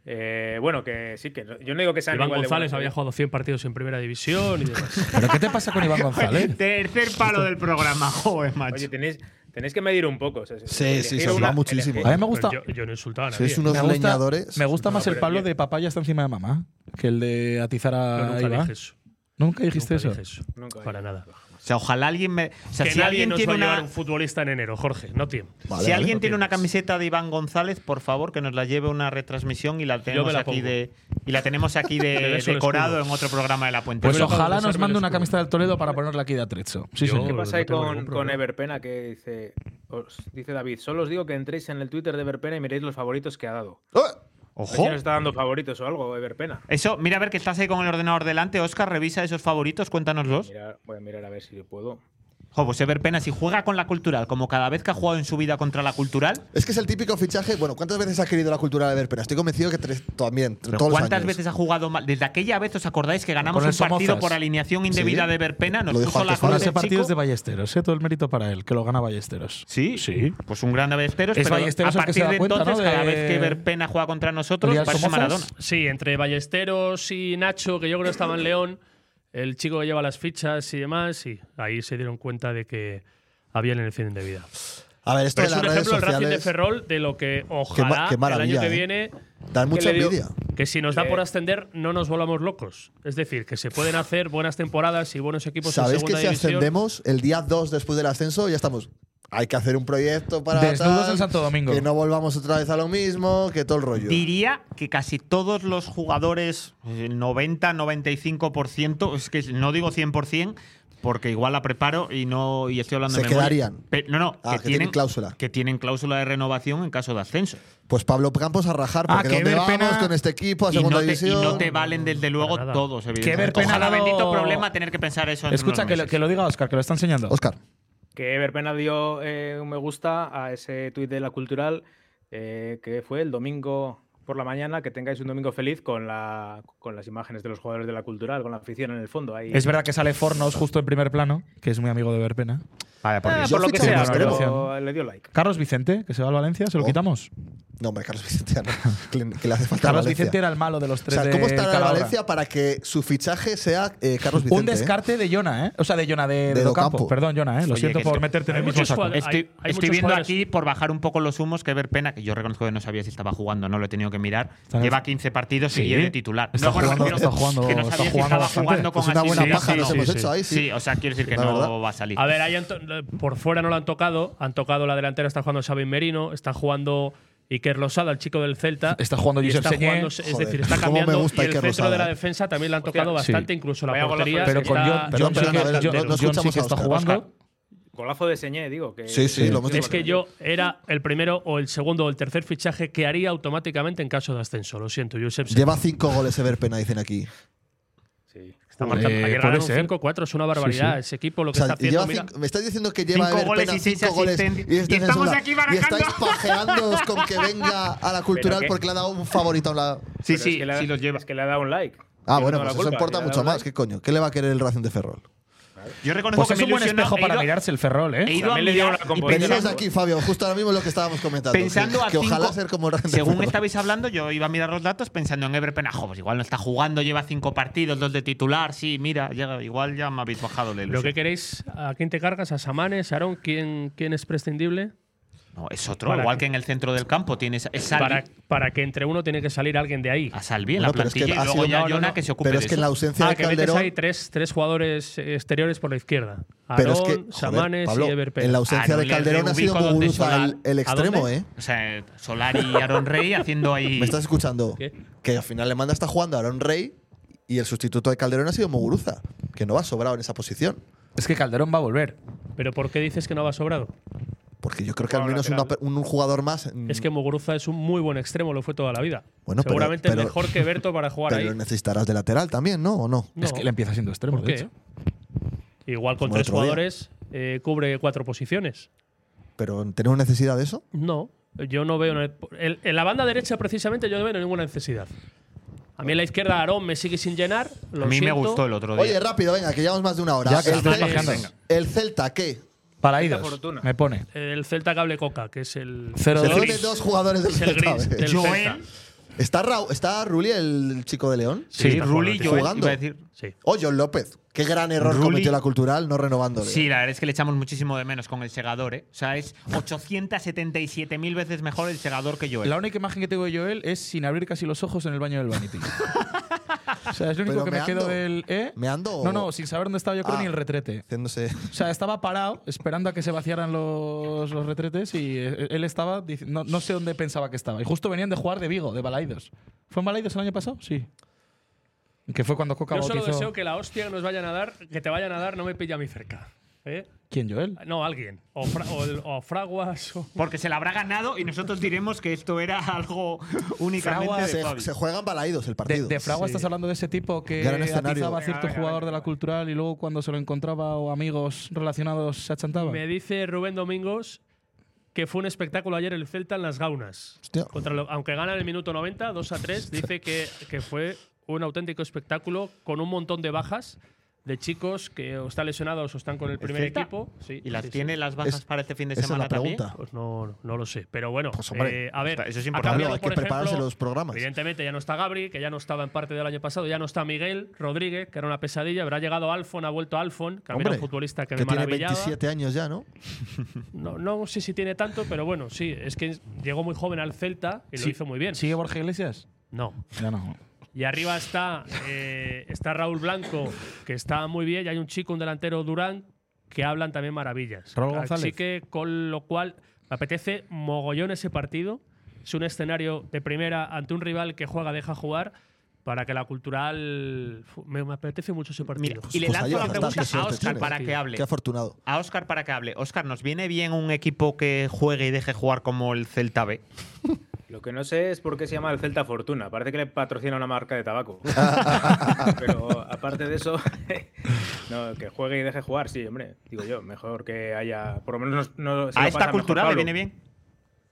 S6: Eh, bueno, que sí, que no- yo no digo que sean
S3: Iván
S6: igual de
S3: González
S6: buenos,
S3: había
S6: ¿eh?
S3: jugado 100 partidos en primera división y demás.
S5: ¿Pero qué te pasa con Iván González?
S4: Tercer palo del programa, joven, macho.
S6: Oye, tenéis, Tenéis que medir un poco. o sea,
S2: Sí,
S6: elegir
S2: sí, se os va
S6: una-
S2: muchísimo.
S6: elegir-
S2: A
S5: mí me gusta-
S3: pues Yo, yo no insultaba a
S2: Si
S3: nadie.
S2: es unos
S5: Me gusta-
S2: leñadores.
S5: Me gusta
S6: No,
S5: más el
S6: pero
S5: palo
S6: bien.
S5: de papaya está encima de mamá que el de atizar
S3: Yo
S5: a
S3: nunca
S5: Iba.
S3: dije eso.
S5: Nunca dijiste
S3: Nunca
S5: eso.
S3: dije eso.
S6: Nunca
S3: Para nada.
S4: O sea, ojalá alguien me. O sea,
S3: que
S4: si
S3: nadie
S4: alguien
S3: nos
S4: tiene
S3: va a llevar
S4: una.
S3: un futbolista en enero, Jorge. No tiempo.
S2: Vale,
S4: si
S2: vale.
S4: alguien tiene una
S3: tienes.
S4: camiseta de Iván González, por favor, que nos la lleve una retransmisión y la tenemos
S3: me la
S4: aquí
S3: pongo.
S4: de y la tenemos aquí
S3: Le
S4: de
S3: beso el
S4: decorado
S3: escudo.
S4: en otro programa de la Puente.
S5: Pues
S3: Yo me lo
S5: ojalá
S3: acabo de
S5: nos
S3: besarme
S5: mande
S3: el
S5: una
S3: escudo.
S5: camiseta del Toledo para ponerla aquí de atrezo. Sí,
S3: Yo-
S5: señor.
S6: ¿Qué pasa
S3: no
S6: ahí
S3: tengo
S6: con,
S3: ningún
S6: con
S3: problema.
S6: Everpena? Que dice, os dice David, solo os digo que entréis en el Twitter de Everpena y miréis los favoritos que ha dado.
S2: ¡Ah!
S6: A ver si
S4: Ojo.
S6: nos está dando favoritos o algo, Everpena.
S4: Eso, mira a ver que estás ahí con el ordenador delante, Oscar, revisa esos favoritos, cuéntanoslos.
S6: Mirar- voy a mirar a ver si yo puedo.
S4: Jo, pues Ever Pena, si juega con la cultural, como cada vez que ha jugado en su vida contra la cultural,
S2: Es que es el típico fichaje. Bueno, ¿cuántas veces has querido la cultura de ver? Pero estoy convencido que tres, también.
S4: pero
S2: todos los
S4: ¿cuántas
S2: años.
S4: veces ha jugado mal? Desde aquella vez, ¿os acordáis que ganamos
S5: Con
S4: un
S5: el Somozas.
S4: partido por alineación indebida
S2: Sí.
S4: de Ever Pena? Nos
S2: Lo dijo
S4: puso la
S2: antes
S4: cruz
S2: Juan.
S5: Bueno,
S4: del
S5: ese partido
S4: chico.
S5: es de Ballesteros, ¿eh? todo el mérito para él, que lo gana Ballesteros.
S4: Sí,
S5: Sí.
S4: Pues un gran Ballesteros,
S5: Es
S4: pero
S5: Ballesteros
S4: a
S5: el que se
S4: partir
S5: da
S4: de
S5: cuenta,
S4: entonces,
S5: ¿no?
S4: cada
S5: de-
S4: vez que Verpena juega contra nosotros,
S5: Elías
S4: parece
S5: Somozas.
S4: Maradona.
S3: Sí, entre Ballesteros y Nacho, que yo creo que estaba en León, el chico que lleva las fichas y demás, sí. Ahí se dieron cuenta de que habían en el fin de vida.
S2: A ver, esto de
S3: Pero es
S2: las
S3: un
S2: redes
S3: ejemplo el Racing de
S2: sociales.
S3: Ferrol de lo que ojalá
S2: qué
S3: el año
S2: maravilla,
S3: que
S2: ¿eh?
S3: viene
S2: Dan
S6: ¿Qué
S2: mucha
S6: le digo?
S2: envidia.
S3: que si nos da
S6: Eh.
S3: por ascender no nos volvamos locos. Es decir, que se pueden hacer buenas temporadas y buenos equipos en
S2: ¿Sabéis que
S3: segunda
S2: si
S3: división.
S2: ascendemos el día 2 después del ascenso ya estamos? Hay que hacer un proyecto para
S5: Desnudos
S2: tal,
S5: en Santo Domingo.
S2: Que no volvamos otra vez a lo mismo, que todo el rollo.
S4: Diría que casi todos los jugadores, el 90-95%, es que no digo 100%, porque igual la preparo y no y estoy hablando
S2: Se
S4: de memoria.
S2: quedarían.
S4: Pe- no, no,
S2: Ah, que tienen cláusula.
S4: Que tienen cláusula de renovación en caso de ascenso.
S2: Pues Pablo Campos a rajar
S5: Ah,
S2: porque
S5: que
S2: ¿dónde
S5: ver
S2: vamos
S5: pena-
S2: con este equipo a
S4: Y no,
S2: segunda
S4: te, y
S2: división?
S4: no te valen desde luego
S3: Para nada.
S4: todos,
S5: ver
S4: evidentemente.
S5: penado-
S4: Ojalá bendito problema tener que pensar eso. entre
S5: Escucha,
S4: unos
S5: que lo,
S4: meses.
S5: que lo diga Oscar, que lo está enseñando.
S2: Oscar,
S6: Que Everpena dio eh, un me gusta a ese tuit de la cultural eh, que fue el domingo por la mañana. Que tengáis un domingo feliz con, la, con las imágenes de los jugadores de la cultural, con la afición en el fondo. Ahí.
S5: Es verdad que sale Fornos justo en primer plano, que es muy amigo de Verpena.
S4: Vale, por
S6: Ah,
S4: Dios.
S2: yo
S6: por lo que
S2: ficharía
S6: sea,
S2: una
S6: pero
S5: renovación.
S6: le dio like.
S5: Carlos Vicente, que se va al Valencia, se lo
S2: Oh.
S5: quitamos.
S2: no, hombre, Carlos Vicente, ya no. que, que le hace falta. al
S5: Carlos
S2: Valencia.
S5: Vicente era el malo de los
S2: O
S5: tres.
S2: sea, ¿cómo
S5: del
S2: estará el
S5: Calahorra.
S2: Valencia para que su fichaje sea eh, Carlos Vicente?
S5: Un descarte de Jona, ¿eh? O sea, de Jona de, de
S2: De
S5: Docampo.
S2: Docampo.
S5: Perdón, Jona, ¿eh? Lo
S4: Oye,
S5: siento
S4: que
S5: por
S4: esto-
S5: meterte en el
S3: hay
S5: mismo
S3: muchos
S5: saco.
S3: jugadores- Hay-
S4: Estoy,
S3: hay
S4: estoy
S3: muchos
S4: viendo
S3: jugadores.
S4: aquí, por bajar un poco los humos, que ver pena, que yo reconozco que no sabía si estaba jugando, no lo he tenido que mirar.
S5: Está en el-
S4: Lleva 15 partidos
S5: Sí.
S4: y lleva de titular.
S5: Está
S4: no, bueno,
S5: jugando-
S4: me refiero
S5: está jugando-
S4: que no
S5: está
S4: sabía si
S5: jugando
S4: estaba
S5: bastante.
S4: jugando con
S2: Pues una
S4: así,
S2: buena
S4: sí,
S2: paja
S4: sí,
S2: nos
S4: sí,
S2: hemos
S4: sí.
S2: hecho ahí, sí.
S4: Sí, o sea, quiero decir que
S2: La
S4: no
S2: verdad.
S4: va a salir.
S3: A ver, ahí han to- eh, por fuera no lo han tocado. Han tocado la delantera, está jugando Xavi Merino, está jugando Iker Losada, el chico del Celta.
S5: Está jugando
S3: y
S5: Josep
S3: está
S5: Señé.
S3: jugando- Es
S2: Joder,
S3: decir, está
S2: cómo me
S3: cambiando.
S2: gusta
S3: y el
S2: Iker
S3: centro de la
S2: Lozada, eh.
S3: defensa también le han
S6: Hostia,
S3: tocado
S5: sí.
S3: bastante, incluso la
S6: Vaya golazo
S3: portería.
S6: de
S5: Pero con
S3: está-
S5: John,
S2: Perdón,
S5: John sí
S2: perdón,
S5: que-
S2: a ver,
S5: John-
S2: no- no
S5: John sí
S2: escuchamos
S5: que
S2: a
S5: está
S2: Oscar.
S5: jugando.
S6: Golazo de Señé, digo. Que
S2: Sí, sí, lo hemos
S3: Es
S2: dicho.
S3: que yo era el primero o el segundo o el tercer fichaje que haría automáticamente en caso de ascenso. Lo siento, Josep. Señé.
S2: Lleva cinco goles Everpena, dicen aquí.
S6: Sí.
S3: Está marcando.
S5: Eh,
S3: Ayer
S5: puede
S3: ganaron
S5: ser.
S3: 5-4, es una barbaridad.
S5: Sí, sí.
S3: Ese equipo lo
S2: O
S3: que
S2: sea,
S3: está haciendo.
S2: lleva
S3: mira,
S2: cinco- me estáis diciendo que lleva
S4: Cinco
S2: Everpena
S4: goles y seis
S2: cinco goles
S4: asistencias.
S2: y, este
S4: Y estamos
S2: censura.
S4: aquí
S2: y
S4: barajando.
S2: estáis pajeándoos con que venga a la cultural
S6: qué?
S2: porque le ha dado un favorito a la…
S4: sí,
S6: Pero
S4: sí,
S6: es que le ha-
S4: sí los lleva.
S6: Es que le ha dado un like.
S2: Ah,
S6: Tiene
S2: bueno,
S6: toda
S2: pues
S6: la
S2: eso
S6: culpa,
S2: importa
S6: le ha dado
S2: mucho
S6: un
S2: más.
S6: like.
S2: ¿Qué coño? ¿Qué le va a querer el Racing de Ferrol?
S4: Pues Yo reconozco
S5: Pues
S4: que
S5: es
S4: me
S5: un buen
S4: ilusionó-
S5: espejo
S4: he
S5: para
S4: ido-
S5: mirarse el Ferrol,
S4: He
S5: ¿eh?
S4: ido a
S6: También le dieron
S4: mirar
S6: la
S4: y
S6: composición.
S4: pensando-
S2: Venimos aquí, Fabio, justo ahora mismo lo que estábamos comentando. que-
S4: pues Pensando a
S2: que, ojalá
S4: cinco-
S2: ser como el Racing de
S4: Según
S2: Ferrol.
S4: esta habéis hablando, yo iba a mirar los datos pensando en Ever Penajo. Pues igual no está jugando, lleva cinco partidos, dos de titular. Sí, mira, ya- igual ya me habéis bajado
S3: lo
S4: la ilusión.
S3: que queréis, ¿a quién te cargas? ¿A Samanes? ¿A Aarón? ¿Quién, ¿Quién es prescindible?
S4: No, es otro,
S3: Para
S4: igual
S3: que-
S4: que en el centro del campo tienes es Salvi,
S3: Para, para que entre uno tiene que salir alguien de ahí.
S4: a Salvi en
S2: Bueno,
S4: la
S2: pero es que
S4: plantilla
S2: ha
S4: y luego
S2: sido-
S4: ya
S3: no, no,
S4: Jona
S3: no.
S4: que se ocupe
S2: Pero
S4: de
S2: es que en
S4: eso.
S2: la ausencia
S3: Ah,
S2: de
S3: que metes ahí
S2: Calderón…
S3: tres, tres jugadores exteriores por la izquierda.
S2: Pero
S3: Aarón,
S2: es que, joder,
S3: Samanes
S2: Pablo,
S3: y Ever Pérez.
S2: en la ausencia
S4: Ah, no,
S2: de
S4: le
S2: Calderón ha sido
S4: reubico donde
S2: Muguruza
S4: Solari-
S2: el, el
S3: ¿A
S2: extremo,
S3: dónde?
S2: ¿eh?
S4: O sea, Solari y Aaron Rey haciendo ahí.
S2: ¿Me estás escuchando?
S3: ¿Qué?
S2: Que al final le manda está jugando a Aaron Rey y el sustituto de Calderón ha sido Muguruza, que no va sobrado en esa posición.
S5: Es que Calderón va a volver.
S3: ¿Pero por qué dices que no va sobrado?
S2: Porque yo creo que al
S6: Bueno,
S2: menos una
S6: lateral.
S2: pe- un, un jugador más. mm,
S3: Es que Muguruza es un muy buen extremo, lo fue toda la vida.
S2: Bueno, pero-
S3: Seguramente
S2: pero-
S3: mejor que Berto para jugar
S2: Pero
S3: ahí.
S2: necesitarás de lateral también, ¿no? ¿O no?
S3: No,
S5: Es que él empieza siendo extremo,
S3: ¿por
S5: de
S3: qué?
S5: hecho.
S3: Igual con
S2: Como el
S3: tres
S2: otro día.
S3: jugadores eh, cubre cuatro posiciones.
S2: Pero ¿tenemos necesidad de eso?
S3: No, yo no veo. una- en- en la banda derecha, precisamente, yo no veo ninguna necesidad. A mí en la izquierda, Aarón me sigue sin llenar. Lo
S4: a mí me
S3: siento.
S4: gustó el otro día.
S2: Oye, rápido, venga, que llevamos más de una hora.
S5: Ya que
S2: el,
S5: estamos
S2: Cel-
S5: bajando.
S2: el Celta, ¿qué?
S5: Paraídos.
S6: fortuna.
S5: Me pone.
S3: El Celta Cable Coca, que es el.
S5: Cero
S2: Se
S5: dos.
S2: tiene dos jugadores del
S3: Es el
S2: Celta.
S3: gris
S2: ¿eh?
S3: del
S4: Joel.
S3: Celta.
S2: ¿Está, Raúl, ¿Está Ruli, el chico de León?
S4: Sí,
S8: está
S4: Ruli,
S8: jugando,
S4: yo
S2: jugando.
S4: iba a decir.
S8: Sí.
S2: O John López. Qué gran error
S4: Rulli.
S2: cometió la cultural no ¿eh? renovándole.
S4: Sí, la verdad es que le echamos muchísimo de menos con el segador, ¿eh? O sea, es 877.000 veces mejor el segador que
S2: Pues
S4: yo.
S5: La única imagen que tengo de Joel es sin abrir casi los ojos en el baño del Vanity. o sea, es lo
S2: Pero
S5: único que me
S2: meando.
S5: quedo del. ¿eh?
S2: ¿Meando o-
S5: No, no, sin saber dónde estaba yo creo
S2: Ah.
S5: ni el retrete.
S2: Haciéndose.
S5: O sea, estaba parado esperando a que se vaciaran los, los retretes y eh, él estaba. dic- No, no sé dónde pensaba que estaba. Y justo venían de jugar de Vigo, de Balaidos. ¿Fue en Balaidos el año pasado? Sí. Que fue cuando Coca
S3: Yo solo
S5: bautizó-
S3: deseo que la hostia que nos vayan a dar, que te vayan a dar, no me pilla a mí cerca. ¿Eh?
S5: ¿Quién, Joel?
S3: No, alguien. O, fra- o el- o Fraguas. o-
S4: Porque se la habrá ganado y nosotros diremos que esto era algo únicamente de
S2: Se,
S4: Fabi.
S2: se juegan balaídos el
S5: De,
S2: partido.
S5: de Fragua estás hablando de ese tipo que
S2: Gran escenario.
S5: atizaba a
S3: Ah,
S2: Venga,
S5: cierto jugador de la cultural y luego cuando se lo encontraba o amigos relacionados se achantaba.
S3: Me dice Rubén Domingos que fue un espectáculo ayer el Celta en las Gaunas.
S2: Hostia.
S3: Contra lo- aunque gana en el minuto 90, 2 a 3, dice que, que fue un auténtico espectáculo con un montón de bajas de chicos que o están lesionados o están con el primer
S4: Celta?
S3: equipo. Sí,
S4: ¿Y las
S3: sí, sí.
S4: tiene las bajas
S2: Es-
S4: para este fin de
S2: Esa es
S4: semana
S2: la pregunta.
S3: Pues no, no, no lo sé. Pero bueno,
S2: Pues, hombre,
S3: eh, a ver,
S4: está- eso es
S3: ha
S4: importante.
S3: cambiado,
S2: Claro, hay
S3: por
S2: que prepararse los programas.
S3: Evidentemente, ya no está Gabri, que ya no estaba en parte del año pasado, ya no está Miguel Rodríguez, que era una pesadilla. Habrá llegado Alfon, ha vuelto Alfon, que a mí era
S2: Hombre,
S3: un futbolista que,
S2: que
S3: me
S2: tiene
S3: maravillaba.
S2: 27 años ya, ¿no?
S3: No, no sé si tiene tanto, pero bueno, sí, es que llegó muy joven al Celta y lo
S5: Sí.
S3: hizo muy bien.
S5: ¿Sigue Borja Iglesias?
S3: No.
S5: Ya no.
S3: Y arriba está, eh, está Raúl Blanco, que está muy bien, y hay un chico, un delantero Durán, que hablan también maravillas.
S5: Raúl
S3: Así
S5: González.
S3: que, con lo cual, me apetece mogollón ese partido. Es un escenario de primera ante un rival que juega, deja jugar, para que la cultural. Fu, Me, me apetece mucho ese partido.
S4: Mira, y le
S2: Pues ahí
S4: lanzo la
S2: está,
S4: pregunta
S2: qué
S4: a
S2: suerte
S4: Oscar
S2: tiene.
S4: para que hable.
S2: Qué afortunado.
S4: A Oscar para que hable. Oscar, ¿nos viene bien un equipo que juegue y deje jugar como el Celta B?
S6: Lo que no sé es por qué se llama el Celta Fortuna. Parece que le patrocina una marca de tabaco. Pero aparte de eso, no, que juegue y deje jugar, sí, hombre. Digo yo, mejor que haya. Por lo menos no, no- se lo
S4: a
S6: pasa
S4: esta
S6: mejor
S4: cultura le
S6: Pablo.
S4: viene bien.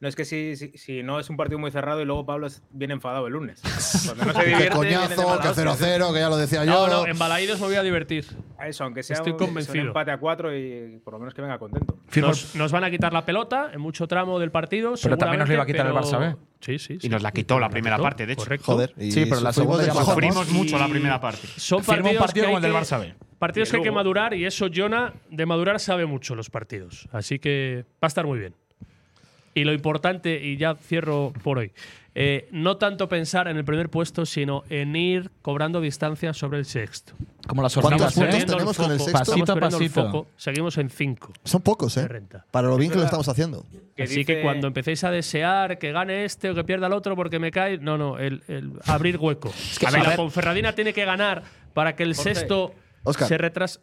S6: No es que si, si, si no es un partido muy cerrado y luego Pablo es- viene enfadado el lunes. Cuando no se divierte,
S2: Qué
S6: viene de
S2: coñazo,
S6: mala
S2: que
S6: hostia.
S2: 0-0, que ya lo decía yo.
S3: No, no, en Balaídos me voy a divertir.
S6: A Eso, aunque sea
S3: Estoy
S6: un,
S3: convencido.
S6: un empate a cuatro y por lo menos que venga contento.
S3: Nos, nos van a quitar la pelota en mucho tramo del partido.
S5: Pero también nos la iba a
S3: seguramente,
S5: quitar el
S3: pero-
S5: Barça B.
S3: Sí, sí.
S4: Y nos la quitó la primera parte, de hecho.
S2: Joder. y
S5: Sí, pero la
S2: sufrimos
S5: segunda
S2: de
S5: ya
S2: cojón.
S5: bajamos.
S4: Sufrimos mucho la primera parte.
S2: Este
S3: Son
S5: Firmó
S3: partidos
S5: un partido
S3: que
S5: como
S3: hay
S5: el del
S3: que-
S5: Barça B.
S3: Partidos
S6: Y
S3: que hay que
S6: luego-
S3: madurar y eso Jonah de madurar sabe mucho los partidos. Así que va a estar muy bien. Y lo importante, y ya cierro por hoy, eh, no tanto pensar en el primer puesto, sino en ir cobrando distancia sobre el sexto.
S5: Como las
S2: ¿Cuántos
S5: hormigas,
S3: Estamos
S2: puntos
S5: ¿eh?
S3: perdiendo
S2: tenemos con el
S3: foco,
S2: sexto?
S3: estamos
S5: Pasito a
S3: perdiendo el
S5: pasito.
S3: foco, seguimos en cinco.
S2: Son pocos,
S3: de
S2: ¿eh?
S3: renta.
S2: Para lo bien que lo
S6: verdad.
S2: estamos haciendo.
S6: Que
S3: Así
S6: dice-
S3: que cuando empecéis a desear que gane este o que pierda el otro porque me cae, no, no, el, el abrir hueco.
S5: que-
S3: Si
S5: a
S3: la
S5: ver.
S3: Ponferradina tiene que ganar para que el
S6: Jorge.
S3: sexto
S2: Óscar.
S3: se retrase.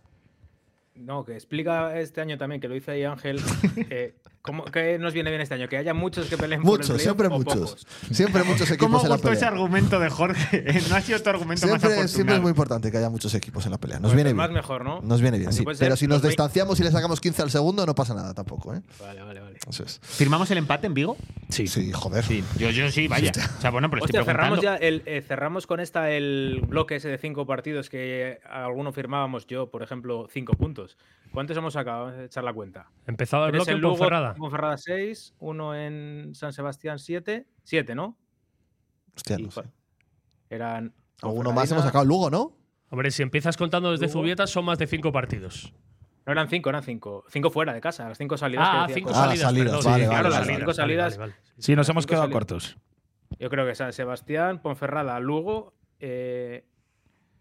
S6: No, que explica este año también, que lo dice ahí Ángel, eh, cómo- ¿qué nos viene bien este año? Que haya muchos que peleen por el
S2: Muchos,
S6: playoff
S2: siempre
S6: o
S2: muchos.
S6: pocos.
S2: Siempre muchos
S4: ¿Cómo
S2: equipos en la
S4: gustó ese
S2: pelea.
S4: argumento de Jorge? Eh, No ha sido tu argumento más
S2: Siempre,
S4: afortunado.
S2: siempre es muy importante que haya muchos equipos en la pelea. Nos
S6: Pues
S2: viene
S6: más
S2: bien.
S6: mejor, ¿no?
S2: Nos viene bien,
S6: Así
S2: sí.
S6: puede ser
S2: Pero si nos
S6: los ve-
S2: distanciamos y le sacamos 15 al segundo, no pasa nada tampoco, ¿eh?
S6: Vale, vale, vale.
S2: Eso es.
S4: ¿Firmamos el empate en Vigo?
S2: Sí. joder.
S4: Sí, yo, yo sí, vaya. O sea, bueno, pero estoy
S6: Hostia,
S4: preguntando.
S6: cerramos ya el, eh, cerramos con esta el bloque ese de cinco partidos que alguno firmábamos yo, por ejemplo, cinco puntos. ¿Cuántos hemos sacado? Vamos a echar la cuenta.
S3: Empezado el
S6: Tres
S3: bloque en
S6: Lugo,
S3: Ponferrada.
S6: Ponferrada 6, uno en San Sebastián 7, 7, ¿no?
S2: Hostia, no
S6: Y,
S2: sé.
S6: joder, Eran
S2: Alguno más hemos
S6: Ponferradina-
S2: sacado Lugo, ¿no?
S3: Hombre, si empiezas contando desde
S6: Lugo.
S3: Zubieta son más de cinco partidos.
S6: No eran cinco, eran cinco. Cinco fuera de casa, las cinco salidas.
S3: Ah,
S6: que decía
S3: cinco
S6: Costa.
S2: Ah,
S3: salidas.
S2: salidas,
S3: perdón.
S2: vale,
S3: Sí,
S2: vale,
S3: las
S2: vale,
S3: cinco
S6: vale.
S3: salidas.
S6: Vale, vale,
S5: Sí, nos hemos
S6: Cinco
S5: quedado
S6: salidas.
S5: cortos.
S6: Yo creo que San Sebastián, Ponferrada, Lugo, eh,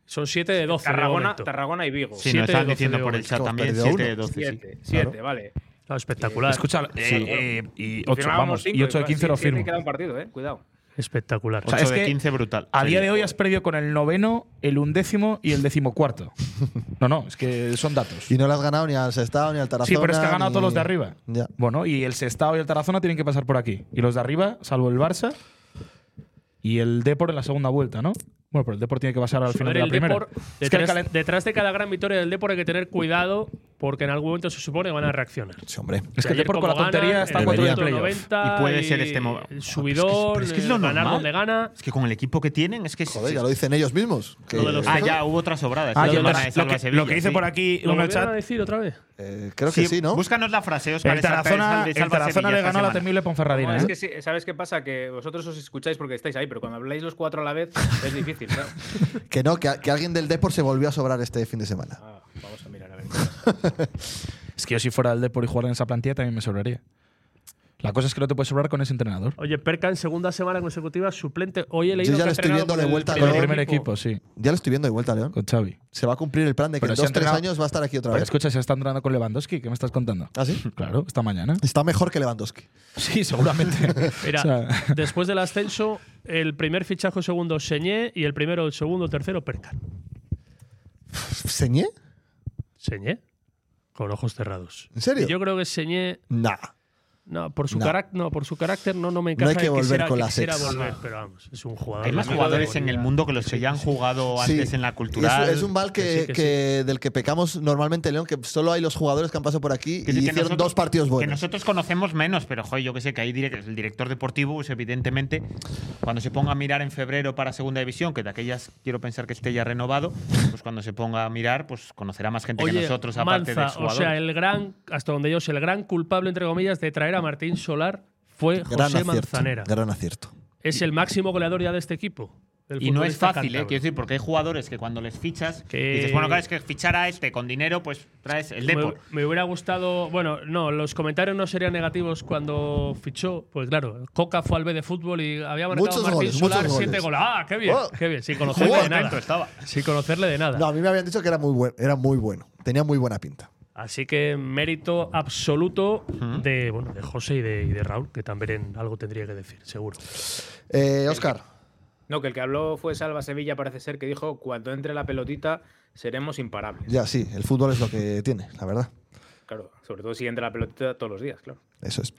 S3: Son siete de doce. de
S6: Tarragona,
S3: momento.
S6: Tarragona y Vigo.
S3: Sí,
S4: Si
S6: Sí,
S3: Siete
S4: nos
S3: de
S4: están
S3: doce
S4: diciendo
S3: de
S4: por
S3: hoy.
S4: el chat
S2: Hemos
S4: también,
S2: perdido
S4: 7
S2: uno.
S4: de 12. sí.
S6: siete, siete, vale.
S3: Claro, espectacular.
S5: Escucha, eh, eh, y 8, vamos, y 8 de 15 lo firmo.
S6: queda un partido, eh, cuidado.
S3: espectacular.
S5: sea,
S4: 8
S5: es
S4: de
S5: que
S4: 15 brutal.
S5: A
S4: Sí.
S5: día de hoy has perdido con el noveno, el undécimo y el decimocuarto. No, no, es que son datos.
S2: Y no le has ganado ni al Sestao, ni al Tarazona.
S5: Sí, pero es que ha ganado
S2: ni-
S5: todos los de arriba.
S2: Ya.
S5: Bueno, y el Sestao y el Tarazona tienen que pasar por aquí. Y los de arriba, salvo el Barça y el Depor en la segunda vuelta, ¿no? Bueno, pero el Depor tiene que pasar al final
S3: Joder,
S5: de la
S3: el
S5: primera.
S3: Depor,
S5: Es que el
S3: detrás,
S5: calen-
S3: detrás de cada gran victoria del Depor hay que tener cuidado Porque en algún momento se supone que van a reaccionar.
S2: Sí, hombre.
S5: Es
S3: Y
S5: que el
S3: ayer
S5: Depor con la
S3: como
S5: tontería
S3: ganan,
S5: está
S3: el
S5: a cuatro de
S3: minuto
S5: playoff.
S3: 90
S4: Y puede ser este mo-
S3: el
S4: Joder,
S3: subidor,
S4: pero es que es lo
S3: ganar
S4: normal.
S3: donde gana.
S4: Es que con el equipo que tienen es que…
S2: Joder,
S4: sí.
S2: ya lo dicen ellos mismos. que, eh,
S3: Lo de los-
S4: Ah, ya hubo otra sobrada. esa
S5: Ah, y
S4: semana
S5: además,
S4: de
S5: lo,
S4: Salva
S5: que,
S4: Sevilla,
S5: lo que dice
S4: sí.
S5: por aquí
S9: uno en
S3: ¿Lo
S9: el
S3: volvieron a
S9: chat.
S3: decir otra vez?
S2: eh, creo que sí, ¿no?
S4: Búscanos la frase, Oscar.
S9: El Tarazona, el Tarazona le ganó a la temible
S6: No,
S9: Ponferradina.
S6: es
S9: ¿eh?
S6: que sí, ¿sabes qué pasa? Que vosotros os escucháis porque estáis ahí, pero cuando habláis los cuatro a la vez es difícil, claro.
S2: Que no, que, a- que alguien del Depor se volvió a sobrar este fin de semana.
S6: Ah, vamos a mirar a ver.
S5: Es que yo si fuera del Depor y jugara en esa plantilla también me sobraría. La cosa es que no te puedes sobrar con ese entrenador.
S3: Oye, Perca en segunda semana consecutiva, suplente. Hoy he
S2: Yo
S3: leído
S2: ya
S3: que
S2: le
S3: ha
S2: estoy
S3: entrenado
S2: viendo
S3: con
S2: de
S3: el
S2: vuelta
S5: Con el
S2: Pero-
S5: primer equipo, sí.
S2: Ya lo estoy viendo de vuelta, León.
S5: Con Xavi.
S2: Se va a cumplir el plan de que
S5: Pues Pero
S2: en
S5: si ha
S2: dos tres
S5: entrenado- Pues
S2: años va a estar aquí otra
S5: Pero
S2: vez.
S5: escucha, se está entrenando con Lewandowski. ¿Qué me estás contando?
S2: ¿Ah, sí?
S5: Claro, esta mañana.
S2: Está mejor que Lewandowski.
S5: Sí, seguramente.
S3: Mira,
S5: O sea,
S3: después del ascenso, el primer fichaje segundo Señé y el primero, el segundo, tercero Percan.
S2: ¿Señé?
S3: Señé con ojos cerrados.
S2: ¿En serio?
S3: Y yo creo que Señé
S2: Nah.
S3: no, por su
S2: No.
S3: carac- no, por su carácter no no me
S2: No hay
S3: encaja.
S2: que
S3: y
S2: volver
S3: quisiera-
S2: con
S3: y
S2: las
S3: quisiera
S2: ex.
S3: volver, pero vamos, es un jugador.
S4: Hay más
S3: amigo de
S4: jugadores en
S3: Bolivia.
S4: el mundo que los que ya han jugado
S2: Sí.
S4: antes en la
S2: Y
S4: cultural.
S2: es, es un mal que,
S3: Que sí, que
S2: que del que pecamos normalmente, León, que solo hay los jugadores que han pasado por aquí
S4: Que
S2: y
S4: sí, que
S2: hicieron
S4: nosotros-
S2: dos partidos
S4: Que
S2: buenos.
S4: nosotros conocemos menos, pero joder, yo que sé que hay direct- el director deportivo, pues, evidentemente, cuando se ponga a mirar en febrero para segunda división, que de aquellas quiero pensar que esté ya renovado, pues cuando se ponga a mirar, pues conocerá más gente que
S3: Oye,
S4: nosotros, aparte de
S3: Manza, o
S4: exjugadores.
S3: sea, el gran, hasta donde yo sé, el gran culpable, entre comillas, de traer a Martín Solar fue
S2: Gran
S3: José
S2: acierto.
S3: Manzanera.
S2: Gran acierto.
S3: Es el máximo goleador ya de este equipo. del
S4: Y no es
S3: futbolista
S4: fácil, ¿eh?
S3: cántabro.
S4: Quiero decir, porque hay jugadores que cuando les fichas,
S3: Que-
S4: dices, bueno, claro, es que fichar a este con dinero, pues traes el
S3: Me-
S4: Depor.
S3: Me, hubiera gustado. Bueno, no, los comentarios no serían negativos cuando fichó. Pues claro, Coca fue al B de fútbol y había marcado
S2: Muchos
S3: Martín
S2: goles,
S3: Solar
S2: muchos
S3: siete
S2: goles.
S3: goles. ¡Ah, qué bien!
S2: Oh.
S3: ¡Qué bien! Sin conocerle de nada.
S4: estaba.
S3: Sin conocerle de nada.
S2: No, a mí me habían dicho que era muy bueno. Era muy bueno. Tenía muy buena pinta.
S3: Así que mérito absoluto de, bueno, de José y de, y de Raúl, que también algo tendría que decir, seguro.
S2: Eh, Oscar,
S6: No, que el que habló fue Salva Sevilla, parece ser, que dijo, cuando entre la pelotita seremos imparables.
S2: ya sí, el fútbol es lo que tiene, la verdad.
S6: Claro, sobre todo si entra la pelotita todos los días, claro.
S2: Eso es.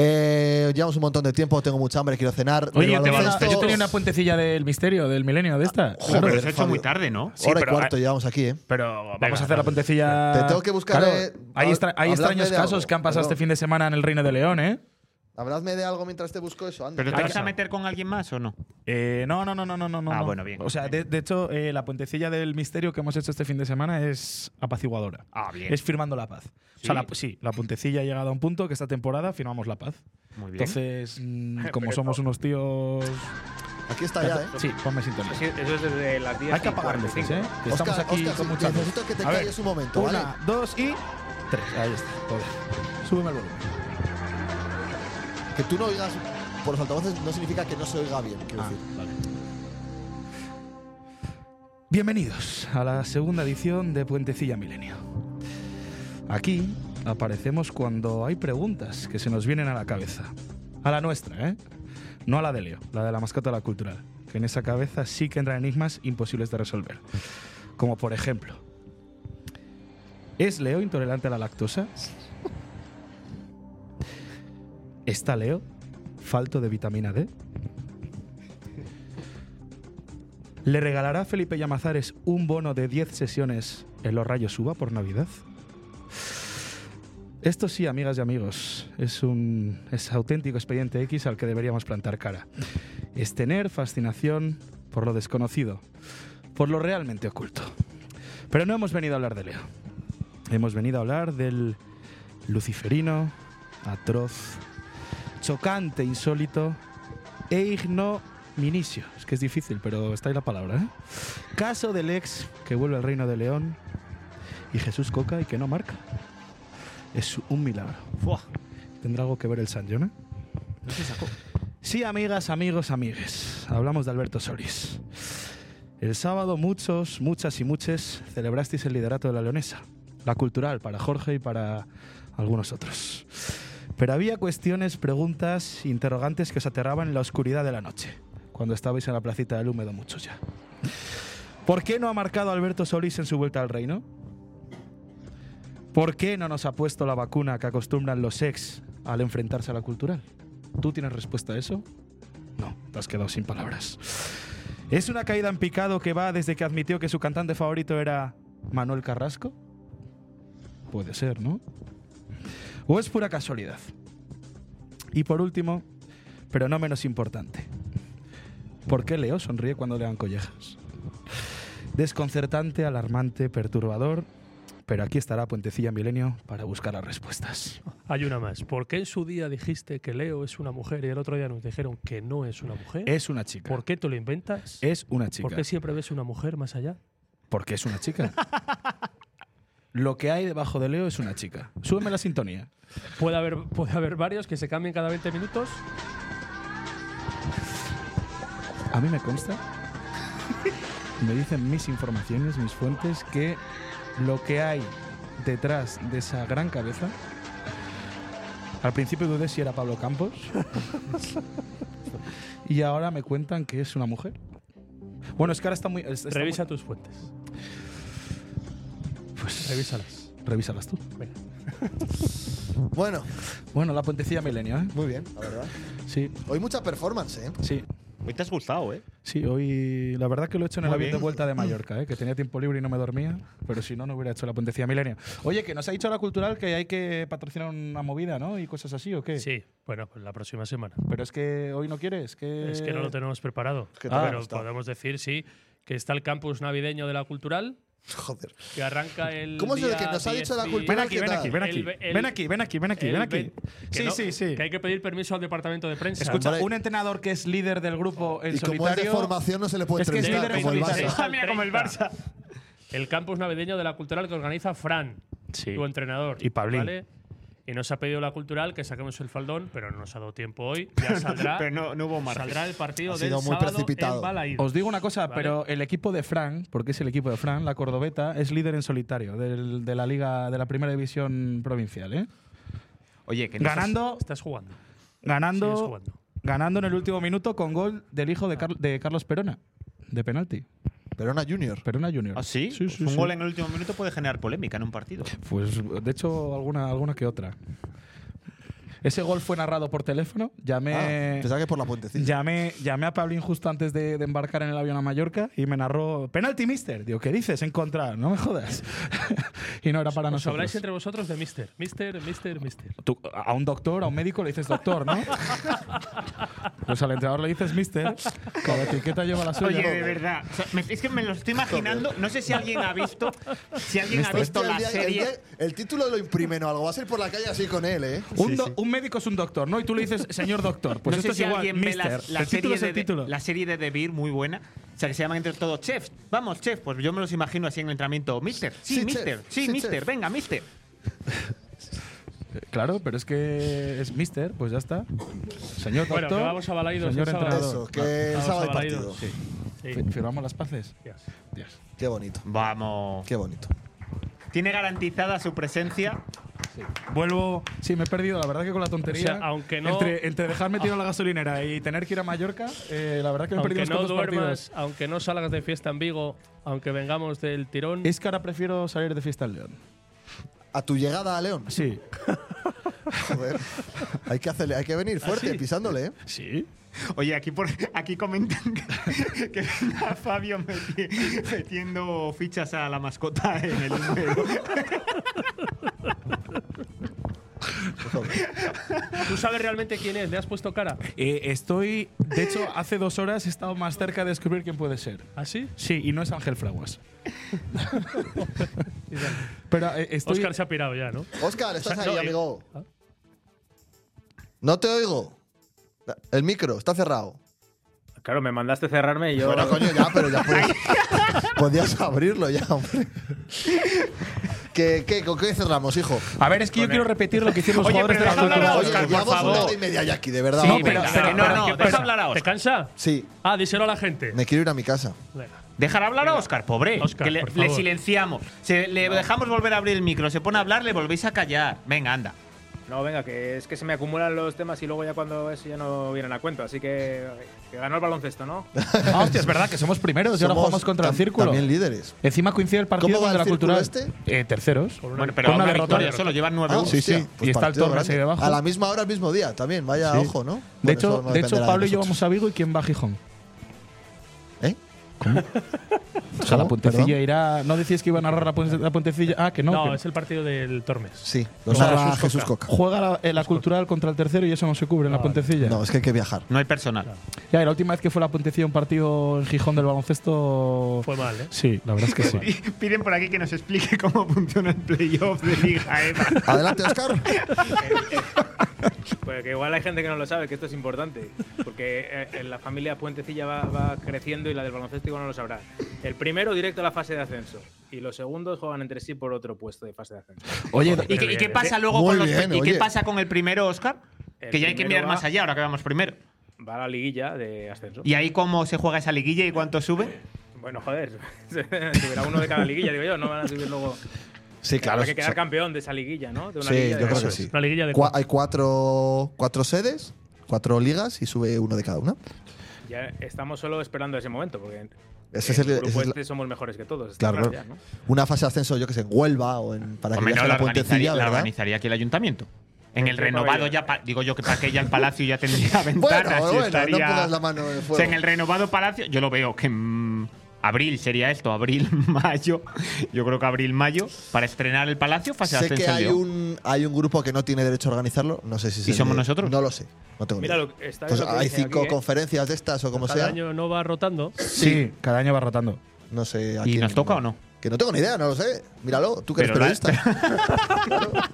S2: Eh, llevamos un montón de tiempo, tengo mucha hambre, quiero cenar.
S5: Oye,
S2: Del
S5: yo tenía, una,
S2: baloncesto-
S5: yo tenía una puentecilla del misterio, del milenio, de esta.
S2: Joder,
S4: pero se ha hecho
S2: Fabio.
S4: muy tarde, ¿no?
S5: Sí,
S2: Hora y
S5: pero-
S2: cuarto llevamos aquí, ¿eh?
S5: Pero vamos
S3: Venga,
S5: a hacer la puentecilla.
S2: Te tengo que buscar,
S5: Claro,
S2: eh,
S5: hay,
S2: hab-
S5: extra- hay
S2: habladme
S5: extraños
S2: de algo,
S5: casos que han pasado
S2: perdón.
S5: este fin de semana en el Reino de León, ¿eh?
S2: Habladme de algo mientras te busco eso, anda.
S4: ah, ¿Pero te vas a meter con alguien más o no?
S5: Eh, no, no, no, no, no, no. no.
S4: bueno, bien.
S5: O sea, de, de hecho, eh, la puentecilla del misterio que hemos hecho este fin de semana es apaciguadora.
S4: Ah, bien.
S5: Es firmando la paz. O sea, la, sí, la puentecilla ha llegado a un punto que esta temporada firmamos la paz.
S4: Muy bien.
S5: Entonces, mm, como somos unos tíos.
S2: Aquí está ya, ¿eh?
S5: Sí, ponme sintonía.
S6: Sí, Eso es desde las 10.
S5: Hay que
S6: y
S5: apagar luces,
S6: 45.
S5: ¿eh?
S2: Oscar,
S5: Que estamos aquí
S2: Oscar,
S5: con
S2: sí,
S5: mucha luz.
S2: necesito que te
S5: A ver,
S2: calles un momento,
S5: Una,
S2: ¿vale?
S5: dos y tres. Ahí está. Joder. Súbeme el volumen.
S2: Que tú no oigas por los altavoces no significa que no se oiga bien, quiero
S5: Ah.
S2: decir.
S5: Bienvenidos a la segunda edición de Puentecilla Milenio. Aquí aparecemos cuando hay preguntas que se nos vienen a la cabeza. A la nuestra, ¿eh? No a la de Leo, la de la mascota de la cultural. Que en esa cabeza sí que entran enigmas imposibles de resolver. Como por ejemplo, ¿es Leo intolerante a la lactosa? ¿Está Leo falto de vitamina D? ¿Le regalará Felipe Llamazares un bono de 10 sesiones en los rayos UVA por Navidad? Esto sí, amigas y amigos, es un es auténtico expediente X al que deberíamos plantar cara. Es tener fascinación por lo desconocido, por lo realmente oculto. Pero no hemos venido a hablar de Leo. Hemos venido a hablar del luciferino, atroz, chocante, insólito e ignominicio. Es que es difícil, pero está ahí la palabra, ¿eh? Caso del ex que vuelve al Reino de León y Jesús Coca y que no marca. Es un milagro.
S4: Buah.
S5: ¿Tendrá algo que ver el San Jona? Sí, amigas, amigos, amigues. Hablamos de Alberto Solís. El sábado muchos, muchas y muches celebrasteis el liderato de la leonesa. La cultural para Jorge y para algunos otros. Pero había cuestiones, preguntas, interrogantes que os aterraban en la oscuridad de la noche, cuando estabais en la placita del húmedo muchos ya. ¿Por qué no ha marcado Alberto Solís en su vuelta al reino? ¿Por qué no nos ha puesto la vacuna que acostumbran los ex al enfrentarse a la cultural? ¿Tú tienes respuesta a eso? No, te has quedado sin palabras. ¿Es una caída en picado que va desde que admitió que su cantante favorito era Manuel Carrasco? Puede ser, ¿no? ¿O es pura casualidad? Y por último, pero no menos importante, ¿por qué Leo sonríe cuando le dan collejas? Desconcertante, alarmante, perturbador, pero aquí estará Puentecilla Milenio para buscar las respuestas.
S3: Hay una más. ¿Por qué en su día dijiste que Leo es una mujer y el otro día nos dijeron que no es una mujer?
S5: Es una chica.
S3: ¿Por qué te lo inventas?
S5: Es una chica.
S3: ¿Por qué siempre ves una mujer más allá?
S5: Porque es una chica. Lo que hay debajo de Leo es una chica. Súbeme la sintonía.
S3: Puede haber, puede haber varios que se cambien cada 20 minutos.
S5: A mí me consta, me dicen mis informaciones, mis fuentes, que lo que hay detrás de esa gran cabeza. Al principio dudé si era Pablo Campos. y ahora me cuentan que es una mujer. Bueno, es que ahora está muy. es- está
S3: Revisa tus fuentes.
S5: muy- pues,
S3: Revísalas.
S5: revísalas tú.
S3: Venga.
S2: Bueno,
S5: Bueno, la puentecilla milenio, ¿eh?
S2: muy bien, la verdad.
S5: Sí,
S2: Hoy mucha performance, ¿eh?
S5: sí.
S4: Hoy te has gustado, ¿eh?
S5: Sí, hoy la verdad que lo he hecho en el
S4: Muy
S5: avión de
S4: bien.
S5: vuelta de Mallorca, ¿eh? que tenía tiempo libre y no me dormía, pero si no, no hubiera hecho la puentecilla milenio. Oye, que nos ha dicho la cultural que hay que patrocinar una movida, ¿no? Y cosas así, ¿o qué?
S3: Sí, bueno, pues la próxima semana.
S5: Pero es que hoy no quieres, que...
S3: Es que no lo tenemos preparado.
S2: que
S5: Ah,
S3: pero
S2: está.
S3: podemos decir, sí, que está el campus navideño de la cultural,
S2: Joder.
S3: que arranca el.
S2: ¿Cómo es lo
S3: día
S2: que nos ha dicho la
S3: 10 y-
S2: cultural?
S5: Ven aquí,
S2: ¿Qué
S5: ven
S2: tal?
S5: aquí, ven
S3: El
S5: aquí,
S3: ve- el-
S5: ven aquí, ven aquí, ven aquí,
S3: el
S5: ven aquí.
S3: ve- que
S5: Sí,
S3: no-
S5: sí, sí.
S3: Que hay que pedir permiso al departamento de prensa.
S5: Escucha,
S2: Hombre.
S5: un entrenador que es líder del grupo en
S2: Y como es de
S5: solitario.
S2: formación, no se le puede
S5: es que es
S2: entrevistar
S5: líder en
S2: como el
S5: solitario.
S2: Barça.
S3: Barça.
S5: Mira, como el Barça.
S3: El campus navideño de la cultural que organiza Fran,
S5: Sí.
S3: tu entrenador.
S5: Y Pablín.
S3: ¿vale? Y nos ha pedido la cultural que saquemos el faldón, pero no nos ha dado tiempo hoy. Ya saldrá,
S4: Pero no, no hubo margen.
S3: saldrá el partido
S2: Ha
S3: del
S2: sido muy
S3: sábado
S2: precipitado.
S3: en Balaídos.
S5: Os digo una cosa,
S3: Vale.
S5: pero el equipo de Fran, porque es el equipo de Fran, la Cordobeta, es líder en solitario del- de la liga de la primera división provincial, ¿eh?
S4: Oye, que no
S5: Ganando,
S3: Estás jugando. Sigues
S5: ganando,
S3: jugando.
S5: ganando en el último minuto con gol del hijo de, Car- de Carlos Perona, de penalti.
S2: Perona Junior.
S5: Perona Junior.
S4: ¿Ah, sí?
S5: Sí, sí,
S4: un
S5: sí.
S4: gol en el último minuto puede generar polémica en un partido.
S5: Pues de hecho alguna, alguna que otra. Ese gol fue narrado por teléfono.
S2: Ah,
S5: Llamé,
S2: pensaba que por la puentecilla.
S5: llamé, llamé a Pablín justo antes de, de embarcar en el avión a Mallorca y me narró penalti, mister. Digo, ¿qué dices? En contra, no me jodas. y no era para
S3: Os habláis
S5: nosotros.
S3: entre vosotros de Mister. Mister, Mister, Mister.
S5: Tú, a un doctor, a un médico le dices doctor, ¿no? pues al entrenador le dices mister. Cada etiqueta lleva la suya.
S4: Oye, de verdad. o sea, me- es que me lo estoy imaginando. No sé si alguien ha visto. Si alguien ha
S2: Hostia,
S4: visto
S2: Pues el,
S4: la
S2: día- el
S4: serie.
S2: día- el título lo imprimen o algo. Va a ser por la calle así con él, ¿eh?
S5: Un, do- un médico es un doctor, ¿no? Y tú le dices señor doctor. Pues
S4: no
S5: esto
S4: sé si
S5: es igual,
S4: alguien ve la,
S5: mister.
S4: la
S5: el título
S4: serie
S5: es el
S4: de, de-
S5: título.
S4: la serie de The Beer, muy buena. O sea, que se llaman entre todos chefs. Vamos, chef. Pues yo me los imagino así en el entrenamiento. Mister, sí,
S2: Sí,
S4: mister,
S2: chef,
S4: sí,
S2: sí,
S4: mister,
S2: chef.
S4: venga, mister.
S5: Eh, Claro, pero es que es mister, pues ya está. Señor doctor,
S3: Bueno, que vamos a Balaidos
S5: señor
S3: el sábado.
S5: entrenador.
S2: Eso, que el
S3: Vamos
S2: Ah, sábado
S3: a
S2: hay partido.
S3: Balaidos. Sí.
S5: Fi- ¿Firmamos las paces?
S3: Hostias.
S5: Dios.
S2: Qué bonito,
S4: Vamos.
S2: qué bonito.
S4: Tiene garantizada su presencia.
S5: Vuelvo… Sí, me he perdido. La verdad que con la tontería…
S3: O sea, aunque no-
S5: Entre, entre dejarme tirado en la gasolinera y tener que ir a Mallorca, eh, la verdad que me he perdido
S3: Aunque
S5: unos
S3: no
S5: cuantos
S3: duermas,
S5: partidos.
S3: aunque no salgas de fiesta en Vigo, aunque vengamos del tirón,
S5: Es que ahora prefiero salir de fiesta al León.
S2: A tu llegada a León,
S5: Sí.
S2: joder. Ah, hay, que hacerle, hay que venir fuerte, pisándole, ¿eh?
S5: ¿Sí?
S4: Oye, aquí por aquí comentan que, que venga Fabio meti- metiendo fichas a la mascota en el número.
S3: ¿tú sabes realmente quién es? ¿Le has puesto cara?
S5: Eh, estoy… De hecho, hace dos horas he estado más cerca de descubrir quién puede ser.
S3: ¿Así?
S5: Sí, y no es Ángel Fraguas. Pero eh, estoy…
S3: Oscar se ha pirado ya, ¿no?
S2: Oscar, estás ahí,
S3: No, eh.
S2: amigo. No te oigo. El micro está cerrado.
S6: Claro, me mandaste cerrarme y yo.
S2: Bueno, coño, ya, pero ya puedes, podías abrirlo ya, hombre. ¿Qué, qué, ¿Con qué cerramos, hijo?
S5: A ver, es que yo quiero repetir lo que hicieron los
S4: Oye,
S5: jugadores de
S4: pero
S5: la
S4: déjame hablar a
S5: cultural.
S2: Oye,
S4: Oscar, por
S2: llevamos una
S4: favor.
S2: hora y media ya aquí, de verdad.
S4: Sí,
S2: hombre.
S4: pero-
S5: venga,
S4: pero-
S5: venga,
S4: no,
S5: ¿qué
S4: no, deja hablar a
S3: ¿Te
S4: Oscar.
S3: cansa?
S2: Sí,
S3: Ah, díselo a la gente.
S2: me quiero ir a mi casa.
S3: Venga.
S4: Dejar hablar a Oscar, pobre.
S3: Óscar,
S4: que le,
S3: por
S4: le
S3: favor.
S4: silenciamos. Se- le dejamos volver a abrir el micro. Se pone a hablar, le volvéis a callar. Venga, anda.
S6: No, venga, que es que se me acumulan los temas y luego ya cuando eso ya no vienen a cuento. Así que. Que ganó el baloncesto, ¿no?
S5: Ah, hostia, es verdad que somos primeros y ahora
S2: Somos
S5: jugamos contra el
S2: tam-
S5: círculo.
S2: También líderes.
S5: Encima coincide el partido
S2: ¿Cómo va
S5: contra
S2: el
S5: la cultural.
S2: círculo este?
S5: Eh, terceros.
S4: Bueno, pero
S5: Con una
S4: una
S5: derrota.
S4: victoria solo llevan nueve
S2: Ah,
S4: unos.
S2: sí, sí.
S5: hostia. Y está el
S2: partido
S5: Torres ahí
S2: grande.
S5: debajo.
S2: A la misma hora, al mismo día también. Vaya
S5: Sí.
S2: ojo, ¿no?
S5: De
S2: Bueno, eso no
S5: hecho, de hecho
S2: dependerá
S5: Pablo y yo
S2: nosotros.
S5: vamos a Vigo y quién va a Gijón.
S2: ¿Eh?
S5: O sea, la
S2: ¿Cómo?
S5: puentecilla
S2: Perdón.
S5: irá. ¿No decías que iban a narrar la, puen- la puentecilla? Ah, que no.
S3: No,
S5: que-
S3: es el partido del Tormes.
S2: Sí, lo
S5: Juega
S2: narra
S5: Jesús
S2: Jesús Coca.
S5: Juega la, eh, la cultural contra el tercero y eso no se
S3: Ah,
S5: cubre en la puentecilla.
S2: No, es que hay que viajar.
S4: No hay personal.
S5: Ya, y la última vez que fue la puentecilla un partido en Gijón del baloncesto.
S3: Fue mal, ¿eh?
S5: Sí, la verdad es que sí.
S4: Piden por aquí que nos explique cómo funciona el playoff de Liga EVA.
S2: Adelante, Oscar.
S6: Pues que igual hay gente que no lo sabe, que esto es importante. Porque eh, en la familia Puentecilla va, va creciendo y la del baloncesto igual no lo sabrá. El primero directo a la fase de ascenso. Y los segundos juegan entre sí por otro puesto de fase de ascenso.
S5: Oye,
S4: ¿Y qué, y qué pasa luego
S2: ¿eh? Muy
S4: con los
S2: bien,
S4: pe- ¿Y qué
S2: oye.
S4: pasa con el primero, Oscar?
S6: El
S4: que ya hay que
S6: primero
S4: mirar
S6: va-
S4: más allá, ahora que vamos primero.
S6: Va a la liguilla de ascenso.
S4: ¿Y ahí cómo se juega esa liguilla y cuánto sube?
S6: Bueno, joder, subirá uno de cada liguilla, digo yo, no van a subir luego.
S2: Sí, claro.
S6: Habrá que quedar
S2: sí,
S6: campeón de esa liguilla, ¿no? De una
S2: sí,
S6: liguilla de
S2: yo creo
S6: ascenso.
S2: que sí.
S3: Una liguilla de
S2: Cua- hay cuatro, cuatro sedes, cuatro ligas y sube uno de cada una.
S6: Ya estamos solo esperando ese momento, porque
S2: Ese
S6: en
S2: es el-
S6: el
S2: ese
S6: grupo
S2: es la-
S6: este somos mejores que todos. está
S2: Claro,
S6: ya,
S2: claro.
S6: ¿no?
S2: Una fase de ascenso, yo que sé, en Huelva o en para que
S4: Hombre,
S2: viaje a
S4: no, la
S2: la puentecilla,
S4: organizaría, la
S2: ¿verdad?
S4: organizaría aquí el ayuntamiento. En el
S6: Qué
S4: renovado
S6: maravilla.
S4: ya, pa- digo yo que para que ya el palacio ya tendría
S2: Bueno,
S4: ventanas y
S2: bueno, no
S4: estaría…
S2: pongas la mano en el
S4: O
S2: fuego.
S4: sea, en el renovado palacio, yo lo veo que en abril sería esto, abril, mayo. Yo creo que abril, mayo, para estrenar el palacio,
S5: Ah,
S4: fase de
S2: sé que
S4: ascenso.
S2: hay
S4: yo.
S2: un, hay un grupo que no tiene derecho a organizarlo. No sé si es el
S4: somos
S2: de-
S4: nosotros?
S2: No lo sé. No tengo ni
S6: Mira,
S2: idea.
S6: lo que- está bien
S2: Entonces,
S6: lo que
S2: hay
S6: dicen
S2: Pues cinco
S6: aquí, ¿eh?
S2: conferencias de estas o como
S3: Cada
S2: sea.
S3: año no va rotando.
S5: Sí, cada año va rotando.
S2: No sé. a
S4: ¿Y
S2: quién-
S4: nos toca o no?
S2: Que no tengo ni idea, no lo sé. Míralo, tú que eres
S4: Pero la-
S2: periodista.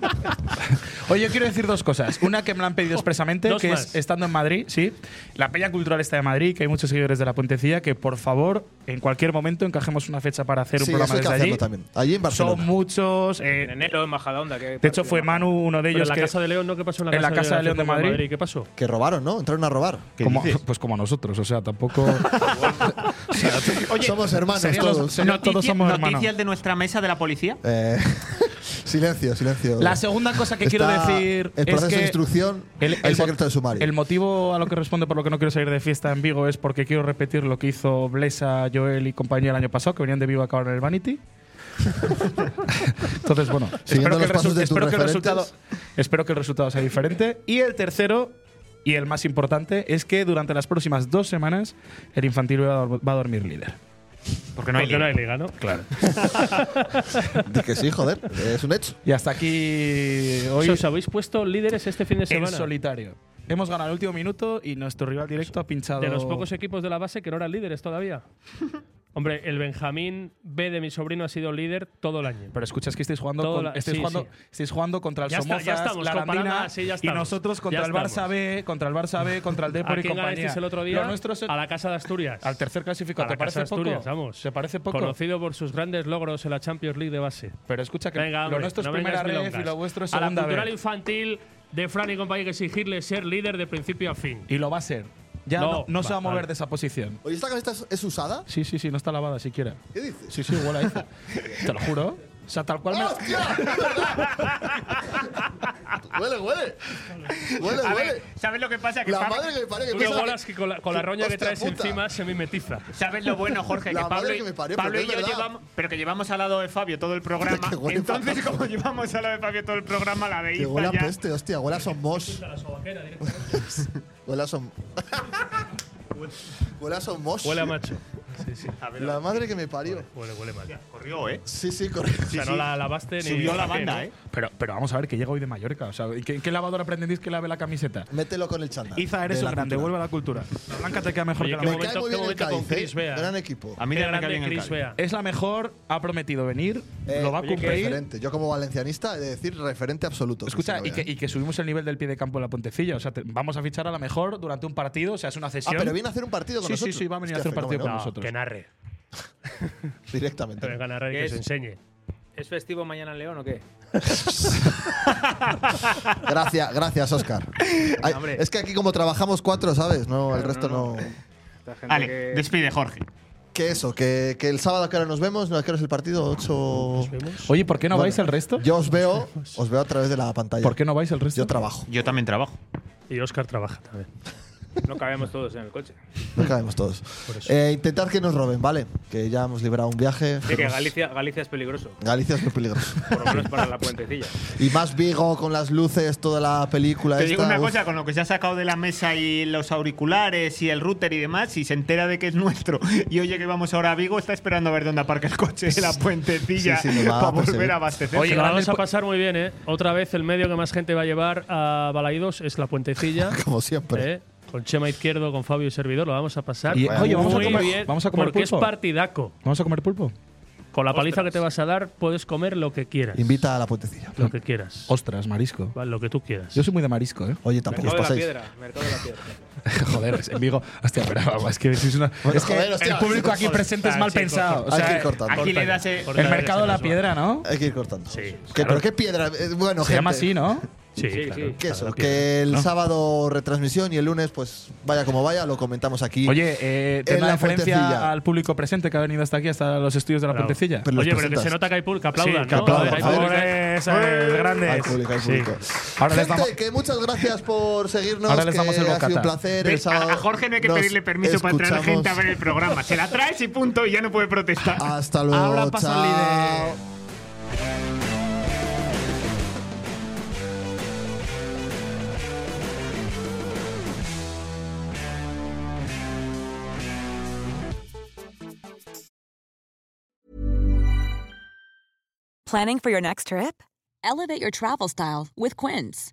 S5: Oye, yo quiero decir dos cosas. Una que me la han pedido expresamente,
S3: Dos
S5: que
S3: más.
S5: es estando en Madrid, sí. La Peña Cultural está de Madrid, que hay muchos seguidores de la Puentecilla, que por favor, en cualquier momento encajemos una fecha para hacer un
S2: sí, eso
S5: programa
S2: hay que
S5: desde
S2: hacerlo
S5: allí.
S2: también. Allí en Barcelona.
S5: Son muchos. eh,
S6: En enero en Majadahonda. que
S5: de
S6: partido
S5: hecho, fue
S6: más-
S5: Manu, uno de
S3: Pero en
S5: ellos,
S3: la
S5: que,
S3: Casa de León, ¿no? ¿Qué pasó en la
S5: en la
S3: Casa,
S5: Casa de León
S3: hace
S5: de
S3: poco en
S5: Madrid?
S3: ¿Qué pasó?
S2: que robaron, ¿no? Entraron a robar.
S5: como- pues como nosotros, o sea, tampoco.
S2: Somos hermanos
S5: serían los-
S2: todos.
S5: serían- Señor, todos somos hermanos.
S4: noticias de nuestra mesa de la policía.
S2: Eh, silencio, silencio.
S5: La segunda cosa que quiero
S2: eh, Está
S5: decir
S2: El proceso
S5: es que
S2: de instrucción, el,
S5: mo-
S2: secreto de sumario.
S5: el motivo a lo que responde por lo que no quiero salir de fiesta en Vigo es porque quiero repetir lo que hizo Blesa, Joel y compañía el año pasado, que venían de Vigo a acabar en el Vanity. Entonces, bueno,
S2: Siguiendo
S5: espero, que
S2: los
S5: el,
S2: pasos
S5: resu-
S2: de tus
S5: espero que el
S2: referentes.
S5: resultado, espero que el resultado sea diferente. Y el tercero, y el más importante, es que durante las próximas dos semanas el infantil va a, dor- va a dormir líder.
S4: Porque no hay
S3: Porque
S4: liga.
S3: no hay liga, ¿no? Claro.
S2: Di que sí, joder, es un hecho.
S5: Y hasta aquí hoy
S3: ¿Os habéis puesto líderes este fin de
S5: en
S3: semana?
S5: solitario. Hemos ganado el último minuto y nuestro rival directo ha pinchado.
S3: De los pocos equipos de la base que no eran líderes todavía. Hombre, el Benjamín B de mi sobrino ha sido líder todo el año.
S5: Pero escucha, es que estáis jugando,
S3: Todo
S5: con-
S3: la-
S5: estáis
S3: sí,
S5: jugando,
S3: sí.
S5: estáis jugando contra el
S3: Ya está,
S5: Somozas,
S3: ya estamos,
S5: la
S3: comparando-
S5: Arandina,
S3: ah, sí, ya
S5: y
S3: estamos.
S5: nosotros contra
S3: Ya
S5: el Barça
S3: estamos.
S5: B, contra el Barça B, contra el
S3: ¿A
S5: Depor y
S3: quién
S5: compañía.
S3: ganasteis el otro día?
S5: Lo nuestro es-
S3: a la Casa de Asturias.
S5: al tercer clasificado.
S3: A
S5: ¿Te
S3: la
S5: parece
S3: Casa de Asturias,
S5: poco?
S3: vamos.
S5: ¿Te parece poco?
S3: Conocido por sus grandes logros en la Champions League de base.
S5: Pero escucha que
S3: Venga,
S5: lo
S3: hombre,
S5: nuestro es
S3: no vengas
S5: primera red y
S3: milongas.
S5: lo vuestro es
S3: A la
S5: segunda
S3: cultural
S5: B.
S3: infantil de Fran y compañía hay que exigirle ser líder de principio a fin.
S5: Y lo va a ser. Ya
S3: No,
S5: no, no se
S3: va-
S5: va a mover
S3: vale.
S5: de esa posición.
S2: Oye, ¿esta camiseta es- es usada?
S5: Sí, sí, sí, no está lavada siquiera.
S2: ¿Qué dices?
S5: Sí, sí, igual a esa. Te lo juro. O sea, tal cual me-
S2: ¡Hostia! ¡Es verdad! huele, huele. Huele,
S4: A
S2: huele.
S4: ver, ¿sabes lo que pasa? Que
S2: la
S4: Pablo-
S2: madre que me parió. Que
S3: Tú
S2: piensa
S3: lo bolas que con la, con la roña que
S2: Hostia
S3: traes
S2: puta.
S3: encima se mimetiza.
S4: ¿Sabes lo bueno, Jorge?
S2: La
S4: que Pablo,
S2: madre
S4: y-
S2: que me parió,
S4: Pablo
S2: porque
S4: y
S2: es
S4: yo
S2: verdad.
S4: llevamos. Pero que llevamos al lado de Fabio todo el programa.
S2: Que huele
S4: Entonces,
S2: fatal.
S4: como llevamos al lado de Fabio todo el programa, la veis.
S2: Que huele a
S4: ya.
S2: peste, hostia. Huele a somos. Huele a som... huele a somos.
S3: Huele a macho.
S2: La madre que me parió.
S3: Huele, huele mal.
S4: Corrió, ¿eh?
S2: Sí, sí, correcto.
S3: O sea, no la lavaste ni.
S4: Subió la
S3: ¿para qué,
S4: banda,
S3: no?
S4: ¿eh?
S5: Pero, pero vamos a ver que llega hoy de Mallorca. O sea, ¿en qué, en qué lavadora pretendís que lave la camiseta?
S2: Mételo con el chándal.
S5: Iza, eres
S2: De
S5: un
S2: la
S5: grande,
S2: cultura.
S5: vuelve a la cultura. La blanca te queda mejor
S3: Oye,
S5: que
S3: qué
S5: la
S2: Me
S5: blanca.
S2: cae
S3: momento-
S2: muy
S3: qué
S2: bien el
S3: momento con
S2: Cádiz,
S3: Chris
S2: eh.
S3: Bea.
S2: Gran equipo.
S4: A mí
S3: Qué
S4: me cae
S3: grande
S4: bien el
S3: Chris
S4: Cádiz.
S3: Bea.
S5: Es la mejor, ha prometido venir,
S2: Eh,
S5: lo va a
S2: oye, que
S5: cumplir.
S2: Referente. Yo como valencianista he de decir referente absoluto.
S5: Escucha, y
S2: Cristiano
S5: que,
S2: Bea.
S5: y que subimos el nivel del pie de campo en la Pontecilla. O sea, te- vamos a fichar a la mejor durante un partido. O sea, es una
S2: Ah,
S5: cesión.
S2: pero viene a hacer un partido con
S5: Sí, sí,
S2: nosotros.
S5: sí, va a venir a
S2: Hostia,
S5: hacer un partido con Eh,
S2: fenómeno.
S5: nosotros.
S3: Que narre.
S2: Directamente.
S3: Que venga a narrar y
S6: ¿Qué
S3: que
S6: es?
S3: se enseñe.
S6: ¿Es festivo mañana en León o qué?
S2: Gracias, gracias, Oscar. Ay,
S6: hombre.
S2: es que aquí como trabajamos cuatro, ¿sabes? No, el
S6: Claro,
S2: resto no.
S6: no, no. Esta gente
S4: Ale,
S6: que-
S4: despide, Jorge.
S2: Que eso, que, que el sábado que ahora nos vemos, no, ¿a qué hora es el partido? 8.
S5: Oye, ¿por qué no
S2: Bueno,
S5: vais el resto?
S2: Yo os veo, os veo a través de la pantalla.
S5: ¿Por qué no vais el resto?
S2: Yo trabajo.
S4: Yo también trabajo.
S3: Y Oscar trabaja también.
S6: No cabemos todos en el coche.
S2: Nos caemos todos. Eh, intentar que nos roben, ¿vale? Que ya hemos librado un viaje.
S6: Sí, que
S2: Hemos-
S6: Galicia, Galicia es peligroso,
S2: Galicia es muy peligroso.
S6: por lo menos para la puentecilla.
S2: Y más Vigo con las luces, toda la película.
S4: Te
S2: esta,
S4: digo una
S2: uf.
S4: cosa, con lo que se ha sacado de la mesa y los auriculares y el router y demás, si se entera de que es nuestro y oye que vamos ahora a Vigo, está esperando a ver dónde aparca el coche de la puentecilla
S2: Sí, sí, nos va a
S4: para
S2: perseguir.
S4: volver a abastecerse.
S3: Oye, la
S4: Grande
S3: vamos a pasar muy bien, ¿eh? Otra vez el medio que más gente va a llevar a Balaidos es la puentecilla.
S2: Como siempre.
S3: ¿eh? Con Chema Izquierdo, con Fabio y Servidor, lo vamos a pasar.
S10: Y- oye, vamos a
S3: muy
S10: comer-
S3: bien,
S10: vamos a comer
S3: Porque
S10: pulpo.
S3: es partidaco.
S10: ¿Vamos a comer pulpo?
S3: Con la paliza que te vas a dar, puedes comer lo que quieras.
S2: Invita a la puentecilla.
S3: Lo que quieras.
S10: Ostras, marisco.
S3: Vale, Lo que tú quieras.
S10: Yo soy muy de marisco, ¿eh?
S2: Oye, tampoco os
S6: Mercado de la
S2: paséis.
S6: piedra, mercado de la piedra.
S10: Joder, es- en Vigo. Hostia, pero vamos, es que sois una.
S2: Bueno,
S10: es que
S2: joder, hostia,
S10: el público
S2: sí,
S10: aquí presente es
S3: sí,
S10: mal
S3: sí,
S10: pensado. O
S2: Hay que
S10: sea,
S2: ir cortando.
S4: Aquí le das. eh,
S3: Corta
S10: el
S3: de
S10: mercado de la
S3: esas, ¿no?
S10: piedra, ¿no?
S2: Hay que ir cortando.
S3: Sí,
S2: Que- ¿Pero qué piedra? Eh, Bueno,
S10: Se llama
S2: gente,
S10: así, ¿no?
S3: Sí,
S6: Sí,
S3: claro,
S6: sí.
S2: Que eso,
S3: claro,
S2: que el
S10: ¿no?
S2: sábado retransmisión y el lunes, pues vaya como vaya, lo comentamos aquí.
S10: Oye, eh,
S2: En
S10: tema
S2: la
S10: de referencia
S2: Fuentecilla.
S10: al público presente que ha venido hasta aquí, hasta los estudios de la
S3: Claro.
S10: Puentecilla.
S2: Pero los
S3: Oye, pero que se
S2: presentas.
S3: nota que hay público. Que aplaudan,
S10: Sí,
S3: ¿no?
S2: aplaudan,
S3: A ver, hay
S2: por
S3: público.
S2: Al público, al público.
S10: pues, Ahora les
S2: Gente,
S10: damos.
S2: que muchas gracias por seguirnos.
S10: Ahora les
S2: que
S10: damos el
S2: Ha sido
S10: bocata.
S2: un placer. el
S4: ves,
S2: sábado
S4: a, a Jorge no hay que
S2: nos
S4: pedirle permiso para traer
S2: escuchamos.
S4: gente a ver el programa. Se la traes y punto, y ya no puede protestar.
S2: Hasta luego.
S10: Ahora pasa el
S2: chao.
S10: líder.
S11: Planning for your next trip? Elevate your travel style with Quince.